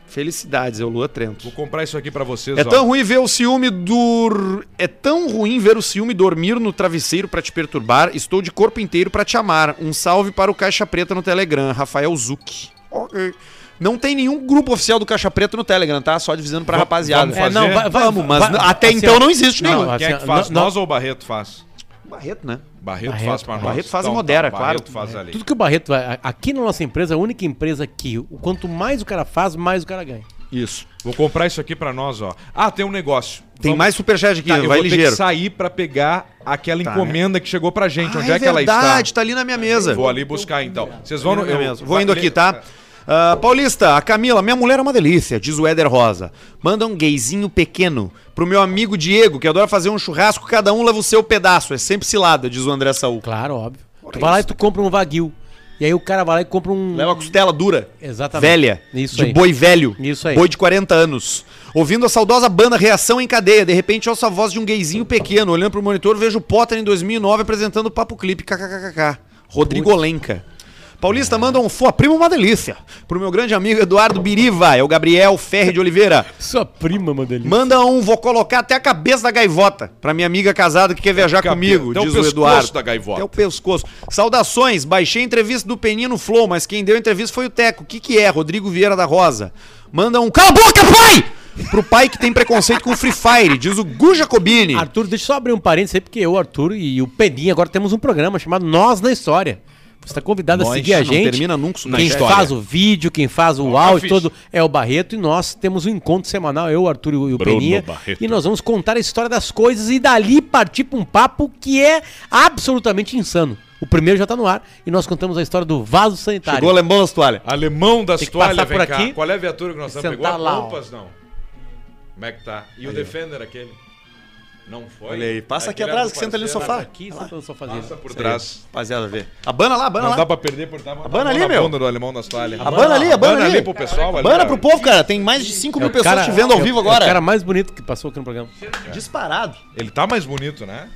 [SPEAKER 2] Felicidades, eu Lua Trento.
[SPEAKER 1] Vou comprar isso aqui pra vocês,
[SPEAKER 2] É
[SPEAKER 1] ó.
[SPEAKER 2] tão ruim ver o ciúme dur... É tão ruim ver o ciúme dormir no travesseiro pra te perturbar. Estou de corpo inteiro pra te amar. Um salve para o Caixa Preta no Telegram, Rafael Zuc. Ok. Não tem nenhum grupo oficial do Caixa Preta no Telegram, tá? Só avisando pra
[SPEAKER 1] Vamos-
[SPEAKER 2] rapaziada.
[SPEAKER 1] vamos fazer? É, não, vai-
[SPEAKER 2] Vamos, mas n- até
[SPEAKER 3] assim,
[SPEAKER 2] então
[SPEAKER 3] ó,
[SPEAKER 2] não existe nenhum.
[SPEAKER 3] não,
[SPEAKER 1] Quem é
[SPEAKER 3] assim,
[SPEAKER 1] que faz?
[SPEAKER 3] não-
[SPEAKER 1] Nós ou o Barreto faz?
[SPEAKER 2] Barreto, né?
[SPEAKER 1] Barreto,
[SPEAKER 3] Barreto,
[SPEAKER 1] faz pra nós. Então tá,
[SPEAKER 2] Barreto faz e modera, claro. É,
[SPEAKER 1] Barreto faz ali.
[SPEAKER 3] Tudo que o Barreto vai. a- Aqui na nossa empresa, a única empresa que o quanto mais o cara faz, mais o cara ganha.
[SPEAKER 2] Isso.
[SPEAKER 1] Vou comprar isso aqui pra nós, ó. Ah, tem um negócio.
[SPEAKER 2] Tem
[SPEAKER 1] Vamos-
[SPEAKER 2] mais superchat aqui,
[SPEAKER 1] Tá, eu
[SPEAKER 2] vai
[SPEAKER 1] vou ter que
[SPEAKER 2] ligeiro.
[SPEAKER 1] sair pra pegar aquela
[SPEAKER 2] Tá,
[SPEAKER 1] encomenda que chegou pra gente.
[SPEAKER 2] Ah,
[SPEAKER 1] Onde é, que ela
[SPEAKER 2] verdade,
[SPEAKER 1] está?
[SPEAKER 2] tá ali na minha mesa.
[SPEAKER 1] Vou ali buscar então. Vocês vão
[SPEAKER 2] Vou,
[SPEAKER 1] no. eu-
[SPEAKER 2] Vou indo
[SPEAKER 1] vai-
[SPEAKER 2] aqui, tá? Ah, Paulista, a Camila, minha mulher é uma delícia, diz o Éder Rosa. Manda um gayzinho pequeno pro meu amigo Diego, que adora fazer um churrasco, cada um leva o seu pedaço. É sempre cilada, diz o André Saúl.
[SPEAKER 3] Claro, óbvio. Tu vai lá e tu compra um vaguio. E aí o cara vai lá e compra um.
[SPEAKER 2] Leva a costela dura,
[SPEAKER 3] Exatamente.
[SPEAKER 2] velha,
[SPEAKER 3] Isso
[SPEAKER 2] de
[SPEAKER 3] aí.
[SPEAKER 2] boi velho,
[SPEAKER 3] Isso aí.
[SPEAKER 2] boi de 40 anos. Ouvindo a saudosa banda Reação em Cadeia, de repente ouço a voz de um gayzinho pequeno. Olhando pro monitor, vejo o Potter em 2009 apresentando o Papo Clipe, kkkk. Rodrigo Olenka. Paulista manda um sua prima é uma delícia. Pro meu grande amigo Eduardo Biriva, é o Gabriel Ferre de Oliveira.
[SPEAKER 3] Sua prima, mano. dele.
[SPEAKER 2] Manda um, vou colocar até a cabeça da gaivota pra minha amiga casada que quer viajar
[SPEAKER 1] Cabe-
[SPEAKER 2] comigo,
[SPEAKER 1] até o
[SPEAKER 2] diz o
[SPEAKER 1] pescoço
[SPEAKER 2] Eduardo.
[SPEAKER 1] da gaivota.
[SPEAKER 2] Até o pescoço. Saudações, baixei a entrevista do Penino Flow, mas quem deu a entrevista foi o Teco. O que que é? Rodrigo Vieira da Rosa. Manda um, cala a boca, pai! Pro pai que tem preconceito com Free Fire, diz o Gu Jacobini.
[SPEAKER 3] Arthur, deixa eu só abrir um parênteses aí, porque eu, Arthur e o Peninha agora temos um programa chamado Nós na História. Você está convidado a
[SPEAKER 2] Nós
[SPEAKER 3] seguir a
[SPEAKER 2] não
[SPEAKER 3] gente.
[SPEAKER 2] termina nunca isso na
[SPEAKER 3] quem
[SPEAKER 2] história.
[SPEAKER 3] faz o vídeo, quem faz o áudio, todo é o Barreto e nós temos um encontro semanal, eu, Arthur e o- e o Peninha. E nós vamos contar a história das coisas e dali partir para um papo que é absolutamente insano. O primeiro já tá no ar e nós contamos a história do vaso sanitário.
[SPEAKER 2] Chegou a lembrança da toalha.
[SPEAKER 1] é, Alemão das
[SPEAKER 3] Tem que
[SPEAKER 1] toalhas,
[SPEAKER 3] passar por
[SPEAKER 1] vem cá.
[SPEAKER 3] aqui.
[SPEAKER 1] Qual é a viatura que nós
[SPEAKER 3] Tem
[SPEAKER 1] estamos
[SPEAKER 3] que
[SPEAKER 1] pegando?
[SPEAKER 3] sentar lá, ó.
[SPEAKER 1] Pompas, não. Como é que tá? E o Defender aquele? Não foi?
[SPEAKER 2] Olha aí, passa
[SPEAKER 1] Tá
[SPEAKER 2] aqui
[SPEAKER 1] direto
[SPEAKER 2] atrás
[SPEAKER 1] do
[SPEAKER 2] que senta ali no
[SPEAKER 1] parceiro,
[SPEAKER 2] sofá.
[SPEAKER 1] né?
[SPEAKER 3] Aqui, só pra eu É só fazer.
[SPEAKER 1] Passa por trás.
[SPEAKER 2] Rapaziada, vê. Abana lá, abana
[SPEAKER 1] Não
[SPEAKER 2] lá.
[SPEAKER 1] dá pra perder por estar
[SPEAKER 2] Abana ali, meu.
[SPEAKER 1] bunda do alemão nas toalhas.
[SPEAKER 2] Abana ali, abana
[SPEAKER 1] Abana ali
[SPEAKER 2] ali.
[SPEAKER 1] pro pessoal. ali,
[SPEAKER 2] Abana
[SPEAKER 1] ó.
[SPEAKER 2] pro povo, cara. Tem mais de 5 mil pessoas te vendo ao vivo
[SPEAKER 3] É o cara
[SPEAKER 2] agora.
[SPEAKER 3] mais bonito que passou aqui no programa.
[SPEAKER 2] Disparado.
[SPEAKER 1] Ele tá mais bonito, né?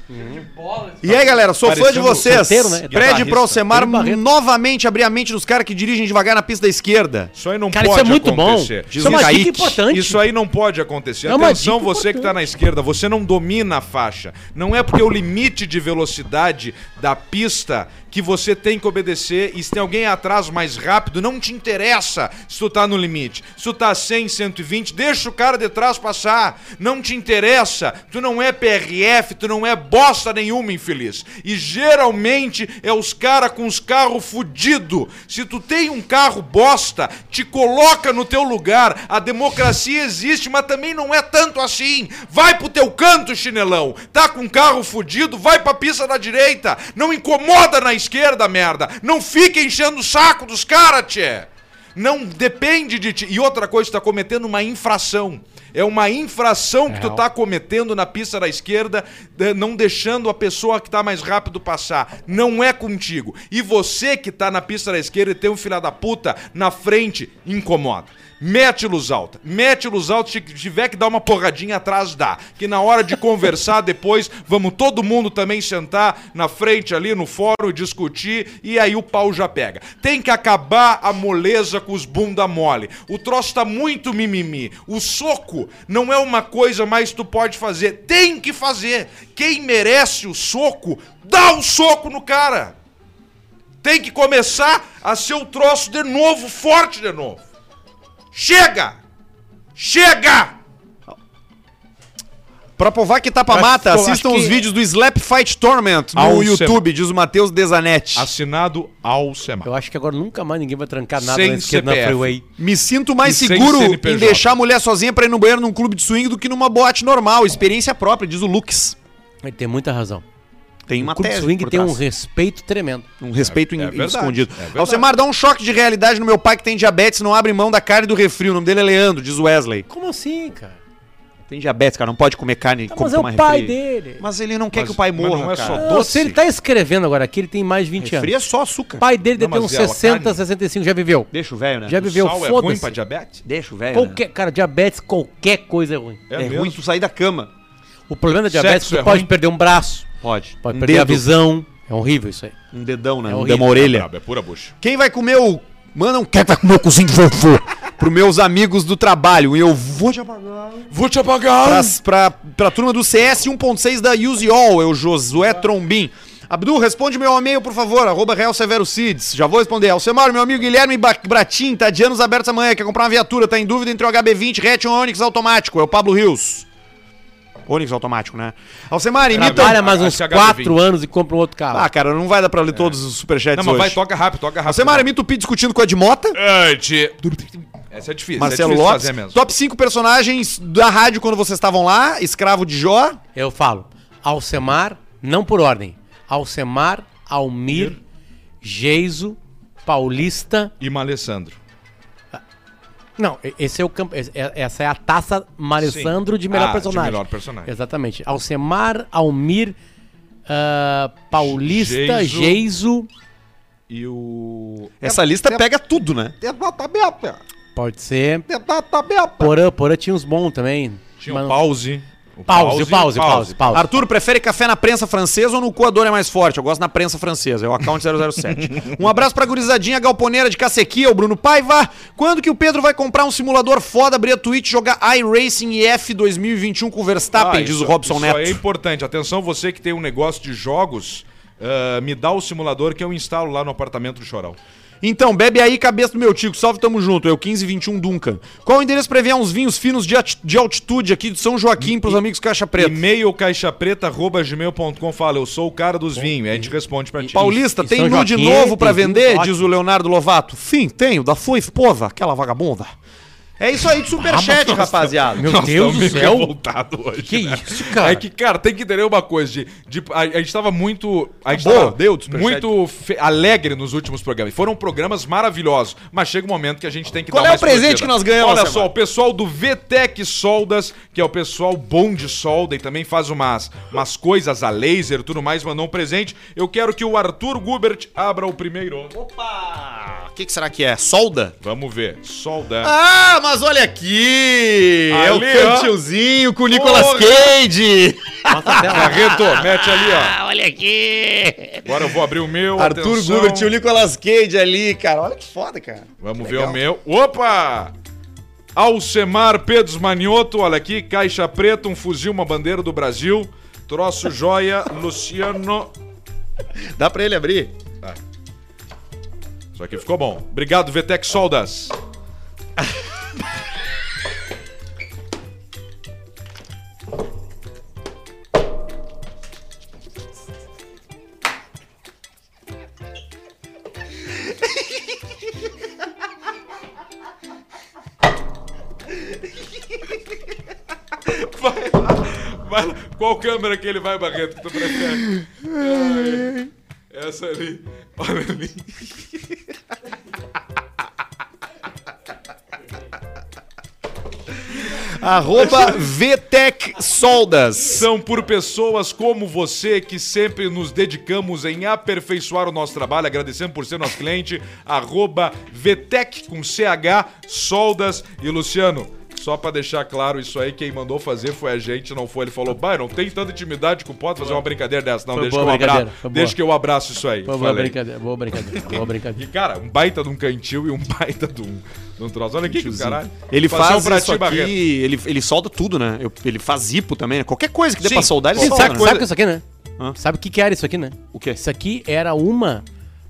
[SPEAKER 2] E aí, galera, sou fã de
[SPEAKER 1] Parecendo
[SPEAKER 2] vocês.
[SPEAKER 3] solteiro, né?
[SPEAKER 2] Pede
[SPEAKER 1] Guitarrista.
[SPEAKER 2] pro Alcemar
[SPEAKER 3] Tem barreto.
[SPEAKER 2] novamente abrir a mente dos caras que dirigem devagar na pista da esquerda.
[SPEAKER 1] Isso aí não
[SPEAKER 3] Cara,
[SPEAKER 1] pode
[SPEAKER 3] isso é muito
[SPEAKER 1] acontecer.
[SPEAKER 3] bom. Isso é uma
[SPEAKER 2] Diz
[SPEAKER 3] dica
[SPEAKER 2] Kaique.
[SPEAKER 3] importante.
[SPEAKER 1] Isso aí não pode acontecer.
[SPEAKER 3] É uma
[SPEAKER 1] Atenção,
[SPEAKER 3] dica
[SPEAKER 1] você que está na esquerda, você não domina a faixa. Não é porque é o limite de velocidade da pista que você tem que obedecer e se tem alguém atrás mais rápido, não te interessa se tu tá no limite. Se tu tá 100, 120, deixa o cara de trás passar. Não te interessa. Tu não é PRF, tu não é bosta nenhuma, infeliz. E geralmente é os caras com os carros fudido. Se tu tem um carro bosta, te coloca no teu lugar. A democracia existe, mas também não é tanto assim. Vai pro teu canto, chinelão. Tá com um carro fudido, vai pra pista da direita. Não incomoda na esquerda, merda. Não fica enchendo o saco dos caras, tchê. Não depende de ti. E outra coisa, tu tá cometendo uma infração. É uma infração que tu tá cometendo na pista da esquerda, eh, não deixando a pessoa que tá mais rápido passar. Não é contigo. E você que tá na pista da esquerda e tem um filho da puta na frente, incomoda. Mete luz alta, mete luz alta. Se tiver que dar uma porradinha atrás, dá. Que na hora de conversar depois, vamos todo mundo também sentar na frente ali no fórum e discutir. E aí o pau já pega. Tem que acabar a moleza com os bunda mole. O troço tá muito mimimi. O soco não é uma coisa mais que tu pode fazer. Tem que fazer. Quem merece o soco, dá o soco no cara. Tem que começar a ser o troço de novo, forte de novo. Chega! Chega!
[SPEAKER 2] Pra provar que tapa mata,
[SPEAKER 3] Acho que-
[SPEAKER 2] assistam
[SPEAKER 3] acho
[SPEAKER 2] os
[SPEAKER 3] que-
[SPEAKER 2] vídeos do Slap Fight Tournament no
[SPEAKER 1] Alcemar.
[SPEAKER 2] YouTube, diz o Matheus Desanetti.
[SPEAKER 1] Assinado Alcemar.
[SPEAKER 3] Eu acho que agora nunca mais ninguém vai trancar nada
[SPEAKER 1] Sem
[SPEAKER 3] na esquerda na
[SPEAKER 1] CPF.
[SPEAKER 3] freeway.
[SPEAKER 2] Me sinto mais
[SPEAKER 1] E sem
[SPEAKER 2] seguro
[SPEAKER 1] CNPJ.
[SPEAKER 2] em deixar a mulher sozinha pra ir no banheiro num clube de swing do que numa boate normal. Experiência própria, diz o Lux.
[SPEAKER 3] Ele tem muita razão.
[SPEAKER 2] Tem
[SPEAKER 3] O
[SPEAKER 2] uma
[SPEAKER 3] Clube
[SPEAKER 2] tese
[SPEAKER 3] Swing
[SPEAKER 2] por
[SPEAKER 3] tem um
[SPEAKER 2] trás.
[SPEAKER 3] respeito tremendo.
[SPEAKER 2] um respeito
[SPEAKER 1] É- é
[SPEAKER 2] in-
[SPEAKER 1] verdade,
[SPEAKER 2] escondido.
[SPEAKER 1] é verdade.
[SPEAKER 2] Alcemar, dá um choque de realidade no meu pai que tem diabetes, não abre mão da carne e do refri. O nome dele é Leandro, diz o Wesley.
[SPEAKER 3] Como assim, cara?
[SPEAKER 2] Tem diabetes, cara, não pode comer carne,
[SPEAKER 3] Tá,
[SPEAKER 2] como
[SPEAKER 3] mas é o
[SPEAKER 2] tomar
[SPEAKER 3] pai
[SPEAKER 2] refri.
[SPEAKER 3] dele.
[SPEAKER 2] Mas ele não quer
[SPEAKER 1] Mas-
[SPEAKER 2] que o pai
[SPEAKER 1] mas
[SPEAKER 2] morra,
[SPEAKER 1] não é
[SPEAKER 2] cara.
[SPEAKER 1] só
[SPEAKER 3] Não, se ele tá escrevendo agora aqui, ele tem mais de 20
[SPEAKER 2] Refri
[SPEAKER 3] anos.
[SPEAKER 2] é só açúcar.
[SPEAKER 3] O pai dele deve
[SPEAKER 1] Não,
[SPEAKER 3] ter uns
[SPEAKER 1] mas é, a
[SPEAKER 3] 60,
[SPEAKER 1] carne-
[SPEAKER 3] 65, já viveu.
[SPEAKER 2] Deixa o velho, né?
[SPEAKER 3] Já viveu,
[SPEAKER 1] Sal é ruim pra
[SPEAKER 3] foda-se.
[SPEAKER 1] diabetes?
[SPEAKER 2] Deixa o velho. né?
[SPEAKER 3] Qualquer, cara, diabetes, qualquer coisa é ruim.
[SPEAKER 1] É,
[SPEAKER 2] É,
[SPEAKER 1] mesmo?
[SPEAKER 2] ruim tu sair da cama.
[SPEAKER 3] O problema da diabetes
[SPEAKER 1] Sexo
[SPEAKER 3] é que
[SPEAKER 1] é
[SPEAKER 3] tu pode
[SPEAKER 1] ruim?
[SPEAKER 3] perder um braço,
[SPEAKER 2] Pode.
[SPEAKER 3] pode
[SPEAKER 2] um
[SPEAKER 3] perder a
[SPEAKER 2] dedo,
[SPEAKER 3] visão. É horrível isso aí.
[SPEAKER 2] um dedão, né?
[SPEAKER 3] É
[SPEAKER 2] um
[SPEAKER 3] horrível.
[SPEAKER 2] da uma orelha.
[SPEAKER 1] É pura bucha.
[SPEAKER 2] Quem vai comer o. Manda um quer que vai comer o cozinho de vovô. Pros meus amigos do trabalho. E eu vou te apagar.
[SPEAKER 1] Vou te apagar!
[SPEAKER 2] Pra, pra, pra turma do CS 1.6 da Use All, é o Josué Trombin. Abdu, responde meu e-mail, por favor, arroba Real Severo Cids. Já vou responder. Alcemar, meu amigo Guilherme Ba- Bratin, tá de anos abertos amanhã, quer comprar uma viatura, tá em dúvida entre o HB20 Hatch ou Onix automático. É o Pablo Rios. Onix automático, né? Alcemar,
[SPEAKER 1] Então,
[SPEAKER 2] imita...
[SPEAKER 3] Trabalha mais uns
[SPEAKER 1] HB20.
[SPEAKER 3] 4 anos e compra um outro carro.
[SPEAKER 2] Ah, cara, não vai dar pra ler todos os superchats
[SPEAKER 1] É. Não, mas
[SPEAKER 2] hoje.
[SPEAKER 1] vai, toca rápido, toca rápido.
[SPEAKER 2] Alcemar, imita o Pi discutindo com a Edmota.
[SPEAKER 1] Ai, tchê. Essa é difícil,
[SPEAKER 2] Marcelo
[SPEAKER 1] é difícil
[SPEAKER 2] Lopes.
[SPEAKER 1] fazer mesmo.
[SPEAKER 2] Top 5 personagens da rádio quando vocês estavam lá. Escravo de Jó.
[SPEAKER 3] Eu falo, Alcemar, não por ordem. Alcemar, Almir, Geiso, Paulista.
[SPEAKER 1] E Malessandro.
[SPEAKER 3] Não, e- esse é o campo. esse- é- Essa é a taça Malessandro
[SPEAKER 1] Sim.
[SPEAKER 3] de melhor
[SPEAKER 1] Ah, de
[SPEAKER 3] personagem.
[SPEAKER 1] melhor personagem.
[SPEAKER 3] Exatamente. Alcemar, Almir, ah, Paulista,
[SPEAKER 1] Geiso.
[SPEAKER 3] Geiso.
[SPEAKER 1] E o...
[SPEAKER 2] Essa lista pega tudo, né?
[SPEAKER 3] Pode ser. Porã, Porã tinha uns bons também.
[SPEAKER 1] Tinha
[SPEAKER 3] Mas
[SPEAKER 1] o
[SPEAKER 3] não-
[SPEAKER 1] Pause. O
[SPEAKER 3] Pause, pause, pause, pause, pause.
[SPEAKER 2] Arthur, prefere café na prensa francesa ou no coador é mais forte? Eu gosto na prensa francesa, é o account 007. um abraço pra gurizadinha galponeira de Cacequia, o Bruno Paiva. Quando que o Pedro vai comprar um simulador foda, abrir a Twitch, jogar iRacing e F 2021 com o Verstappen,
[SPEAKER 1] Ah,
[SPEAKER 2] diz
[SPEAKER 1] isso-
[SPEAKER 2] o Robson
[SPEAKER 1] isso
[SPEAKER 2] Neto.
[SPEAKER 1] aí é importante. Atenção, você que tem um negócio de jogos, ah, me dá o simulador que eu instalo lá no apartamento do Chorão.
[SPEAKER 2] Então, bebe aí, cabeça do meu tico. Salve, tamo junto. É o 1521 Duncan. Qual o endereço pra enviar uns vinhos finos de, ati- de altitude aqui de São Joaquim pros amigos Caixa Preta?
[SPEAKER 1] E-mail caixapreta.gmail.com fala, eu sou o cara dos vinhos. Aí a gente responde pra ti.
[SPEAKER 2] Paulista,
[SPEAKER 3] Em
[SPEAKER 2] tem
[SPEAKER 3] São
[SPEAKER 2] nude
[SPEAKER 3] Joaquim,
[SPEAKER 2] novo pra
[SPEAKER 3] tem
[SPEAKER 2] vender?
[SPEAKER 3] vinho,
[SPEAKER 2] Diz o Leonardo Lovato. Sim, tenho, da sua esposa, aquela vagabunda. É isso aí de superchat, rapaziada.
[SPEAKER 3] Meu
[SPEAKER 1] Nós
[SPEAKER 3] Deus
[SPEAKER 1] estamos
[SPEAKER 3] do
[SPEAKER 1] tá meio
[SPEAKER 3] céu.
[SPEAKER 4] Voltado hoje.
[SPEAKER 3] Que isso, cara?
[SPEAKER 1] É que, cara, tem que entender uma coisa. De, de- a, a gente tava muito. A gente
[SPEAKER 2] Boa,
[SPEAKER 1] tava
[SPEAKER 2] deu de superchat.
[SPEAKER 1] muito fe- alegre nos últimos programas. Foram programas maravilhosos. Mas chega um momento que a gente tem que
[SPEAKER 2] Qual
[SPEAKER 1] dar
[SPEAKER 2] é
[SPEAKER 1] uma
[SPEAKER 2] o presente
[SPEAKER 1] explodida.
[SPEAKER 2] que nós ganhamos
[SPEAKER 1] Olha
[SPEAKER 2] essa
[SPEAKER 1] só, o pessoal do VTEC Soldas, que é o pessoal bom de solda e também faz umas, umas coisas a laser e tudo mais, mandou um presente. Eu quero que o Arthur Gubert abra o primeiro.
[SPEAKER 2] Opa! O que, que será que é? Solda?
[SPEAKER 1] Vamos ver. Solda.
[SPEAKER 2] Ah, mas olha aqui! é o
[SPEAKER 1] Ali, ó.
[SPEAKER 2] cantilzinho com o Nicolas
[SPEAKER 1] Porra.
[SPEAKER 2] Cage!
[SPEAKER 3] Nossa, até lá.
[SPEAKER 1] Barreto, mete ali, ó.
[SPEAKER 5] Ah, Olha aqui!
[SPEAKER 1] Agora eu vou abrir o meu.
[SPEAKER 2] Arthur
[SPEAKER 1] atenção.
[SPEAKER 2] Gubert e o Nicolas Cage ali, cara. Olha que foda, cara.
[SPEAKER 1] Vamos
[SPEAKER 2] Que
[SPEAKER 1] ver
[SPEAKER 2] legal.
[SPEAKER 1] o meu. Opa! Alcemar Pedros Manioto, olha aqui, caixa preta, um fuzil, uma bandeira do Brasil. Troço joia, Luciano.
[SPEAKER 2] Dá pra ele abrir?
[SPEAKER 1] Isso aqui ficou bom. Obrigado, Vetec Soldas. Vai lá. Vai lá. Qual câmera que ele vai, Barreto, que tu prefere? Ai, Essa ali. Olha ali.
[SPEAKER 2] Arroba VTEC Soldas.
[SPEAKER 1] São por pessoas como você que sempre nos dedicamos em aperfeiçoar o nosso trabalho. Agradecendo por ser nosso cliente. Arroba VTEC com CH, Soldas e Luciano. Só pra deixar claro isso aí, quem mandou fazer foi a gente, não foi. Ele falou, bai, não tem tanta intimidade com o Potter fazer uma brincadeira dessa. Não,
[SPEAKER 3] Foi
[SPEAKER 1] deixa que,
[SPEAKER 3] boa
[SPEAKER 1] eu abraço,
[SPEAKER 3] brincadeira, foi boa.
[SPEAKER 1] deixa que eu abraço isso aí.
[SPEAKER 3] Boa, boa
[SPEAKER 1] Falei.
[SPEAKER 3] brincadeira, boa brincadeira, boa brincadeira.
[SPEAKER 1] E, cara, um baita de um cantil e um baita de um, de um troço. Olha aqui, que caralho.
[SPEAKER 2] Ele
[SPEAKER 1] Passar
[SPEAKER 2] faz
[SPEAKER 1] um pra
[SPEAKER 2] isso
[SPEAKER 1] ti,
[SPEAKER 2] aqui,
[SPEAKER 1] Barreto.
[SPEAKER 2] ele, ele solda tudo, né? Eu- ele faz zipo também, né? Qualquer coisa que dê
[SPEAKER 1] Sim,
[SPEAKER 2] pra soldar, ele
[SPEAKER 3] Sim,
[SPEAKER 2] solda.
[SPEAKER 3] sabe,
[SPEAKER 2] né?
[SPEAKER 3] sabe o que é isso aqui, né?
[SPEAKER 2] Hã?
[SPEAKER 3] Sabe o que, que era isso aqui, né?
[SPEAKER 2] O quê?
[SPEAKER 3] Isso aqui era uma.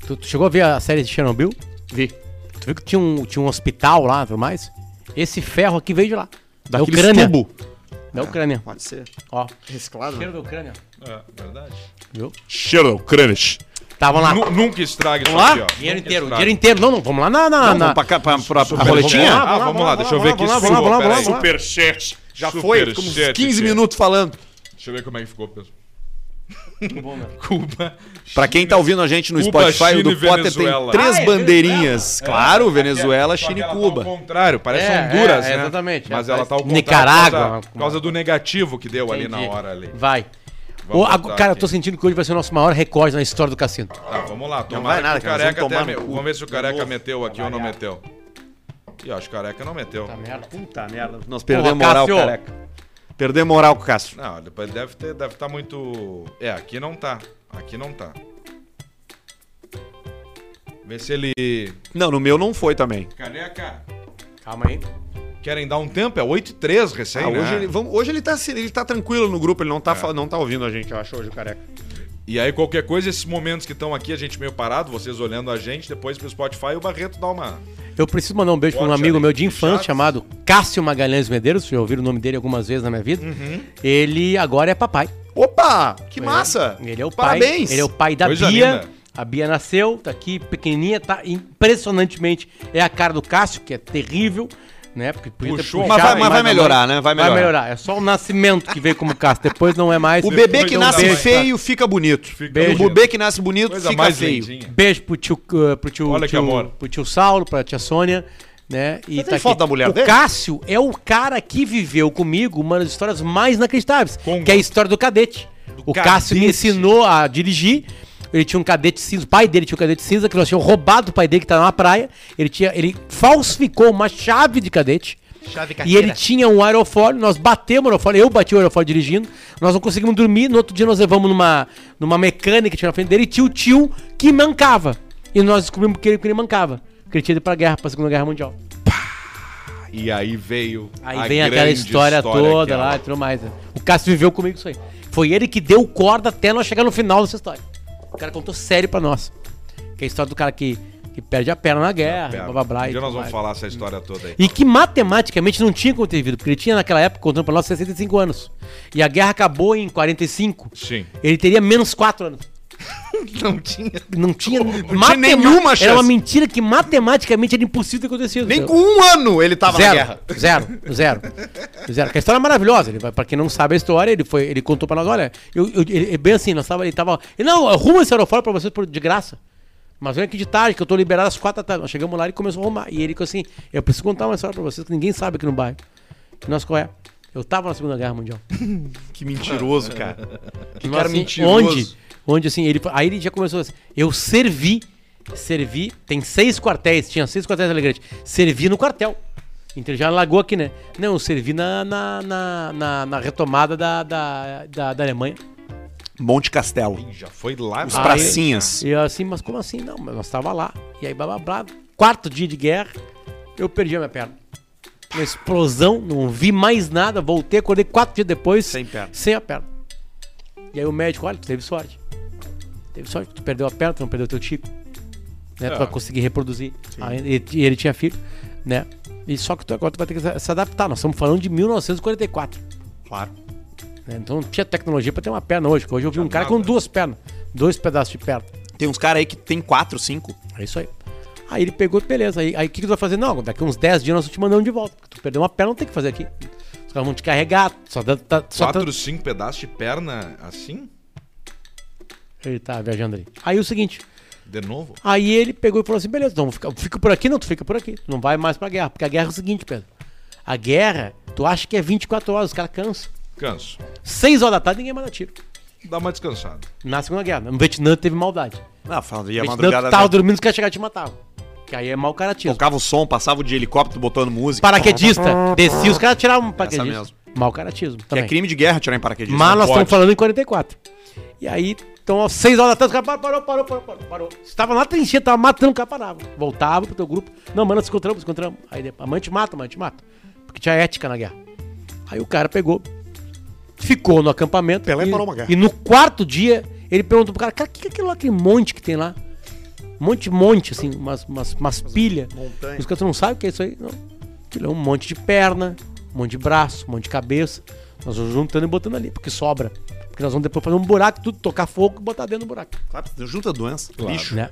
[SPEAKER 3] Tu, tu chegou a ver a série de Chernobyl?
[SPEAKER 2] Vi.
[SPEAKER 3] Tu viu que tinha um, tinha um hospital lá e tudo mais? Esse ferro aqui veio de lá. Da
[SPEAKER 2] Daqueles
[SPEAKER 3] Ucrânia.
[SPEAKER 2] tubo. Ah.
[SPEAKER 3] Da Ucrânia.
[SPEAKER 2] Pode ser.
[SPEAKER 3] Ó.
[SPEAKER 2] Reciclado.
[SPEAKER 3] Cheiro da Ucrânia.
[SPEAKER 1] É, verdade.
[SPEAKER 3] Viu?
[SPEAKER 4] Cheiro ao crunch.
[SPEAKER 3] Tavam lá.
[SPEAKER 1] Nu- nunca estrague isso
[SPEAKER 3] Vamos
[SPEAKER 1] aqui,
[SPEAKER 3] lá?
[SPEAKER 1] ó.
[SPEAKER 3] Dinheiro
[SPEAKER 1] Nunca
[SPEAKER 3] inteiro,
[SPEAKER 1] estrague.
[SPEAKER 3] dinheiro inteiro. Não, não, vamos lá na. na,
[SPEAKER 2] Não,
[SPEAKER 3] na...
[SPEAKER 2] vamos pra, cá, pra, pra, pra
[SPEAKER 1] Vamos lá,
[SPEAKER 2] roletinha?
[SPEAKER 1] Ah, vamos lá, deixa eu ver aqui.
[SPEAKER 3] Vamos lá, vamos lá, vamos lá, vamos lá, vamos lá.
[SPEAKER 4] Superchat.
[SPEAKER 2] Já foi, ficamos uns 15 minutos falando.
[SPEAKER 1] Deixa eu ver como é que ficou, pessoal.
[SPEAKER 2] né?
[SPEAKER 1] Cuba.
[SPEAKER 2] Pra quem tá ouvindo a gente no
[SPEAKER 1] Cuba,
[SPEAKER 2] Spotify,
[SPEAKER 1] China
[SPEAKER 2] o
[SPEAKER 1] e
[SPEAKER 2] do Potter
[SPEAKER 1] Venezuela.
[SPEAKER 2] tem três
[SPEAKER 3] Ah, é
[SPEAKER 2] bandeirinhas.
[SPEAKER 1] É,
[SPEAKER 2] Claro, Venezuela,
[SPEAKER 1] Só
[SPEAKER 2] China
[SPEAKER 1] que
[SPEAKER 2] e
[SPEAKER 1] ela tá
[SPEAKER 2] Cuba.
[SPEAKER 1] ao contrário, parece
[SPEAKER 3] É,
[SPEAKER 1] Honduras,
[SPEAKER 3] é,
[SPEAKER 1] né?
[SPEAKER 3] exatamente.
[SPEAKER 1] Mas
[SPEAKER 3] É,
[SPEAKER 1] ela
[SPEAKER 3] parece-
[SPEAKER 1] tá ao contrário.
[SPEAKER 3] Nicarágua.
[SPEAKER 1] Por causa, por causa do negativo que deu ali na
[SPEAKER 3] Entendi.
[SPEAKER 1] hora ali.
[SPEAKER 3] Vai.
[SPEAKER 1] Vamos
[SPEAKER 3] Ô, agora-
[SPEAKER 1] botar
[SPEAKER 3] cara,
[SPEAKER 1] aqui.
[SPEAKER 3] eu tô sentindo que hoje vai ser o nosso maior recorde na história do cassino.
[SPEAKER 1] Tá, vamos lá. Tomara
[SPEAKER 2] vai nada,
[SPEAKER 1] que o
[SPEAKER 2] cara,
[SPEAKER 1] careca
[SPEAKER 2] nós vamos
[SPEAKER 1] até
[SPEAKER 2] tomar no
[SPEAKER 1] me-
[SPEAKER 2] cu.
[SPEAKER 1] Vamos ver se o
[SPEAKER 2] De
[SPEAKER 1] careca
[SPEAKER 2] novo.
[SPEAKER 1] meteu aqui ou não meteu. Ih, acho que o careca não
[SPEAKER 2] Tá
[SPEAKER 1] meteu. tá,
[SPEAKER 2] Puta merda. Nós perdemos
[SPEAKER 3] Porra,
[SPEAKER 2] moral,
[SPEAKER 3] Cássio.
[SPEAKER 2] careca. Perdemos moral com o Cássio.
[SPEAKER 1] Não, ele ele deve ter, deve estar muito. É, aqui não tá. Aqui não tá. Vê se ele.
[SPEAKER 2] Não, no meu não foi também.
[SPEAKER 1] Careca!
[SPEAKER 3] Calma aí.
[SPEAKER 1] Querem dar um tempo? É 8 e 3 recém,
[SPEAKER 2] Ah,
[SPEAKER 1] né? É.
[SPEAKER 2] hoje, ele, vamos, hoje ele, tá, se- ele tá tranquilo no grupo, ele não tá, fa- não tá ouvindo a gente, eu acho, hoje o careca.
[SPEAKER 1] E aí, qualquer coisa, esses momentos que estão aqui, a gente meio parado, vocês olhando a gente, depois pro Spotify, o Barreto dá uma.
[SPEAKER 3] Eu preciso mandar um beijo para um
[SPEAKER 1] Forte
[SPEAKER 3] amigo
[SPEAKER 1] abraço.
[SPEAKER 3] meu de infância
[SPEAKER 1] Chaves.
[SPEAKER 3] chamado Cássio Magalhães Medeiros. Já ouviram o nome dele algumas vezes na minha vida. Ele agora é papai.
[SPEAKER 2] Opa, que massa!
[SPEAKER 3] Ele é o pai.
[SPEAKER 2] Parabéns!
[SPEAKER 3] Ele é o pai da
[SPEAKER 1] Coisa
[SPEAKER 3] Bia.
[SPEAKER 1] linda.
[SPEAKER 3] A Bia nasceu, tá aqui pequenininha, tá impressionantemente. É a cara do Cássio, que é terrível, né? Porque podia ter
[SPEAKER 1] Puxou.
[SPEAKER 2] Mas vai- mas vai
[SPEAKER 3] a mãe-
[SPEAKER 2] melhorar, né? Vai
[SPEAKER 3] Vai
[SPEAKER 2] melhorar.
[SPEAKER 3] melhorar. É só o nascimento que veio como Cássio. Depois não é mais.
[SPEAKER 2] O bebê que
[SPEAKER 1] Depois
[SPEAKER 2] nasce
[SPEAKER 1] dá um
[SPEAKER 2] feio fica bonito.
[SPEAKER 1] Beijo.
[SPEAKER 2] O bebê que nasce bonito
[SPEAKER 1] Coisa
[SPEAKER 2] fica
[SPEAKER 1] mais
[SPEAKER 2] feio.
[SPEAKER 1] lindinha.
[SPEAKER 3] Beijo pro tio, uh, pro tio,
[SPEAKER 1] Olha que
[SPEAKER 3] tio-
[SPEAKER 1] amor.
[SPEAKER 3] pro tio Saulo, pra tia Sônia, né? E
[SPEAKER 2] Você tem foto da mulher
[SPEAKER 3] o
[SPEAKER 2] dele?
[SPEAKER 3] Cássio é o cara que viveu comigo uma das histórias mais inacreditáveis,
[SPEAKER 1] Como?
[SPEAKER 3] que é a história do cadete. o Cássio me
[SPEAKER 1] cadete?
[SPEAKER 3] ensinou a dirigir. Ele tinha um cadete cinza, o pai dele tinha um cadete cinza que nós tínhamos roubado o pai dele que tava na praia. Ele tinha, ele falsificou uma chave de cadete. E ele tinha um aerofólio, nós batemos o aerofólio, eu bati o aerofólio dirigindo, nós não conseguimos dormir, no outro dia nós levamos numa, numa mecânica que tinha na frente dele e tinha o tio que mancava. E nós descobrimos que ele, que ele mancava, que ele tinha ido pra guerra, pra Segunda Guerra Mundial.
[SPEAKER 1] E aí veio.
[SPEAKER 3] Aí
[SPEAKER 1] a
[SPEAKER 3] vem aquela
[SPEAKER 1] grande é
[SPEAKER 3] história, toda
[SPEAKER 1] aquela.
[SPEAKER 3] lá e tudo mais. né? O Cássio viveu comigo isso aí. Foi ele que deu corda até nós chegar no final dessa história. O cara contou sério pra nós. Que é a história do cara que, que perde a perna na guerra,
[SPEAKER 1] Pera,
[SPEAKER 3] é blá blá blá.
[SPEAKER 1] um
[SPEAKER 3] e
[SPEAKER 1] dia
[SPEAKER 3] tudo
[SPEAKER 1] nós vamos
[SPEAKER 3] mais.
[SPEAKER 1] falar essa história toda aí.
[SPEAKER 3] E que matematicamente não tinha contribuído, porque ele tinha naquela época, contando pra nós, 65 anos. E a guerra acabou em 45.
[SPEAKER 1] Sim.
[SPEAKER 3] Ele teria menos 4 anos.
[SPEAKER 1] Não tinha.
[SPEAKER 3] Não tinha,
[SPEAKER 2] tinha nenhuma chance.
[SPEAKER 3] Era uma mentira que matematicamente era impossível ter acontecido.
[SPEAKER 2] Nem
[SPEAKER 3] entendeu?
[SPEAKER 2] com um ano ele tava na
[SPEAKER 3] Zero,
[SPEAKER 2] guerra.
[SPEAKER 3] zero, zero, zero. Que a história é maravilhosa. Ele, vai- pra quem não sabe a história, ele foi, ele contou pra nós, olha, eu, eu- ele, é bem assim, nós tava, ele tava, ele, não, arruma esse aerofólio pra vocês por- de graça. Mas vem aqui de tarde, que eu tô liberado às quatro da tarde. Nós chegamos lá e ele começou a arrumar. E ele ficou assim, eu preciso contar uma história pra vocês que ninguém sabe aqui no bairro. E nós qual é? Eu tava na Segunda Guerra Mundial.
[SPEAKER 2] Que mentiroso, cara. Que
[SPEAKER 3] Nossa,
[SPEAKER 2] cara
[SPEAKER 3] assim,
[SPEAKER 2] mentiroso.
[SPEAKER 3] Onde? Onde assim, ele, aí ele já começou assim, eu servi, servi, tem seis quartéis, tinha seis quartéis alegrete, servi no quartel. Então ele já largou aqui, né? Não, eu servi na, na, na, na- na retomada da, da, da, da Alemanha.
[SPEAKER 2] Monte Castelo.
[SPEAKER 1] Já foi lá.
[SPEAKER 2] Os
[SPEAKER 3] Ah,
[SPEAKER 2] pracinhas.
[SPEAKER 3] E eu assim, mas como assim? Não, mas nós tava lá. E aí, blá, blá, blá. Quarto dia de guerra, eu perdi a minha perna. Uma explosão, não vi mais nada, voltei, acordei quatro dias depois.
[SPEAKER 2] Sem perna.
[SPEAKER 3] Sem a perna. E aí o médico, olha, tu teve sorte. Teve sorte, tu perdeu a perna, tu não perdeu teu tico. Né?
[SPEAKER 2] É.
[SPEAKER 3] Tu vai conseguir reproduzir. Aí, e, e ele tinha filho, né? E só que tu agora tu vai ter que se- se adaptar. Nós estamos falando de 1944.
[SPEAKER 2] Claro.
[SPEAKER 3] né? Então não tinha tecnologia pra ter uma perna hoje. que Hoje eu vi um cara com duas pernas, dois pedaços de perna.
[SPEAKER 2] Tem uns caras aí que tem quatro, cinco.
[SPEAKER 3] É isso aí. Aí ele pegou, beleza. Aí aí o que, que tu vai fazer? Não, daqui uns 10 dias nós vamos te mandamos de volta. porque Tu perdeu uma perna, não tem o que fazer aqui. Os caras vão te carregar. Só dá, tá, só tá-
[SPEAKER 1] Quatro, cinco pedaços de perna assim?
[SPEAKER 3] Ele tá viajando ali. Aí o seguinte.
[SPEAKER 1] De novo?
[SPEAKER 3] Aí ele pegou e falou assim: beleza, então fica, fica por aqui, não, tu fica por aqui. Tu não vai mais pra guerra. Porque a guerra é o seguinte, Pedro. A guerra, tu acha que é 24 horas, os caras cansam.
[SPEAKER 1] Canso.
[SPEAKER 3] 6 horas da tarde ninguém manda tiro.
[SPEAKER 1] Dá uma descansada.
[SPEAKER 3] Na Segunda Guerra. No Vietnã teve maldade.
[SPEAKER 2] Ah, falando, ia
[SPEAKER 3] No Vietnã
[SPEAKER 2] madrugada.
[SPEAKER 3] tu tava
[SPEAKER 2] né?
[SPEAKER 3] dormindo, os caras chegaram e te matavam. Que aí é mau caratismo.
[SPEAKER 2] Tocava o som, passava o de helicóptero botando música.
[SPEAKER 3] Paraquedista. Descia, os caras tiravam um paraquedista.
[SPEAKER 2] mesmo.
[SPEAKER 3] Mau caratismo.
[SPEAKER 2] Que
[SPEAKER 3] Também.
[SPEAKER 2] é crime de guerra tirar em paraquedista.
[SPEAKER 3] Mas nós
[SPEAKER 2] Pode.
[SPEAKER 3] estamos falando em 44. E aí, então, às 6 horas da tarde, os caras parou, parou, parou, parou, parou. Você tava lá trincheira, tava matando, o cara parava. Voltava pro teu grupo. Não, mano, nos encontramos, nos encontramos. Aí depois, a mãe te mata, a mãe te mata. Porque tinha ética na guerra. Aí o cara pegou, ficou no acampamento.
[SPEAKER 2] Pelé
[SPEAKER 3] e,
[SPEAKER 2] parou uma guerra.
[SPEAKER 3] E no quarto dia, ele perguntou pro cara, cara, o que que é aquilo lá, aquele monte que tem lá? Monte, monte, assim, umas, umas, umas pilhas.
[SPEAKER 2] montanha.
[SPEAKER 3] Os caras não sabem o que é isso aí. Não. Aquilo é um monte de perna, um monte de braço, um monte de cabeça. Nós vamos juntando e botando ali, porque sobra. Porque nós vamos depois fazer um buraco, tudo, tocar fogo e botar dentro do buraco.
[SPEAKER 2] Claro, junta doença. Lixo.
[SPEAKER 3] Né?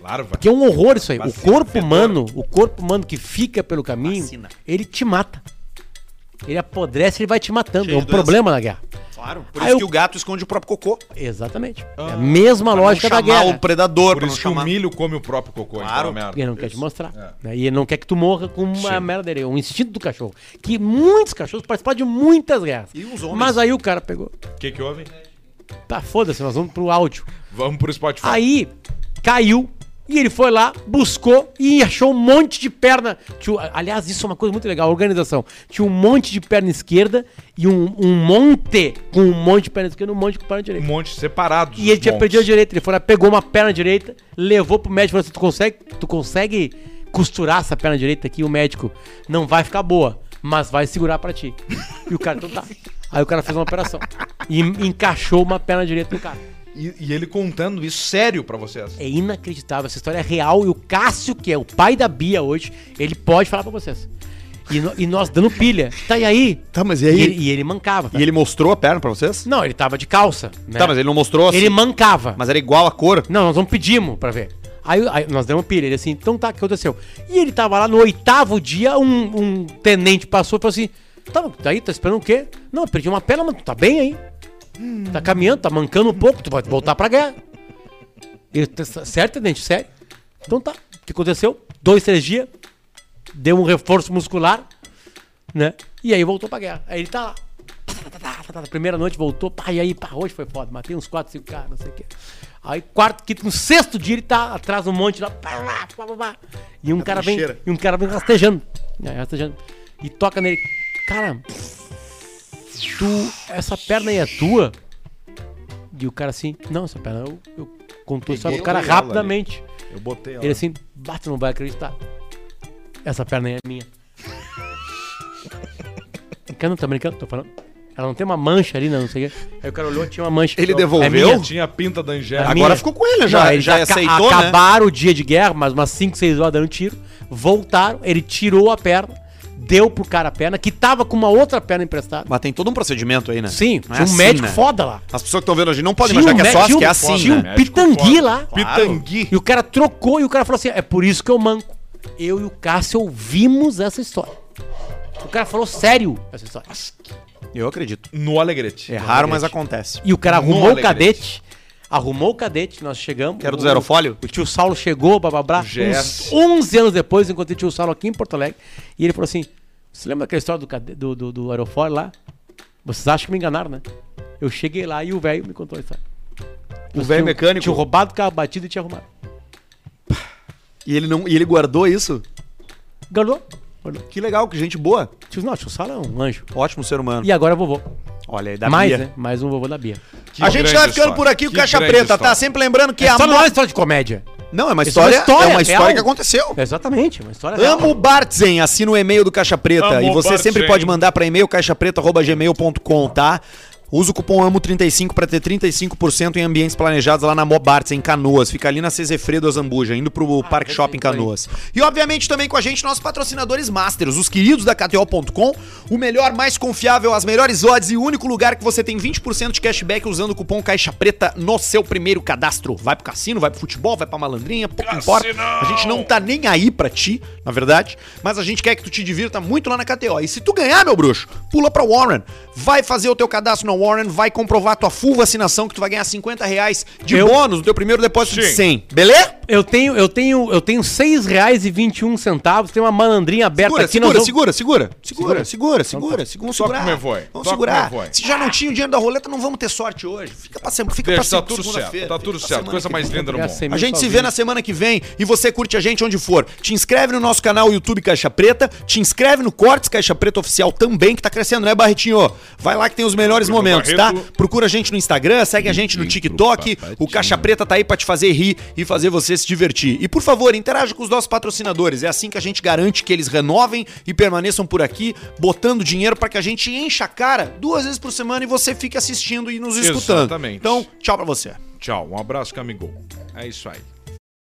[SPEAKER 1] Larva.
[SPEAKER 3] Porque é um horror isso aí. o
[SPEAKER 1] Vacina,
[SPEAKER 3] corpo
[SPEAKER 1] fedor.
[SPEAKER 3] humano, o corpo humano que fica pelo caminho,
[SPEAKER 2] Vacina.
[SPEAKER 3] ele te mata. Ele apodrece, ele vai te matando.
[SPEAKER 2] Cheio
[SPEAKER 3] é um
[SPEAKER 2] de doença.
[SPEAKER 3] problema na guerra.
[SPEAKER 2] Claro. Por
[SPEAKER 3] Ah,
[SPEAKER 2] isso
[SPEAKER 3] eu-
[SPEAKER 2] que o gato esconde o próprio cocô.
[SPEAKER 3] Exatamente.
[SPEAKER 2] Ah,
[SPEAKER 3] é a mesma lógica da guerra.
[SPEAKER 2] o predador,
[SPEAKER 1] Por
[SPEAKER 2] pra
[SPEAKER 1] isso
[SPEAKER 2] não
[SPEAKER 1] que
[SPEAKER 2] chamar.
[SPEAKER 1] o milho come o próprio cocô. então,
[SPEAKER 2] Claro.
[SPEAKER 1] é merda.
[SPEAKER 3] Porque ele não quer te mostrar.
[SPEAKER 1] É.
[SPEAKER 3] né? E ele não quer que tu morra com uma merda dele. É um instinto do cachorro. Que muitos cachorros participam de muitas guerras.
[SPEAKER 2] E os homens?
[SPEAKER 3] Mas aí o cara pegou.
[SPEAKER 1] O que que houve?
[SPEAKER 3] Tá, foda-se, nós vamos pro áudio.
[SPEAKER 1] Vamos pro Spotify.
[SPEAKER 2] Ah,
[SPEAKER 3] Aí caiu. E ele foi lá, buscou e achou um monte de perna. Tinha- aliás, isso é uma coisa muito legal, a organização. Tinha um monte de perna esquerda e um, um monte com um monte de perna esquerda e um monte com perna
[SPEAKER 1] Um
[SPEAKER 3] direita.
[SPEAKER 1] monte separado.
[SPEAKER 3] E ele tinha perdido a direita. Ele foi lá, pegou uma perna direita, levou pro médico e falou assim: tu consegue, tu consegue costurar essa perna direita aqui? O médico não vai ficar boa, mas vai segurar pra ti. E o cara, então tá. Aí o cara fez uma operação e encaixou uma perna direita no cara.
[SPEAKER 1] E, e ele contando isso sério pra vocês.
[SPEAKER 3] É inacreditável, essa história é real e o Cássio, que é o pai da Bia hoje, ele pode falar pra vocês. E, no- e nós dando pilha. Tá, e aí?
[SPEAKER 2] Tá, mas
[SPEAKER 3] E ele, e ele mancava. tá?
[SPEAKER 2] E ele mostrou a perna pra vocês?
[SPEAKER 3] Não, ele tava de calça. né?
[SPEAKER 2] Tá, mas ele não mostrou assim.
[SPEAKER 3] Ele mancava.
[SPEAKER 2] Mas era igual a cor.
[SPEAKER 3] Não, nós vamos pedimos pra ver. Aí, aí nós demos pilha, ele assim, então tá, o que aconteceu? E ele tava lá no oitavo dia, um, um tenente passou e falou assim, tá, mas daí tá esperando o quê? Não, eu perdi uma perna, mas tu tá bem aí. Tá caminhando, tá mancando um pouco, tu vai voltar pra guerra. Ele, tá c- certo, tenente, sério? Então tá, o que aconteceu? Dois, três dias, deu um reforço muscular, né? E aí voltou pra guerra. Aí ele tá lá. Tá, tá, tá, tá, tá, tá. Primeira noite voltou, pá, e aí, pá, hoje foi foda, matei uns 4, 5 caras, não sei o quê. Aí, quarto, quinto, no sexto dia ele tá atrás de um monte lá, pá, lá, pá, pá, pá. E um cara vem,
[SPEAKER 2] trincheira.
[SPEAKER 3] e um cara vem rastejando, né, rastejando. E toca nele, cara, tu, essa perna aí é tua? E o cara assim, não, essa perna, eu, eu contou a história do
[SPEAKER 1] Peguei
[SPEAKER 3] cara
[SPEAKER 1] ela ali.
[SPEAKER 3] rapidamente.
[SPEAKER 1] Eu botei ela.
[SPEAKER 3] Ele assim, bate, não vai acreditar. Essa perna aí é minha. brincando, tá brincando? Tô falando. Ela não tem uma mancha ali, não, não sei o quê. Aí o cara olhou, tinha uma mancha.
[SPEAKER 2] Ele
[SPEAKER 3] É
[SPEAKER 2] devolveu?
[SPEAKER 3] minha.
[SPEAKER 1] Tinha a pinta da
[SPEAKER 3] É
[SPEAKER 1] Angélica.
[SPEAKER 2] Agora
[SPEAKER 3] minha.
[SPEAKER 2] ficou com ele, já-
[SPEAKER 3] eles
[SPEAKER 2] já
[SPEAKER 3] aca-
[SPEAKER 2] aceitou, né?
[SPEAKER 3] Acabaram o dia de guerra, mas umas 5, 6 horas dando tiro. Voltaram, ele tirou a perna, deu pro cara a perna, que tava com uma outra perna emprestada.
[SPEAKER 2] Mas tem todo um procedimento aí, né?
[SPEAKER 3] Sim,
[SPEAKER 2] Não é
[SPEAKER 3] tinha um
[SPEAKER 2] assim,
[SPEAKER 3] médico
[SPEAKER 2] né?
[SPEAKER 3] foda lá.
[SPEAKER 2] As pessoas que estão vendo hoje não podem
[SPEAKER 3] Tinha
[SPEAKER 2] imaginar que é
[SPEAKER 3] mé-
[SPEAKER 2] só
[SPEAKER 3] tinha
[SPEAKER 2] que é
[SPEAKER 3] um-
[SPEAKER 2] assim,
[SPEAKER 3] Tinha um
[SPEAKER 2] né?
[SPEAKER 3] pitangui lá.
[SPEAKER 1] Pitangui.
[SPEAKER 3] E o cara trocou e o cara falou assim: é por isso que eu manco. Eu e o Cássio ouvimos essa história. O cara falou sério essa história.
[SPEAKER 2] Eu acredito.
[SPEAKER 1] No Alegrete.
[SPEAKER 2] É raro, mas acontece.
[SPEAKER 3] E o cara
[SPEAKER 1] No
[SPEAKER 3] arrumou o
[SPEAKER 1] Alegrete.
[SPEAKER 3] cadete. Arrumou o cadete, nós chegamos.
[SPEAKER 2] Que era do
[SPEAKER 3] O-
[SPEAKER 2] Zerofólio?
[SPEAKER 3] O tio Saulo chegou, bababá.
[SPEAKER 1] Jess.
[SPEAKER 3] Uns 11 anos depois, eu encontrei o tio Saulo aqui em Porto Alegre. E ele falou assim: Você lembra aquela história do, cade- do, do, do aerofólio lá? Vocês acham que me enganaram, né? Eu cheguei lá e o velho me contou a história.
[SPEAKER 2] O velho mecânico?
[SPEAKER 3] Tinha roubado o carro batido e tinha arrumado.
[SPEAKER 2] E ele, não, e ele guardou isso?
[SPEAKER 3] Ganhou? Ganhou.
[SPEAKER 2] Que legal, que gente boa.
[SPEAKER 3] Tio, não, tio Saulo é um anjo.
[SPEAKER 2] Ótimo ser humano.
[SPEAKER 3] E agora vovô.
[SPEAKER 2] Olha aí, dá
[SPEAKER 3] Mais,
[SPEAKER 2] Bia.
[SPEAKER 3] né? Mais um vovô da Bia.
[SPEAKER 1] Que
[SPEAKER 2] a gente
[SPEAKER 1] grande
[SPEAKER 2] tá ficando
[SPEAKER 1] história.
[SPEAKER 2] por aqui o
[SPEAKER 1] Que
[SPEAKER 2] Caixa
[SPEAKER 1] grande
[SPEAKER 2] Preta, tá?
[SPEAKER 1] história.
[SPEAKER 2] Sempre lembrando que
[SPEAKER 3] É
[SPEAKER 2] a
[SPEAKER 3] só
[SPEAKER 2] mo-
[SPEAKER 3] não é uma história de comédia.
[SPEAKER 2] Não, é uma
[SPEAKER 3] Isso é uma
[SPEAKER 2] história,
[SPEAKER 3] história
[SPEAKER 2] é uma história
[SPEAKER 3] real.
[SPEAKER 2] que aconteceu.
[SPEAKER 3] Exatamente, uma história é real.
[SPEAKER 2] Amo Bartzen, assina o e-mail do Caixa Preta.
[SPEAKER 1] Amo
[SPEAKER 2] e você
[SPEAKER 1] Bartzen.
[SPEAKER 2] sempre pode mandar pra e-mail caixapreta.gmail.com, tá? Usa o cupom AMO35 pra ter 35% em ambientes planejados lá na Mobarts, em Canoas. Fica ali na Cezefredo Azambuja, indo pro Parque Shopping Canoas. E obviamente também com a gente nossos patrocinadores Masters, os queridos da KTO.com, o melhor, mais confiável, as melhores odds e o único lugar que você tem 20% de cashback usando o cupom Caixa Preta no seu primeiro cadastro. Vai pro cassino, vai pro futebol, vai pra malandrinha, pouco importa. A gente não tá nem aí pra ti, na verdade, mas a gente quer que tu te divirta muito lá na KTO. E se tu ganhar, meu bruxo, pula pra Warren. Vai fazer o teu cadastro na Warren, vai comprovar tua full vacinação que tu vai ganhar 50 reais de
[SPEAKER 3] Eu-
[SPEAKER 2] bônus no teu primeiro depósito de
[SPEAKER 1] Sim.
[SPEAKER 2] 100. Beleza?
[SPEAKER 3] Eu tenho, eu tenho, eu tenho seis reais e vinte e um centavos, tem uma malandrinha aberta
[SPEAKER 2] Segura,
[SPEAKER 3] aqui. nós
[SPEAKER 2] segura,
[SPEAKER 3] vamos-
[SPEAKER 2] segura, segura, segura, segura, segura, segura, vamos
[SPEAKER 1] Toca
[SPEAKER 2] segurar.
[SPEAKER 1] como é voz,
[SPEAKER 2] Vamos
[SPEAKER 1] toca
[SPEAKER 2] segurar.
[SPEAKER 1] como é voz.
[SPEAKER 2] Se já não tinha o dinheiro da roleta, não vamos ter sorte hoje. Fica pra semana, fica
[SPEAKER 1] Deixa,
[SPEAKER 2] pra
[SPEAKER 1] tá tudo
[SPEAKER 2] sem-
[SPEAKER 1] certo.
[SPEAKER 2] assim, segunda-feira,
[SPEAKER 1] Tá
[SPEAKER 2] fica
[SPEAKER 1] tudo
[SPEAKER 2] pra
[SPEAKER 1] certo.
[SPEAKER 2] semana
[SPEAKER 1] Coisa
[SPEAKER 2] que
[SPEAKER 1] mais
[SPEAKER 2] vem.
[SPEAKER 1] linda do
[SPEAKER 3] Pegar
[SPEAKER 1] mundo.
[SPEAKER 3] cem mil
[SPEAKER 2] A gente se
[SPEAKER 3] sozinho.
[SPEAKER 2] vê na semana que vem e você curte a gente onde for. Te inscreve no nosso canal YouTube Caixa Preta, te inscreve no Cortes Caixa Preta Oficial também, que tá crescendo, né, Barretinho? Vai lá que tem os melhores
[SPEAKER 1] Bruno
[SPEAKER 2] momentos, tá?
[SPEAKER 1] Barreto.
[SPEAKER 2] Procura a gente no Instagram, segue a gente no TikTok. O Caixa Preta tá aí pra te fazer rir e fazer você se divertir. E por favor, interaja com os nossos patrocinadores. É assim que a gente garante que eles renovem e permaneçam por aqui, botando dinheiro pra que a gente encha a cara duas vezes por semana e você fique assistindo e nos escutando.
[SPEAKER 1] Exatamente.
[SPEAKER 2] Então, tchau pra você.
[SPEAKER 1] Tchau, um abraço, Camigol. É isso aí.